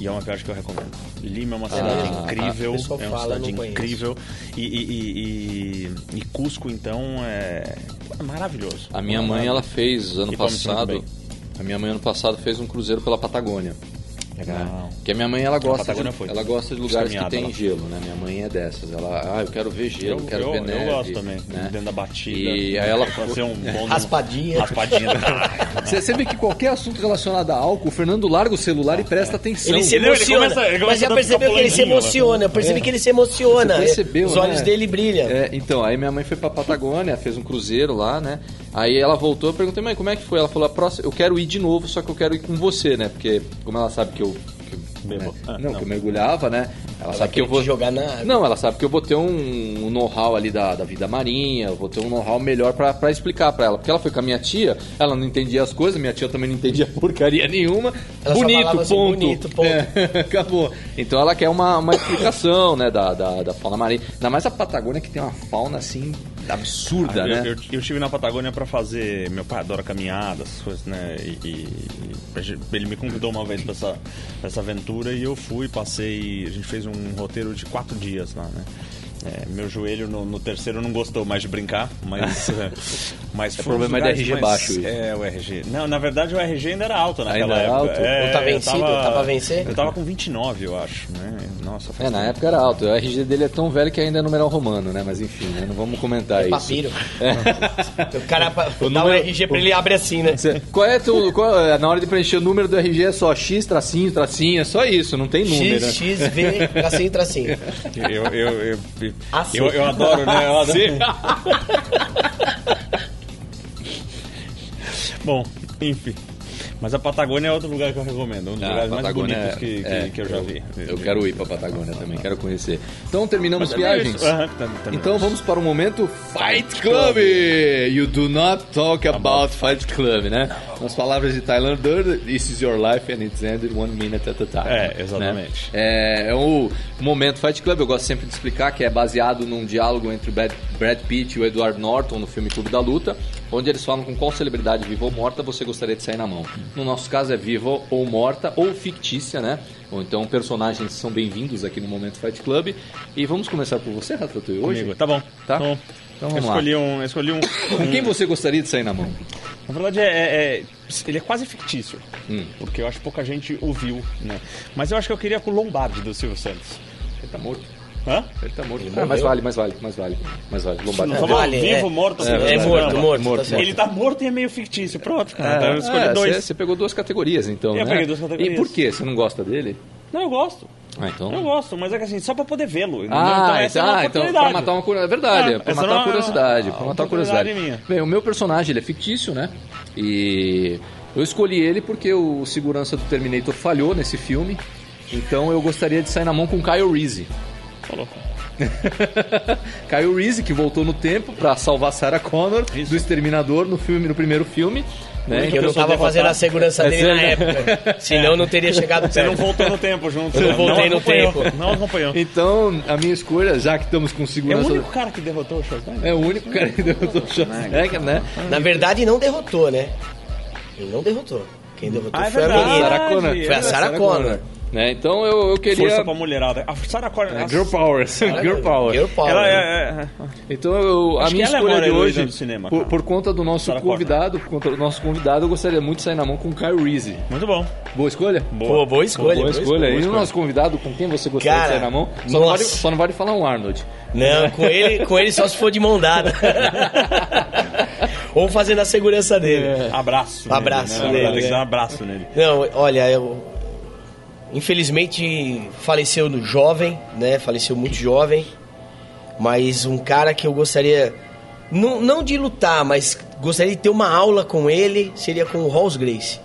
E: E é uma viagem que eu recomendo. Lima é uma cidade incrível,
C: Ah, tá. o pessoal
E: é uma
C: fala, eu não
E: cidade
C: conheço.
E: incrível. E, e- e- e- e Cusco, então, é é maravilhoso.
B: a minha mãe, ela fez ano
E: E come muito
B: passado.
E: bem.
B: A minha mãe ano passado fez um cruzeiro pela Patagônia.
E: Legal.
B: Porque a minha mãe ela gosta, de,
E: Ah. Patagônia foi.
B: ela gosta de lugares que
E: Escaminhada
B: tem
E: lá.
B: gelo, né? Minha mãe é dessas. Ela, ah, eu quero ver gelo,
E: Eu-
B: quero
E: eu-
B: ver
E: eu
B: neve.
E: gosto também,
B: né?
E: dentro da batida.
B: E aí ela
E: Fazer um bom
C: Raspadinha.
E: Raspadinha.
B: Você você vê que qualquer assunto relacionado a álcool, o Fernando larga o celular e presta atenção.
C: Ele se
E: Ele- ele
C: emociona.
E: começa- ele
C: mas
E: começa a
C: já
E: dar-
C: percebeu
E: ficar
C: que ele se
E: pulandinho,
C: emociona. Eu percebi
E: É.
C: que ele se emociona.
B: Você percebeu,
C: Os
B: né?
C: olhos dele brilham.
B: É, então, aí minha mãe foi pra Patagônia, fez um cruzeiro lá, né? Aí ela voltou, eu perguntei, mãe, como é que foi? Ela falou, a próxima, eu quero ir de novo, só que eu quero ir com você, né? Porque, como ela sabe que eu. Que, eu,
E: Bebo.
B: né?
E: Ah,
B: não,
E: não.
B: que eu mergulhava, né? Ela,
C: Ela
B: sabe que eu vou.
C: te jogar na água.
B: É. Não, ela sabe que eu vou ter um, um know-how ali da, da vida marinha, eu vou ter um know-how melhor pra pra explicar pra ela. Porque ela foi com a minha tia, ela não entendia as coisas, minha tia também não entendia porcaria nenhuma.
C: Ela só
B: bonito,
C: falava
B: ponto.
C: assim, bonito, ponto.
B: É, acabou. Então ela quer uma, uma explicação, né, da, da, da fauna marinha. Ainda mais a Patagônia que tem uma fauna assim absurda,
E: Eu-
B: né?
E: Eu, eu, estive na Patagônia pra fazer. Meu pai adora caminhadas, essas coisas, né? E, e- e a gente- ele me convidou uma vez pra essa, pra essa aventura e eu fui, passei. A gente fez um roteiro de quatro dias lá, né? É, meu joelho no, no terceiro não gostou mais de brincar, mas. é, mas foi um
B: problema
E: dos
B: de
E: lugares
B: RG
E: mais-
B: baixo isso.
E: É, o RG. Não, na verdade o RG ainda era alto naquela
B: Ainda era
E: época.
B: alto?
E: É,
C: Ou tá vencido,
E: eu
C: tá pra vencer?
E: Eu tava com 29, eu acho, né? Nossa, faz
B: É, na
E: tempo.
B: época era alto. O RG dele é tão velho que ainda é numeral romano, né? Mas enfim, né? não vamos comentar isso.
C: É Papiro. O cara pa- dá um
B: número-
C: RG pra ele e abre assim, né?
B: Cê- Qual é teu, qual é- na hora de preencher o número do RG é só X, tracinho, tracinho, é só isso, não tem número. né?
C: X, X, V, tracinho, tracinho.
E: Eu, eu, eu, eu,
B: Assim.
C: AC.
E: eu- eu adoro, né? Eu adoro. Bom, enfim. Mas a Patagônia é outro lugar que eu recomendo. Um dos
B: Ah,
E: lugares mais
B: Patagônia
E: bonitos
B: é-
E: que, que,
B: é,
E: que eu já vi.
B: Eu quero ir pra Patagônia também, quero conhecer. Então terminamos
E: Mas é
B: viagens.
E: isso. Aham, tá- tá-
B: Então vamos para o momento Fight Club! You do not
E: Tá
B: talk about Fight Club, né? Nas palavras de Tyler Durden, this is your life and it's ended one minute at a time.
E: É, exatamente.
B: né? É, é o momento Fight Club, eu gosto sempre de explicar que é baseado num diálogo entre o Brad, Brad Pitt e o Edward Norton no filme Clube da Luta, onde eles falam com qual celebridade viva ou morta você gostaria de sair na mão. No nosso caso é viva ou morta, ou fictícia, né? Ou então personagens são bem-vindos aqui no Momento Fight Club. E vamos começar por você, Ratatouille, hoje?
E: Comigo. Tá bom.
B: Tá?
E: Então,
B: Então
E: eu
B: vamos lá.
E: escolhi um. eu Escolhi um,
B: Com quem
E: um-
B: você gostaria de sair na mão?
E: Na verdade, é, é- é- ele é quase fictício.
B: Hum.
E: Porque eu acho que pouca gente ouviu, né? Mas eu acho que eu queria com o Lombardi do Silvio Santos.
B: Ele tá morto.
E: Hã?
B: Ele tá morto. Ah, mas vale, mais vale, mais vale. Mais vale. Lombardi.
E: Não, falou
C: vale,
E: vivo,
C: é.
E: morto, assim, né?
C: É,
E: Silvio
C: é
E: Santos.
C: morto,
E: Não,
C: morto, tá certo.
E: Ele tá morto e é meio fictício. Pronto, cara. então eu escolhi
B: Ah,
E: dois.
B: Você, você pegou duas categorias, então,
E: Eu
B: né?
E: peguei duas categorias.
B: E por quê? Você não gosta dele?
E: Não, eu gosto.
B: Ah, então...
E: Eu gosto, mas é que assim, só pra poder vê-lo. entendeu?
B: Ah,
E: essa é uma
B: então, ah, então pra
E: oportunidade.
B: matar uma curiosidade. É verdade,
E: É,
B: pra
E: essa
B: matar
E: não é
B: uma
E: uma-
B: curiosidade. Pra
E: uma
B: matar uma
E: oportunidade
B: curiosidade.
E: minha.
B: Bem, o meu personagem, ele é fictício, né? E eu escolhi ele porque o segurança do Terminator falhou nesse filme. Então eu gostaria de sair na mão com o Kyle Reese.
E: Falou.
B: Kyle Reese, que voltou no tempo pra salvar Sarah Connor do Exterminador no filme, no primeiro filme. Né?
C: Que eu não
E: pessoal
C: tava
E: vai
C: fazendo
E: votar.
C: a segurança
B: É,
C: dele
B: você
C: na
B: não-
C: época. Senão não teria chegado
E: Você não
C: perto.
E: voltou no tempo junto.
C: Eu
E: né?
C: voltei no
E: acompanhou,
C: tempo.
E: Não acompanhou.
B: Então, a minha escolha, já que estamos com
E: É o
B: segurança.
E: único cara que derrotou o Schwarzenegger.
B: É o único cara que derrotou o Schwarzenegger, né?
C: Na verdade, não derrotou, né? Ele não derrotou. Quem derrotou
E: Ah, é
C: foi a
E: verdade.
C: menina.
B: Sarah Connor.
E: Foi
C: Foi a É, Sarah, Connor.
B: Né? Então eu, eu queria.
E: Força pra um mulherada. A Sarah Connor.
B: É,
E: a-
B: Girl Power. Girl Power.
C: Girl Power.
E: Ela
A: né?
E: é- é- é-
B: Então eu, a
E: Acho
B: minha
E: que ela é a
B: escolha
E: maior
B: de
E: heroína
B: hoje,
E: do cinema,
B: por,
E: cara.
B: por conta do nosso
E: Sarah Connor.
B: convidado, por conta do nosso convidado, eu gostaria muito de sair na mão com o Kyle Reese.
E: Muito bom.
B: Boa escolha?
C: Pô, boa escolha.
B: Boa escolha.
C: boa
B: E o nosso convidado, com quem você gostaria
C: Cara,
B: de sair na mão? Só não,
C: nossa.
B: vale, só não vale falar um Arnold.
C: Não, com ele, com ele só se for de mão dada. Ou fazendo a segurança dele.
E: É. Abraço.
C: Abraço
E: nele. né?
C: nele,
E: Tem que
C: né?
E: dar um abraço nele.
C: Não, olha, eu infelizmente faleceu no jovem, né? Faleceu muito jovem, mas um cara que eu gostaria não, não de lutar, mas gostaria de ter uma aula com ele seria com o Rolls Grace.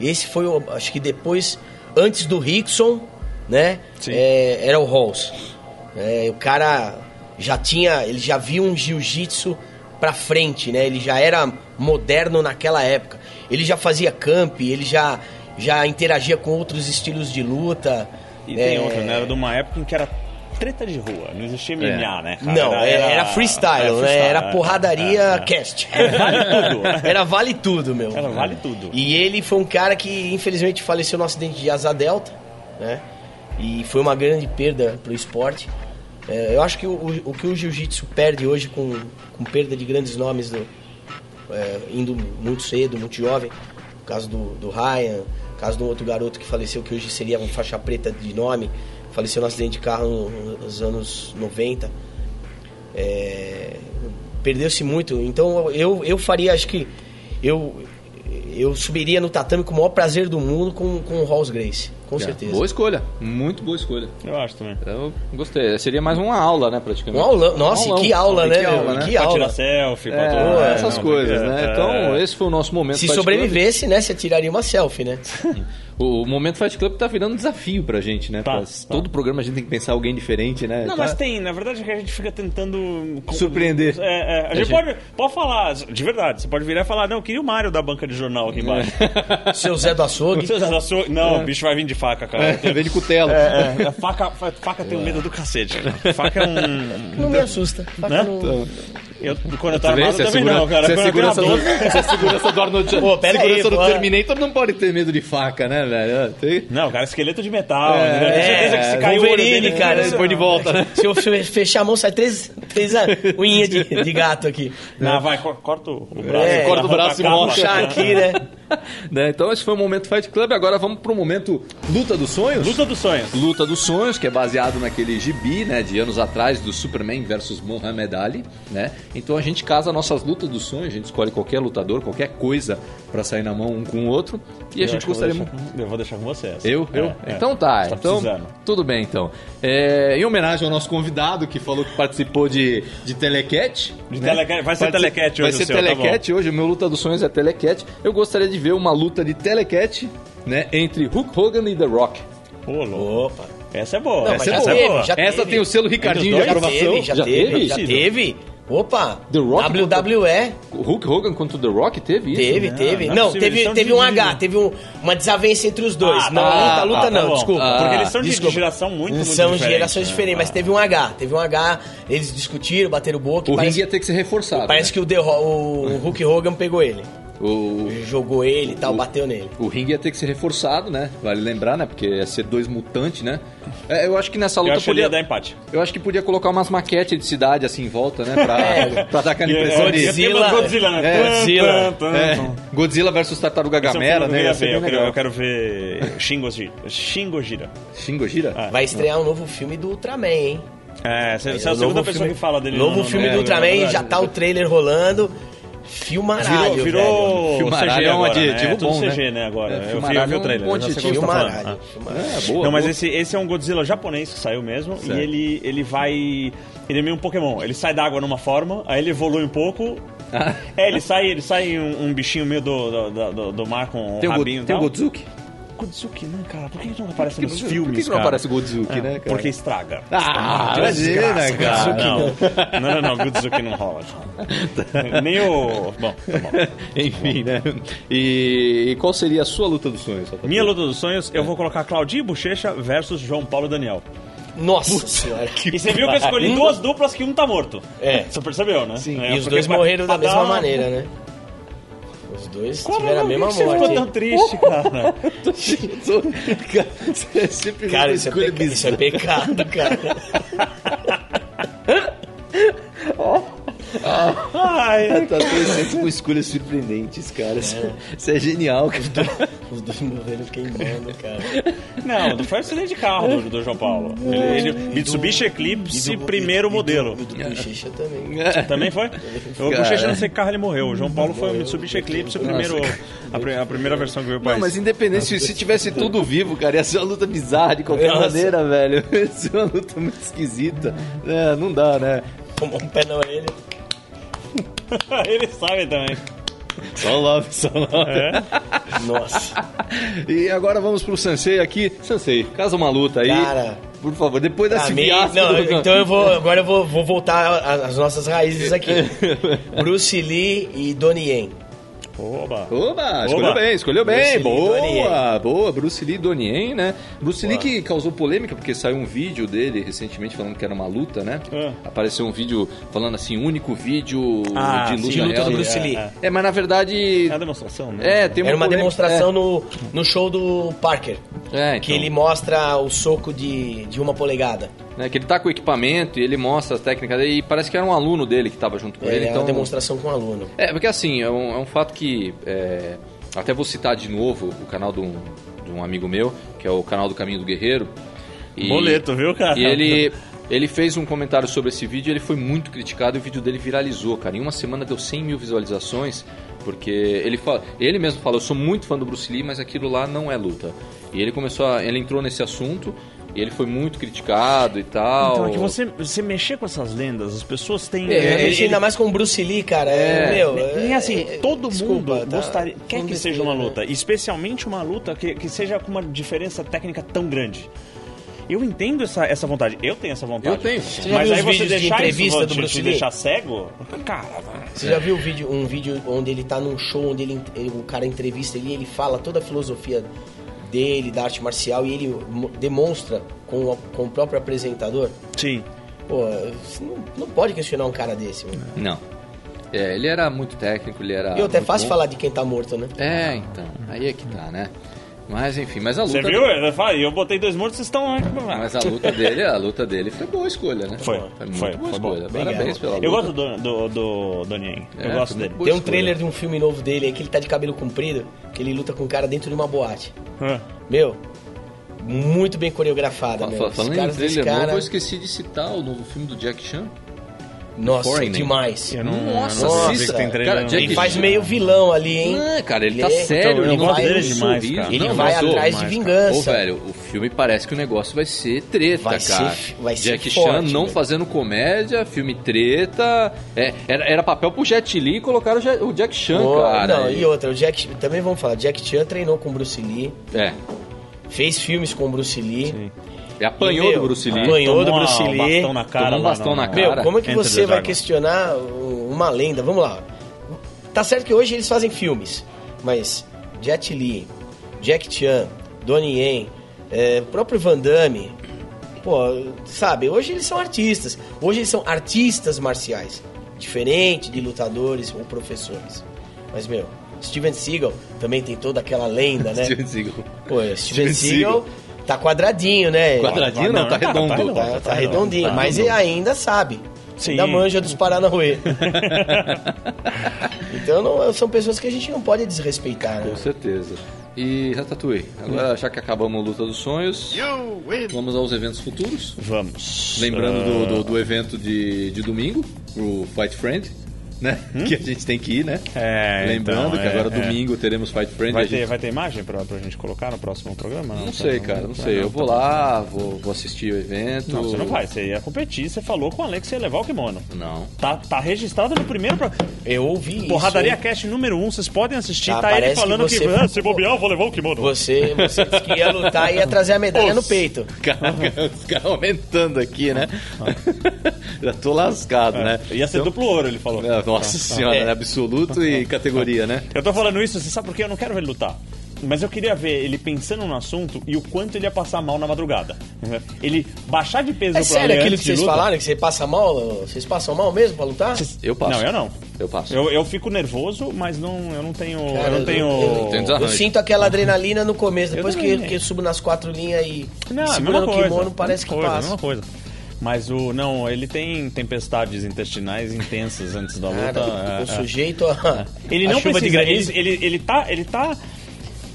C: Esse foi, o, acho que depois, antes do Rickson, né?
E: Sim.
C: É, era o Rolls. É, o cara já tinha, ele já viu um jiu-jitsu pra frente, né? Ele já era moderno naquela época. Ele já fazia camp, ele já, já interagia com outros estilos de luta.
E: E
C: É,
E: tem outra, né? Era de uma época em que era treta de rua. Não existia MMA, né? cara?
C: Não, era, era freestyle, né? Era
E: é,
C: porradaria
E: é, é.
C: cast.
E: Vale tudo.
C: Era vale tudo, meu.
E: Era vale tudo.
C: E ele foi um cara que infelizmente faleceu no acidente de asa delta, né? E foi uma grande perda pro esporte. É, eu acho que o, o- o que o jiu-jitsu perde hoje com, com perda de grandes nomes, do, é, indo muito cedo, muito jovem, o caso do, do Ryan, o caso de um outro garoto que faleceu, que hoje seria um faixa preta de nome, faleceu no acidente de carro no- nos anos 90. É, perdeu-se muito. Então eu, eu faria, acho que eu eu subiria no tatame com o maior prazer do mundo com, com o Rolls Grace. com certeza.
B: É, Boa escolha, muito boa escolha.
E: Eu acho também.
B: Eu Então, gostei. Seria mais uma aula, né,
C: Um
B: praticamente.
C: aulão. Nossa, e que aula, né?
B: Que
C: meu?
B: aula, né?
C: Que
E: Pra
C: aula.
E: tirar selfie, pra
B: É,
E: tudo. É,
B: essas
E: não,
B: coisas,
E: porque-
B: né?
E: é,
B: Então, esse foi o nosso momento
C: Se
B: Fight Club.
C: sobrevivesse, né, você tiraria uma selfie, né?
B: O, o momento Fight Club tá virando um desafio pra gente, né?
E: Tá,
B: Pra-
E: tá.
B: Todo programa a gente tem que pensar alguém diferente, né?
E: Não,
B: Tá-
E: mas tem. Na verdade é que a gente fica tentando... com-
B: Surpreender.
E: É, é. A gente
B: gente-
E: pode, pode falar, de verdade. Você pode virar e falar, não, eu queria o Mário da banca de jornal aqui embaixo.
C: Seu Zé do Açougue.
E: Você já sou- Não, o bicho vai vir de faca, cara.
B: É, vem de cutelo.
E: É, a faca, fa- faca tem um medo do cacete. cara. Faca é um.
C: Não me assusta.
E: Né? Eu, quando eu tava
B: Vê,
E: armado,
B: se é
E: Tá também
B: segura-
E: não, cara.
B: se é
E: Quando eu tenho a
B: segurança do-
E: 12,
B: se é segurança do Arnold
C: Pô, pera aí,
B: segurança do
C: pô.
B: Terminator não pode ter medo de faca, né, velho? Tem...
E: Não, cara, esqueleto de metal. né? Eu tenho certeza que se
C: é,
E: caiu o olho
C: Wolverine,
E: dele,
C: cara,
E: né?
B: Põe de volta, né?
C: Se eu fe- fechar a mão, sai três, três ah, unhinhas de, de gato aqui.
E: Não, vai, co- corta o o braço.
C: É,
B: corta o braço e
E: capa.
B: mostra.
C: Puxar aqui, né?
B: Né, Então esse foi o momento Fight Club. Agora vamos pro momento Luta dos Sonhos.
E: Luta dos sonhos.
B: Luta dos Sonhos, que é baseado naquele gibi, né, de anos atrás, do Superman versus Muhammad Ali, né? Então a gente casa nossas lutas dos sonhos, a gente escolhe qualquer lutador, qualquer coisa pra sair na mão um com o outro, e a
E: Eu
B: gente
E: acho que eu vou
B: gostaria
E: deixar
B: muito...
E: com- Eu vou deixar com você essa.
B: Eu?
E: É,
B: Eu?
E: é.
B: Então tá.
E: Você tá
B: então,
E: precisando.
B: tudo bem, então. É, em homenagem ao nosso convidado que falou que participou de, de Telecat. né?
E: De telecat- vai ser telecat
B: Vai
E: hoje o
B: ser
E: seu, tá
B: Telecat hoje. O meu luta dos sonhos é Telecat. Eu gostaria de ver uma luta de Telecat, né? Entre Hulk Hogan e The Rock.
E: Ô, louco.
C: Opa.
E: Essa é boa.
C: Não, mas
E: essa,
C: já
E: essa
C: teve,
E: é boa.
C: já-
B: Essa
C: teve.
B: tem o selo Ricardinho de
C: Já
B: aprovação.
C: teve, já, teve, já
E: Teve?
C: teve. Opa,
B: The Rock
C: WWE,
B: Hulk Hogan contra o The Rock teve isso?
C: teve,
E: né?
C: teve.
E: Não é
C: Não,
E: possível, eles
C: teve,
E: são
C: teve um
E: divididos.
C: H, teve um- uma desavença entre os dois.
E: Ah,
C: não,
E: tá,
C: luta, luta
E: tá, tá
C: não,
E: bom.
C: desculpa.
E: Ah, Porque eles são de-
C: desculpa.
E: de geração muito, muito
C: São
E: diferente,
C: gerações
E: né?
C: diferentes, mas teve um H. Teve um H, eles discutiram, bateram boca.
B: O é
C: e
B: ringue
C: parece,
B: ia ter que ser reforçado.
C: parece
B: né?
C: que o, The Ro- o Hulk Hogan pegou ele.
B: O,
C: Jogou ele e tal, bateu nele.
B: O ringue ia ter que ser reforçado, né? Vale lembrar, né? Porque ia ser dois mutantes, né? É, eu acho que nessa
E: Eu
B: luta
E: acho que ele ia
B: podia...
E: dar empate.
B: Eu acho que podia colocar umas maquetes de cidade assim em volta, né? Pra,
C: É.
B: pra dar aquela
E: Ia-
B: impressão
E: ia ter
B: de.
C: Godzilla.
E: mais Godzilla, né?
B: É,
E: Tum,
B: Godzilla.
E: tum, tum,
B: É,
E: tum.
B: Godzilla versus Tartaruga
E: Esse é um filme
B: Gamera,
E: que eu
B: né?
E: ia
B: Ia ser
E: ver,
B: bem
E: Eu quero-
B: legal.
E: eu quero ver Shingoji- Shingojira.
B: Shingogira?
E: Ah.
C: Vai estrear um novo filme do Ultraman, hein?
E: É, você você é
C: o
E: a
C: novo
E: segunda pessoa
C: filme-
E: que fala dele.
C: Novo
E: no- no-
C: filme
E: no-
C: do
E: no-
C: Ultraman,
E: no-
C: já tá o trailer rolando. Filmaralho,
E: Virou, virou
B: velho.
E: CG
B: Filmaralho é um
E: agora, né?
B: adjetivo
E: É tudo
B: bom, né?
E: CG, né, agora.
B: É,
E: eu, vi,
B: filmaralho
E: eu vi
B: é
E: o
B: um
E: trailer. eu já sei o que
B: quantitativo
E: eu tô falando.
C: Filmaralho.
E: Ah.
B: É, boa.
E: Não, mas
B: boa.
E: esse, esse é um Godzilla japonês que saiu mesmo.
B: Certo.
E: E ele, ele vai. Ele é meio um Pokémon. Ele sai da água numa forma, aí ele evolui um pouco. é, ele sai, ele sai um, um bichinho meio do, do, do- do, do mar com um
B: Tem o, Go-
E: rabinho e
B: tem o
E: tal.
B: Godzuki?
E: Godzuki, não, cara. Por que ele não aparece
B: Por que
E: nos
B: não-
E: filmes?
B: por que não
E: cara?
B: aparece o Godzuki, né, cara?
E: Porque estraga.
B: Ah,
E: Que desgraça,
B: imagina, cara.
E: Não, não, não, não. Godzuki não rola. Nem o. Bom, tá bom.
B: Enfim, né? E, e qual seria a sua luta dos sonhos? Tatu?
E: Minha luta dos sonhos, eu vou colocar Claudinho Bochecha versus João Paulo Daniel.
C: Nossa senhora.
E: E você viu que eu escolhi duas duplas que um tá morto.
C: É.
E: Você percebeu, né? Sim.
C: E os dois morreram da
E: Tá
C: mesma maneira, né? Os dois tiveram a mesma
E: Você ficou tão
C: morte.
E: triste, cara.
B: Você sempre
C: Cara,
B: uma
C: isso é,
B: escolha
C: peca- isso é pecado, cara.
E: Ai,
B: Tá dois sempre com escolhas surpreendentes, cara. Isso isso é genial, cara.
C: Os dois morreram queimando, cara.
E: não, não foi um acidente de carro do, do João Paulo. Ele, ele- Mitsubishi Eclipse, primeiro modelo.
C: E do Bochecha também.
E: Também foi? O Bochecha não sei que carro ele morreu. O João Paulo foi o Mitsubishi Eclipse, o primeiro, a, pri- a primeira versão que veio pra
B: Não, mas independente, se, se tivesse tudo vivo, cara, ia ser uma luta bizarra de qualquer
C: Nossa.
B: maneira, velho. Ia ser uma luta muito esquisita. É, não dá, né?
C: Tomou um pé na orelha.
E: Ele sabe também.
B: Só love, só love.
C: Nossa.
B: E agora vamos pro Sansei aqui. Sansei, casa uma luta aí.
C: Cara,
B: por favor, depois
C: Pra
B: desse
C: mim,
B: fiasco...
C: não,
B: do-
C: então eu vou. Agora eu vou, vou voltar a- às nossas raízes aqui. Bruce Lee e Donnie Yen.
E: Oba.
B: Oba, escolheu
E: Oba.
B: bem, escolheu bem.
C: Bruce Lee,
B: boa,
C: Donnie
B: boa. Bruce Lee Donien, né? Bruce Lee que causou polêmica porque saiu um vídeo dele recentemente falando que era uma luta, né?
E: É.
B: Apareceu um vídeo falando assim, único vídeo
E: Ah,
B: de luta,
E: sim,
B: real.
C: do Bruce Lee.
B: É, mas na verdade
E: É a demonstração, né?
B: é, tem
C: Era uma
B: polêmica-
C: demonstração no, no show do Parker.
B: É,
C: Que
B: então.
C: ele mostra o soco de, de uma polegada.
B: é, né, que ele tá com o equipamento e ele mostra as técnicas dele, e parece que era um aluno dele que tava junto com
C: É,
B: ele,
C: é uma
B: então
C: demonstração com um aluno.
B: É, porque assim, é um, é um fato que. é, até vou citar de novo o canal de um, de um amigo meu, que é o canal do Caminho do Guerreiro. E-
E: Boleto, viu, cara?
B: E ele, ele fez um comentário sobre esse vídeo, ele foi muito criticado e o vídeo dele viralizou, cara. Em uma semana deu 100 mil visualizações. Porque ele, fala, ele mesmo fala, eu sou muito fã do Bruce Lee, mas aquilo lá não é luta. E ele começou a, ele entrou nesse assunto e ele foi muito criticado e tal.
A: Então, é que você, você mexer com essas lendas, as pessoas têm.
C: É,
A: É,
C: ainda mais com o Bruce Lee, cara. É, meu.
A: é, e assim,
C: é,
A: todo
C: desculpa,
A: mundo
C: tá?
A: gostaria, quer
C: Não
A: que
C: defendo,
A: seja uma
C: né?
A: luta, especialmente uma luta que, que seja com uma diferença técnica tão grande. Eu entendo essa, essa vontade, eu tenho essa vontade.
B: Eu tenho.
A: Mas
B: Você
C: já
A: aí
C: viu os
A: você
C: vídeos de
A: deixar
C: entrevista
A: isso,
C: do
A: te,
C: Bruce
A: te
C: Lee?
A: deixar cego, cara,
C: Você já viu um vídeo, um vídeo onde ele tá num show, onde ele, ele- o cara entrevista ele, ele fala toda a filosofia dele, da arte marcial, e ele mo- demonstra com, o- com o próprio apresentador?
A: sim.
C: Pô, você não, não pode questionar um cara desse, mano.
B: Não. É, ele era muito técnico, ele era.
C: e outra, é
B: Ah, muito
C: fácil
B: bom.
C: falar de quem tá morto, né?
B: É, então. Aí é que tá, né? Mas enfim, mas a luta.
A: Você viu? Eu falei, eu botei dois mortos, vocês estão.
B: Mas a luta dele, a luta dele foi boa escolha, né?
A: Foi,
B: Foi muito
A: foi,
B: boa
A: foi
B: escolha.
A: bom.
B: Parabéns pela luta.
A: Eu gosto do, do, do, do Niang. eu
B: É,
A: gosto
B: foi
A: dele.
B: muito
C: Tem um
B: escolha.
C: trailer de um filme novo dele aí que ele tá de cabelo comprido, que ele luta com um cara dentro de uma boate.
A: Ah.
C: Meu, muito bem coreografada,
B: Fa-
C: meu.
B: fa-
C: Os
B: Falando em
C: caras desse
B: trailer novo,
C: cara,
B: eu esqueci de citar o novo filme do Jack Chan.
C: nossa,
B: Foreigner.
C: demais.
A: Eu não, eu
B: Nossa,
A: não sabia
C: assista.
A: que tem trailer,
B: Cara,
A: não.
B: Jack
C: Ele né? faz
B: Chan.
C: meio vilão ali, hein?
B: Ah, cara, ele,
C: Ele
B: tá
C: é-
B: sério.
A: Então, eu
B: ele
A: gosto
B: vai
A: dele
B: com
A: demais,
B: sorriso.
A: cara.
C: Ele
B: Não,
C: vai
B: mas, ô,
C: atrás de
A: mas, cara,
C: vingança.
B: Ô, velho, o filme parece que o negócio vai ser treta,
C: Vai ser-
B: cara.
C: vai ser
B: Jack
C: forte,
B: Chan não
C: velho.
B: fazendo comédia, filme treta. É, era, era papel pro Jet Li e colocaram o, Ja- o Jack Chan,
C: Pô,
B: cara.
C: não,
B: E-
C: e outra, o Jack, também vamos falar, Jack Chan treinou com Bruce Lee,
B: É,
C: fez filmes com Bruce Lee.
B: ele apanhou
C: Meu,
B: do Bruce Lee.
A: Tomou
C: apanhou. do
A: um
C: Bruce Lee.
A: bastão na cara
B: Tomou um
A: lá
B: bastão
A: no-
B: na cara.
C: Meu, como é que
A: Enter the
C: você vai
A: Dragon.
C: questionar um- uma lenda? Vamos lá. Tá certo que hoje eles fazem filmes, mas Jet Li, Jack Chan, Donnie Yen, é, o próprio Van Damme, pô, sabe, hoje eles são artistas. Hoje eles são artistas marciais, diferente de lutadores ou professores. Mas, meu, Steven Seagal também tem toda aquela lenda, né?
B: Steven Seagal.
C: Pô, Steven
B: Steven Seagal.
C: Seagal tá quadradinho, né?
B: Quadradinho não,
A: Não,
B: tá
A: tá
B: redondo.
A: redondo.
C: Tá, tá redondinho,
A: Tá
C: mas
A: redondo.
C: ele ainda sabe.
A: Sim.
C: Ainda manja dos Paranauê. então não- são pessoas que a gente não pode desrespeitar. Né?
B: Com certeza. E Ratatouille, agora já que acabamos a luta dos sonhos, vamos aos eventos futuros.
A: Vamos.
B: Lembrando
A: Ah,
B: do, do, do evento de, de domingo, o Fight Friend, né? Que a gente tem que ir, né?
A: Hum? É,
B: Lembrando
A: então,
B: que
A: é,
B: agora
A: é.
B: domingo teremos Fight Friend. a
A: Vai
B: gente-
A: ter, vai ter imagem pra, pra gente colocar no próximo programa?
B: Não
A: tá-
B: sei, cara, não sei. Eu vou lá, vou, vou assistir o evento.
A: Não, você não vai. Você ia competir, você falou com o Alex que você ia levar o kimono.
B: Não.
A: Tá, tá registrado no primeiro programa.
C: Eu ouvi
A: Porradaria
C: isso.
A: Cast número 1, um, vocês podem assistir.
C: Tá,
A: Tá, ele
C: parece que
A: falando que,
C: você-
A: "Ah, se bobear, eu vou levar o kimono.
C: Você, você disse que ia lutar e ia trazer a medalha no peito.
B: Caraca, os caras aumentando aqui, né? já tô lascado, né?
A: Ah. É. Ia ser duplo ouro, ele falou. Tá,
B: É, Nossa senhora,
C: É.
B: né? absoluto e categoria, né?
A: Eu tô falando isso, você sabe por quê? Eu não quero ver ele lutar. Mas eu queria ver ele pensando no assunto e o quanto ele ia passar mal na madrugada. Ele baixar de peso
C: É
A: pra
C: sério
A: ele
C: aquilo
A: antes
C: que
A: de
C: vocês
A: luta?
C: falaram? Que você passa mal? Vocês passam mal mesmo pra lutar?
B: Eu passo.
A: Não, eu não.
B: Eu passo.
A: Eu, eu fico nervoso, mas não, eu não tenho.
C: Cara,
A: eu não tenho. Ah.
C: Eu,
B: tenho
C: eu
B: desarranjo.
C: sinto aquela adrenalina no começo. Depois que,
A: também.
C: que eu subo nas quatro linhas e
A: Não, é a mesma
C: segurando o
A: coisa.
C: kimono, parece que
A: mesma coisa,
C: passa.
A: mesma coisa. Mas o. Não, ele tem tempestades intestinais intensas antes da luta.
C: Cara,
A: é,
C: o
A: é.
C: sujeito a,
A: Ele
C: a
A: não
C: chuva de
A: precisa.
C: granizo.
A: Ele, ele, ele tá. Ele tá.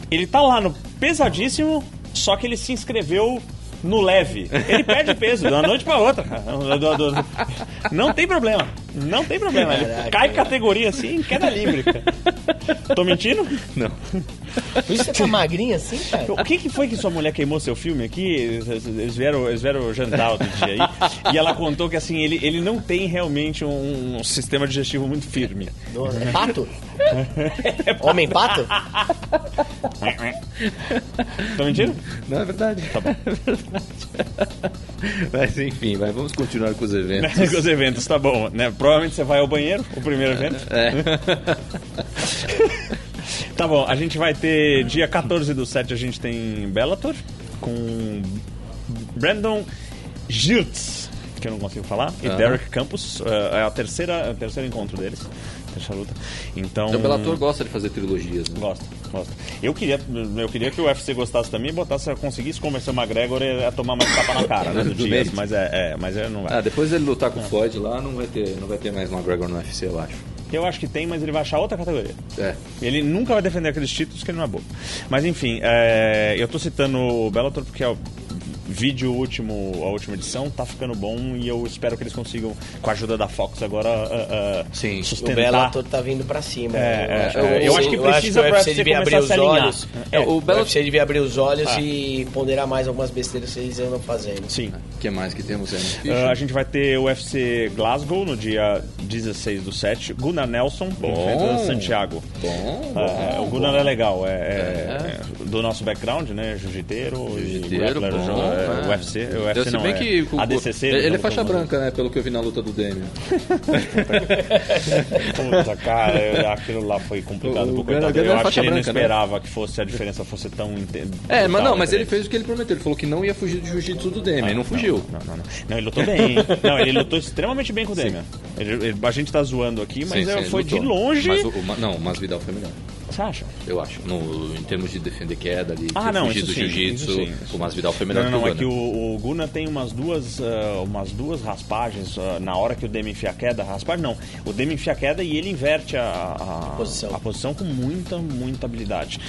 A: Ele tá lá no pesadíssimo, só que ele se inscreveu no leve. Ele perde peso de uma noite pra outra. cara. Do- do- do- Não tem problema. Não tem problema. Ele
C: Caraca,
A: cai
C: cara.
A: categoria assim em queda livre. cara. Tô mentindo?
C: Por isso você tá magrinho assim, cara?
A: O que, que foi que sua mulher queimou seu filme aqui? Eles- Eles vieram, eles vieram jantar outro dia aí. e ela contou que assim, ele, ele não tem realmente um, um sistema digestivo muito firme.
C: Nossa, é pato? Homem pato?
A: Tô mentindo?
B: Não, é verdade. Tá bom. É verdade. Mas enfim, vai, vamos continuar com os eventos.
A: Os eventos, tá bom, né? Provavelmente você vai ao banheiro, o primeiro evento.
B: É.
A: Tá bom, a gente vai ter dia 14 do 7, a gente tem Bellator com Brandon Giltz, que eu não consigo falar, e Derek Campos. eh, É a terceira, é o terceiro encontro deles. Terceira luta. Então.
B: O Bellator gosta de fazer trilogias, né?
A: Gosto, gosto. Eu queria, eu queria que o UFC gostasse também e botasse, conseguisse convencer o McGregor a tomar mais tapa na cara né, do
B: Do
A: Dias,
B: Nate.
A: mas é, é, mas é, não vai.
B: Ah, depois dele lutar com o Floyd lá, não vai ter, não vai ter mais McGregor no UFC, eu acho.
A: Eu acho que tem, mas ele vai achar outra categoria.
B: É.
A: Ele nunca vai defender aqueles títulos que ele não é bobo. Mas enfim, é, eu tô citando o Bellator porque é o
E: vídeo último, a última edição, tá ficando bom e eu espero que eles consigam, com a ajuda da Fox agora, ah, ah,
B: Sim.
C: O
E: sustentar.
C: Bellator tá vindo pra cima. né?
E: É,
C: acho.
E: é, é, eu acho que precisa
C: o
E: pra
C: UFC
E: você
C: devia abrir
E: começar a
C: os
E: se alinhar.
C: olhos.
E: É,
C: o
I: o Bellator-
C: UFC devia abrir os olhos
E: Ah.
C: e ponderar mais algumas besteiras que eles andam fazendo.
E: Sim.
B: O que mais que temos aí?
E: Ah, a gente vai ter o UFC Glasgow no dia 16 do 7. Gunnar Nelson enfrenta Santiago.
B: Bom, bom.
E: Ah, o Gunnar é legal, é, é- é do nosso background, né? Jiu-jiteiro,
B: Jiu-jiteiro,
E: grappler,
B: bom,
E: jo- é,
B: né?
E: UFC,
B: Eu
E: UFC
B: sei
E: não,
B: bem
E: é
B: que o- ele,
E: ADCC.
B: ele é
E: digamos,
B: faixa
E: como-
B: branca, né? Pelo que eu vi na luta do Demian.
E: Puta, cara, eu- aquilo lá foi complicado
B: O-
E: pro
B: o Gunnar-
E: coitado.
B: Gunnar
E: Eu
B: é
E: acho que
B: faixa
E: ele não
B: branca, né?
E: esperava que fosse, a diferença fosse tão... inte-
B: É, mas
E: brutal
B: não, mas
A: né?
E: entre
B: ele fez o que ele prometeu. Ele falou que não ia fugir do jiu-jitsu do Demian. Ele Ah, tá. não fugiu.
E: Não, não, não. Não, ele lutou bem. não, ele lutou extremamente bem com o Demian. Ele- ele- a gente tá zoando aqui, mas
B: Sim,
E: é,
B: sim, ele
E: foi
B: lutou.
E: de longe.
B: Mas o- o Ma- não, mas Vidal foi melhor.
E: Você acha?
B: Eu acho. No, em termos de defender queda, de
E: Ah,
B: ter
E: não,
B: fugido do
E: isso sim, isso
B: jiu-jitsu,
E: sim, isso
B: o Masvidal foi melhor
E: Não, não,
B: que o
E: é que
B: Gana.
E: o, o Guna tem umas duas, ah, umas duas raspagens ah, na hora que o Demi enfia a queda. Raspagem não. O Demi enfia a queda e ele inverte a, a- a
C: Posição.
E: a com muita, muita habilidade.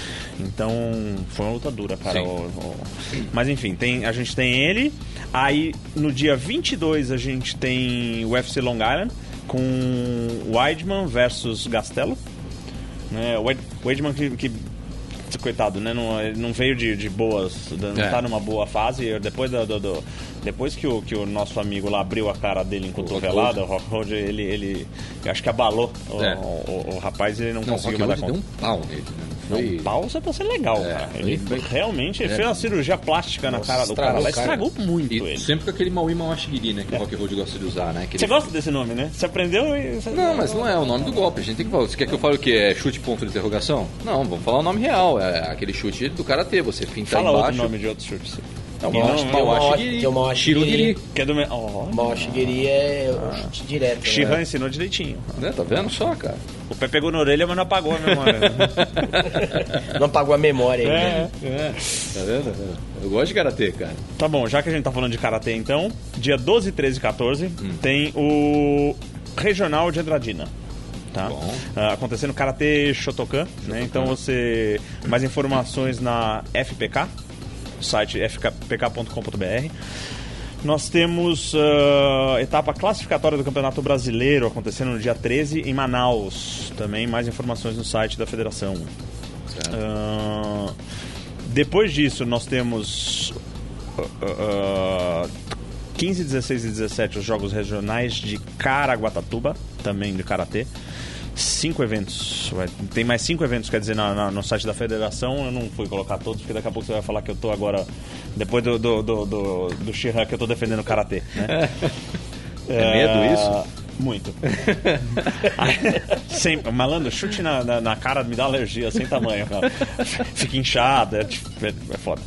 E: Então, foi uma luta dura, cara.
B: Sim.
E: O- o- Mas enfim, tem, a gente tem ele. Aí, no dia 22, a gente tem o UFC Long Island com Weidman versus Gastelo. Né, o Wade- o Weidman que... que- Coitado, né? Não, ele não veio de, de boas, não
B: É.
E: tá numa boa fase. Eu- Depois, da- do- do- depois que, o, que o nosso amigo lá abriu a cara dele em cotovelada, o Rockhold, ele, ele eu acho que abalou o,
B: É.
E: o- o- o rapaz ele não,
B: Não, o
E: conseguiu
B: Rock
E: mais dar
B: Hood
E: conta.
B: deu um pau nele. Né?
E: Não,
B: Foi-
E: o pau você tá sendo legal,
B: É,
E: cara.
B: foi-
E: Ele
B: foi-
E: realmente ele fez uma cirurgia plástica na cara do cara
B: estragou
E: lá,
B: o cara.
E: estragou muito
B: E
E: ele. É.
B: sempre com aquele Maui Mawashigiri, né? Que o Rock Road gosta de usar, né? que
E: Você
B: ele-
E: gosta desse nome, né? Você aprendeu e. você-
B: Não, mas não é o nome do golpe. A gente tem que falar. Você quer que eu fale o quê? É chute ponto de interrogação? Não, vamos falar o nome real. É aquele chute do Karatê. Você pinta
E: Fala
B: embaixo.
E: outro nome um de outro chute.
B: É o
E: E não-
B: Mawashi- Mawashigiri.
C: tem o Mawashigiri.
B: Shirogiri.
E: Que é do meu. Oh,
C: Mal Shigueri é um
E: Ah.
C: chute direto. né?
B: É.
E: Shihan ensinou direitinho.
B: Né? Tá vendo só, cara?
E: O pé pegou na orelha, mas não apagou a memória.
C: Não apagou a memória ainda.
E: É.
B: Tá vendo? Eu gosto de Karatê, cara.
E: Tá bom, já que a gente tá falando de karatê então, dia 12, 13 e 14 tem o Regional de Andradina. Tá?
B: Bom.
E: Ah, acontecendo Karatê Shotokan, né? Então você. Mais informações na FPK, site fpk.com.br. Nós temos ah, etapa classificatória do Campeonato Brasileiro acontecendo no dia 13 em Manaus. Também mais informações no site da federação. Ah, depois disso, nós temos ah, ah, 15, 16 e 17 os Jogos Regionais de Caraguatatuba, também de Karatê. Cinco eventos. Vai- Tem mais cinco eventos, quer dizer, na- na- no site da federação. Eu não fui colocar todos, porque daqui a pouco você vai falar que eu tô agora. Depois do, do, do, do, do Shihan, que eu tô defendendo o Karatê. Né? Ah,
B: É medo isso?
E: Muito. Sem, malandro, chute na, na, na cara me dá alergia sem tamanho, cara. Fica inchado, é, tipo, é, é foda.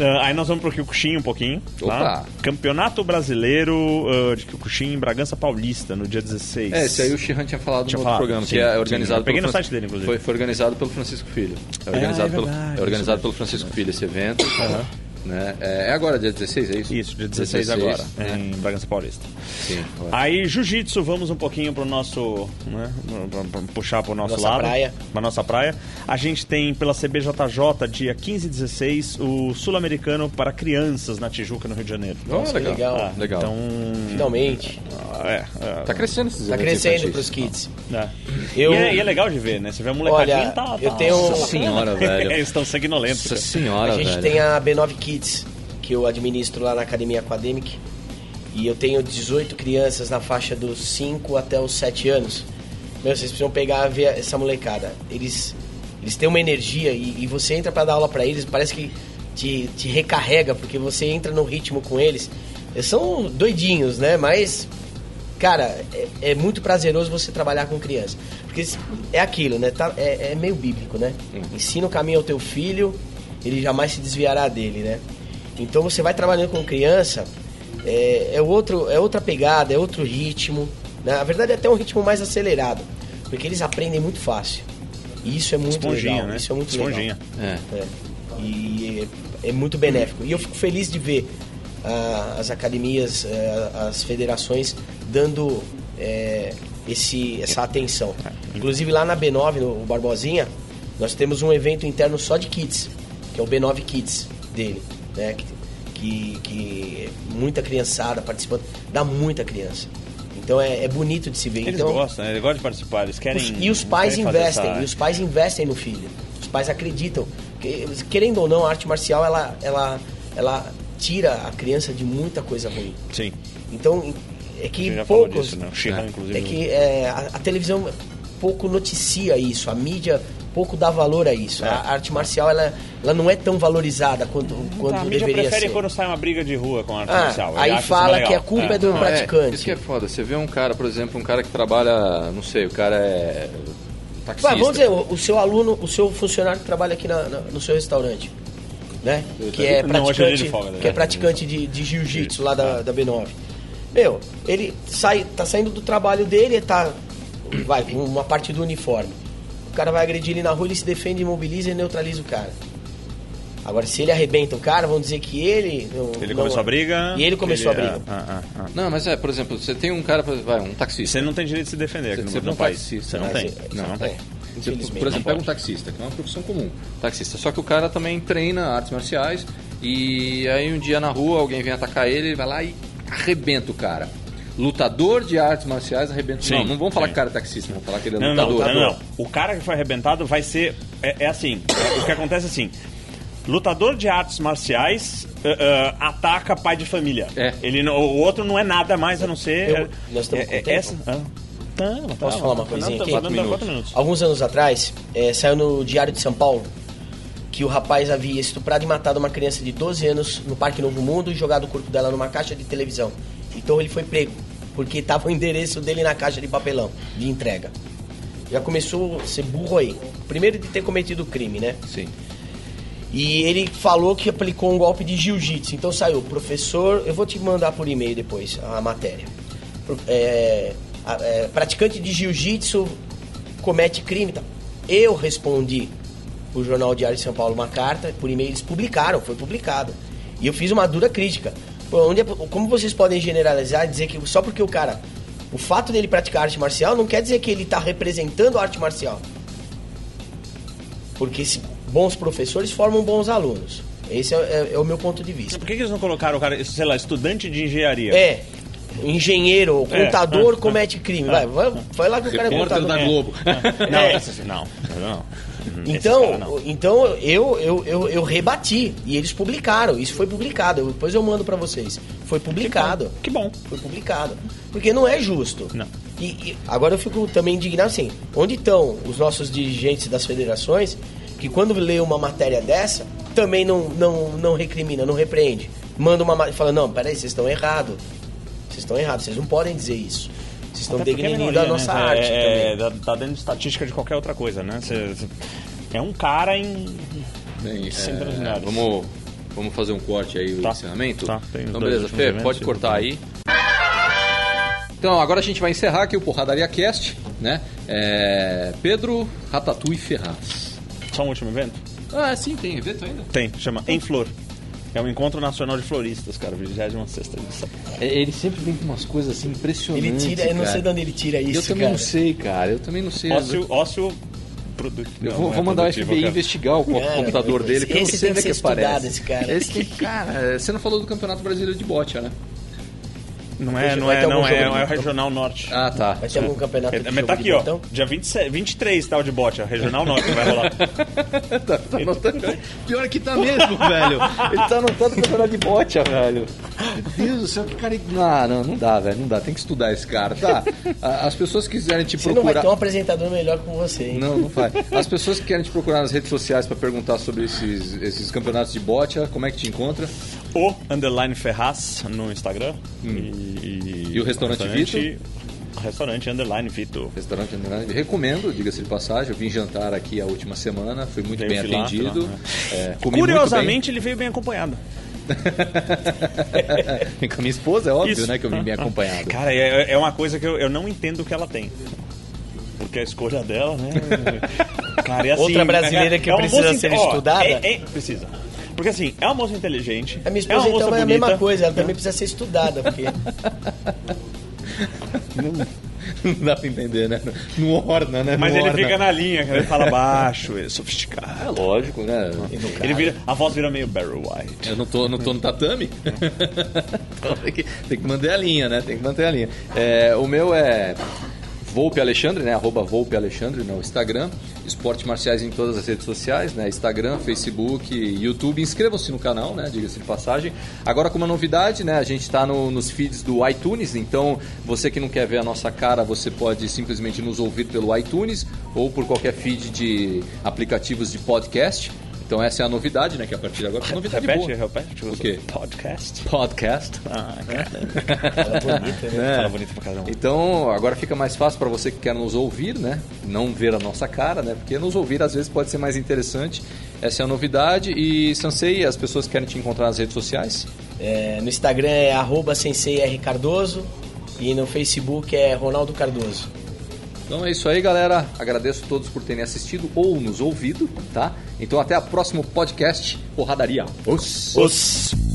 E: Ah, aí nós vamos pro Kyokushin um pouquinho. Tá?
B: Opa.
E: Campeonato Brasileiro ah, de Kyokushin em Bragança Paulista, no dia 16.
B: É, esse aí o Shihan tinha falado
E: Tinha
B: no outro
E: falado,
B: programa,
E: sim,
B: que é
E: sim.
B: organizado
E: Eu peguei
B: pelo
E: no
B: Fran-
E: site dele, inclusive.
B: Foi, foi organizado pelo Francisco Filho. É organizado,
E: é
B: pelo,
E: verdade,
B: é organizado
E: isso
B: pelo Francisco Filho esse evento. Né? É, é agora, dia 16, é isso?
E: Isso, dia 16, agora, né?
B: é.
E: em Bragança Paulista.
B: Sim, agora.
E: Aí, jiu-jitsu, vamos um pouquinho pro nosso. Né, pra- pra- puxar pro nosso
C: Nossa
E: lado.
C: praia.
E: Pra nossa praia. A gente tem pela CBJJ, dia 15 e 16, o Sul-Americano para Crianças na Tijuca, no Rio de Janeiro.
B: Nossa,
C: que
B: legal.
C: legal.
B: Ah, legal.
E: Então.
C: Finalmente.
E: ah, É, é,
B: tá crescendo esses
C: Tá
B: eventos
C: crescendo
B: infantis.
C: pros kids.
E: é.
C: Eu-
E: E, é, e é legal de ver, né? Você vê a molecadinha
C: Olha,
E: tá,
C: eu
E: tá-
C: tenho- um
B: Nossa senhora, velho.
E: Eles estão sanguinolentos.
B: Nossa
E: cara.
B: senhora,
C: a gente
B: velho.
C: tem a B9 Kids, que eu administro lá na Academia Academic. E eu tenho 18 crianças na faixa dos 5 até os 7 anos. Meu, vocês precisam pegar ver essa molecada. Eles, eles têm uma energia e, e você entra pra dar aula pra eles, parece que te, te recarrega, porque você entra no ritmo com eles. Eles são doidinhos, né? Mas Cara, é, é muito prazeroso você trabalhar com criança. Porque isso- é aquilo, né? Tá- é, é meio bíblico, né? Ensina o caminho ao teu filho, ele jamais se desviará dele, né? Então você vai trabalhando com criança, é, é outro, é outra pegada, é outro ritmo. né? Na verdade, é até um ritmo mais acelerado. Porque eles aprendem muito fácil. E isso é muito
E: Esponjinha,
C: legal.
E: né?
C: Isso é muito
E: Esponjinha.
C: legal.
B: É.
C: É. E é, é muito benéfico. E eu fico feliz de ver ah, as academias, eh, as federações dando eh, esse, essa atenção. Inclusive lá na B9, no Barbosinha, nós temos um evento interno só de kids, que é o B9 Kids dele, né? Que, que, que é muita criançada participando, dá muita criança. Então é, é bonito de se ver.
A: Eles
C: então,
A: gostam, né? eles gostam de participar, eles querem.
C: os- e os
A: eles
C: pais
A: querem fazer
C: investem,
A: essa-
C: e os pais investem no filho. Os pais acreditam. Que- Querendo ou não, a arte marcial ela, ela, ela tira a criança de muita coisa ruim.
A: Sim,
C: Então é
A: você
C: que
A: já falou
C: poucos.
A: disso, né? O Shihan, inclusive.
C: É que é, a, a televisão pouco noticia isso, a mídia pouco dá valor a isso.
A: É.
C: A arte marcial ela, ela não é tão valorizada quanto, quanto
A: Então, a mídia
C: deveria
A: prefere
C: ser.
A: quando sai uma briga de rua com a arte
C: Ah,
A: marcial. Ele
C: aí
A: acha isso
C: fala
A: legal.
C: que a culpa é do
B: Não,
C: praticante.
B: isso que é foda. Você vê um cara, por exemplo, um cara que trabalha, não sei, o cara é taxista.
C: Vai, vamos dizer, o, o seu aluno, o seu funcionário que trabalha aqui na- na- no seu restaurante, né? Que é
A: Não, hoje é dia de
C: praticante,
A: folga, né?
C: que é praticante de, de jiu-jitsu lá da, da B9. Meu, ele sai, tá saindo do trabalho dele, tá, vai, com uma parte do uniforme. O cara vai agredir ele na rua, ele se defende, imobiliza e neutraliza o cara. Agora, se ele arrebenta o cara, vão dizer que ele... não-
A: Ele
C: não-
A: começou a briga.
C: E ele começou a briga.
A: ah, ah, ah.
B: Não, mas é, por exemplo, você tem um cara, por exemplo, vai, um
A: E
B: taxista.
A: você não tem direito de se defender aqui
B: Você
A: no,
B: não
A: no país.
B: faz isso,
A: Você não
C: Mas,
A: tem.
C: é,
B: Não, não
C: é,
B: tem. Você,
C: infelizmente.
B: por exemplo,
A: não
B: pega um
A: pode.
B: taxista, que é uma profissão comum, taxista. Só que o cara também treina artes marciais e aí um dia na rua alguém vem atacar ele, ele vai lá e arrebenta o cara. Lutador de artes marciais arrebenta.
A: Sim,
B: não, não vão falar
A: sim.
B: que o cara é taxista, vão falar que ele é
A: Não,
C: Então,
A: não,
C: tá
B: lutador.
A: não, não, não. O cara que foi arrebentado vai ser. É, é assim. é- o que acontece é assim. Lutador de artes marciais eh, eh, ataca pai de família.
B: É.
A: Ele, não- o outro não é nada mais a não ser.
C: Eu-
A: é-
C: nós estamos com tempo?
A: ah, tamo, tamo.
C: Então, Posso falar uma coisinha
A: Tá Não,
C: aqui?
A: tamo dando
B: Quatro
A: quatro minutos.
C: Alguns anos atrás, eh, saiu no Diário de São Paulo que o rapaz havia estuprado e matado uma criança de 12 anos no Parque Novo Mundo e jogado o corpo dela numa caixa de televisão. Então ele foi prego, porque estava o endereço dele na caixa de papelão de entrega. Já começou a ser burro aí. Primeiro de ter cometido o crime, né?
B: Sim.
C: E ele falou que aplicou um golpe de jiu-jitsu. Então saiu, professor, eu vou te mandar por e-mail depois a matéria. Pro- é, a- é, praticante de jiu-jitsu comete crime. e tal. Eu respondi o Jornal Diário de São Paulo uma carta, por e-mail eles publicaram, foi publicado. E eu fiz uma dura crítica. Pô, onde é- como vocês podem generalizar e dizer que só porque o cara, o fato dele praticar arte marcial não quer dizer que ele está representando a arte marcial. Porque se- bons professores formam bons alunos. Esse é, é- é o meu ponto de vista.
A: Por que, que eles não colocaram o cara, sei lá, estudante de engenharia?
C: É, engenheiro,
A: É,
C: contador
A: é,
C: comete crime. Vai, vai, vai lá que o cara é
B: Repórter
C: contador.
B: da Globo.
A: Não,
C: É.
A: esses- não, não. Esses
C: Então,
A: caras não.
C: então eu, eu, eu, eu rebati e eles publicaram. Isso foi publicado. eu- Depois eu mando pra vocês. Foi publicado.
A: Que bom.
C: Foi publicado. Porque não é justo.
A: Não.
C: E, e agora eu fico também indignado assim. Onde estão os nossos dirigentes das federações que quando lê uma matéria dessa, também não, não, não recrimina, não repreende. Manda uma matéria e fala, não, peraí, vocês estão errados. Vocês estão errados, vocês não podem dizer isso. Vocês estão
A: Até porque é
C: degradando
A: minoria,
C: a
A: né?
C: nossa
A: É-
C: arte
A: é,
C: também.
A: tá- Tá dentro de estatística de qualquer outra coisa, né? Cê- cê- é um cara em.
B: Bem,
A: Sem
B: é,
A: preliminares.
B: vamos, vamos fazer um corte aí, o
A: Tá.
B: encerramento?
A: Tá, tem os
B: então,
A: dois
B: beleza,
A: últimos
B: Fê,
A: eventos,
B: pode cortar aí. Então, agora a gente vai encerrar aqui o Porradaria Cast, né? É, Pedro, Ratatouille Ferraz.
A: Só um último evento?
B: Ah, sim, tem evento ainda.
A: Tem, chama Em Flor. É um encontro nacional de floristas, cara, 26 edição.
B: É, Ele sempre vem com umas coisas assim impressionantes.
C: Ele tira, eu não sei de
B: da
C: onde ele tira isso,
B: Eu também
C: cara.
B: não sei, cara. Eu também não sei.
A: Ócio. ócio é produtivo.
B: Eu vou, vou mandar o FBI investigar o co-
C: Cara,
B: computador dele, porque eu não
C: esse
B: sei
C: tem
B: onde é
C: que
B: que
C: ser estudado,
B: aparece.
C: esse cara.
B: Esse tem- cara, você não falou do Campeonato Brasileiro de Bote, né?
A: Não é, não
C: Vai
A: é,
C: ter algum
A: não é,
C: jogo de-
A: é o Regional Norte.
B: Ah, tá.
C: Vai ter algum campeonato
A: É,
C: de
A: mas
C: jogo
A: tá
C: de
A: aqui, ó.
C: botão?
A: Dia 27, 23 tal de bote, ó. É Regional Norte vai rolar.
B: Tá anotando. Pior que tá mesmo, velho. Ele tá anotando o campeonato de bote, velho. Meu Deus do céu, que cara. Ah, Não, não, não dá, velho. Não dá. Tem que estudar esse cara, tá? A- As pessoas que quiserem te
C: Você não vai
B: procurar.
C: ter um apresentador melhor com você, hein?
B: Não, não faz. As pessoas que querem te procurar nas redes sociais pra perguntar sobre esses, esses campeonatos de bote, como é que te encontra?
A: o Underline Ferraz no Instagram. E,
B: E o restaurante
A: Restaurante Underline Vito.
B: Restaurante Underline. Recomendo, diga-se de passagem. Eu vim jantar aqui a última semana, fui muito
A: Veio
B: bem
A: filar,
B: atendido.
A: filar, né?
B: é, comi muito
A: Curiosamente, ele veio bem acompanhado.
B: bem. Com a minha esposa, é óbvio,
A: Isso.
B: né? Que eu vim bem acompanhado.
A: Cara, é, é uma coisa que eu, eu não entendo o que ela tem. Porque a escolha dela, né? Cara, é assim,
C: Outra brasileira que
A: uma
C: precisa
A: moça
C: ser
A: inte- ó,
C: estudada.
A: é- é- precisa. Porque assim, é uma moça inteligente.
C: A minha
A: é
C: esposa,
A: uma moça
C: então, é a
A: bonita.
C: mesma coisa. Ela também precisa ser estudada, porque...
B: Não dá pra entender, né? Não orna, né?
A: Mas
B: Não
A: ele
B: orna.
A: fica na linha, cara. Ele fala baixo, ele é sofisticado.
B: É lógico, né?
A: Ele vira, a voz vira meio Barry White.
B: Eu não tô, não tô no tatame? Então tem, que, tem que manter a linha, né? Tem que manter a linha. É, o meu é Volpe Alexandre, né? Arroba Volpe Alexandre no Instagram. Esporte Marciais em todas as redes sociais, né? Instagram, Facebook, YouTube. Inscrevam-se no canal, né? Diga-se de passagem. Agora com uma novidade, né? A gente está nos feeds do iTunes, então você que não quer ver a nossa cara, você pode simplesmente nos ouvir pelo iTunes ou por qualquer feed de aplicativos de podcast. Então essa é a novidade, né? Que a partir de agora é uma novidade
A: Repete,
B: boa
A: repete.
B: O quê?
A: Podcast.
B: podcast.
A: Ah,
C: É.
B: né?
A: Fala bonito pra caramba.
B: Então, agora fica mais fácil para você que quer nos ouvir, né? Não ver a nossa cara, né? Porque nos ouvir às vezes pode ser mais interessante. Essa é a novidade. E Sansei, as pessoas querem te encontrar nas redes sociais.
C: É, no Instagram é arroba sensei R Cardoso e no Facebook é Ronaldo Cardoso.
B: Então é isso aí, galera. Agradeço a todos por terem assistido ou nos ouvido, tá? Então até o próximo podcast Porradaria. Os.
C: Os...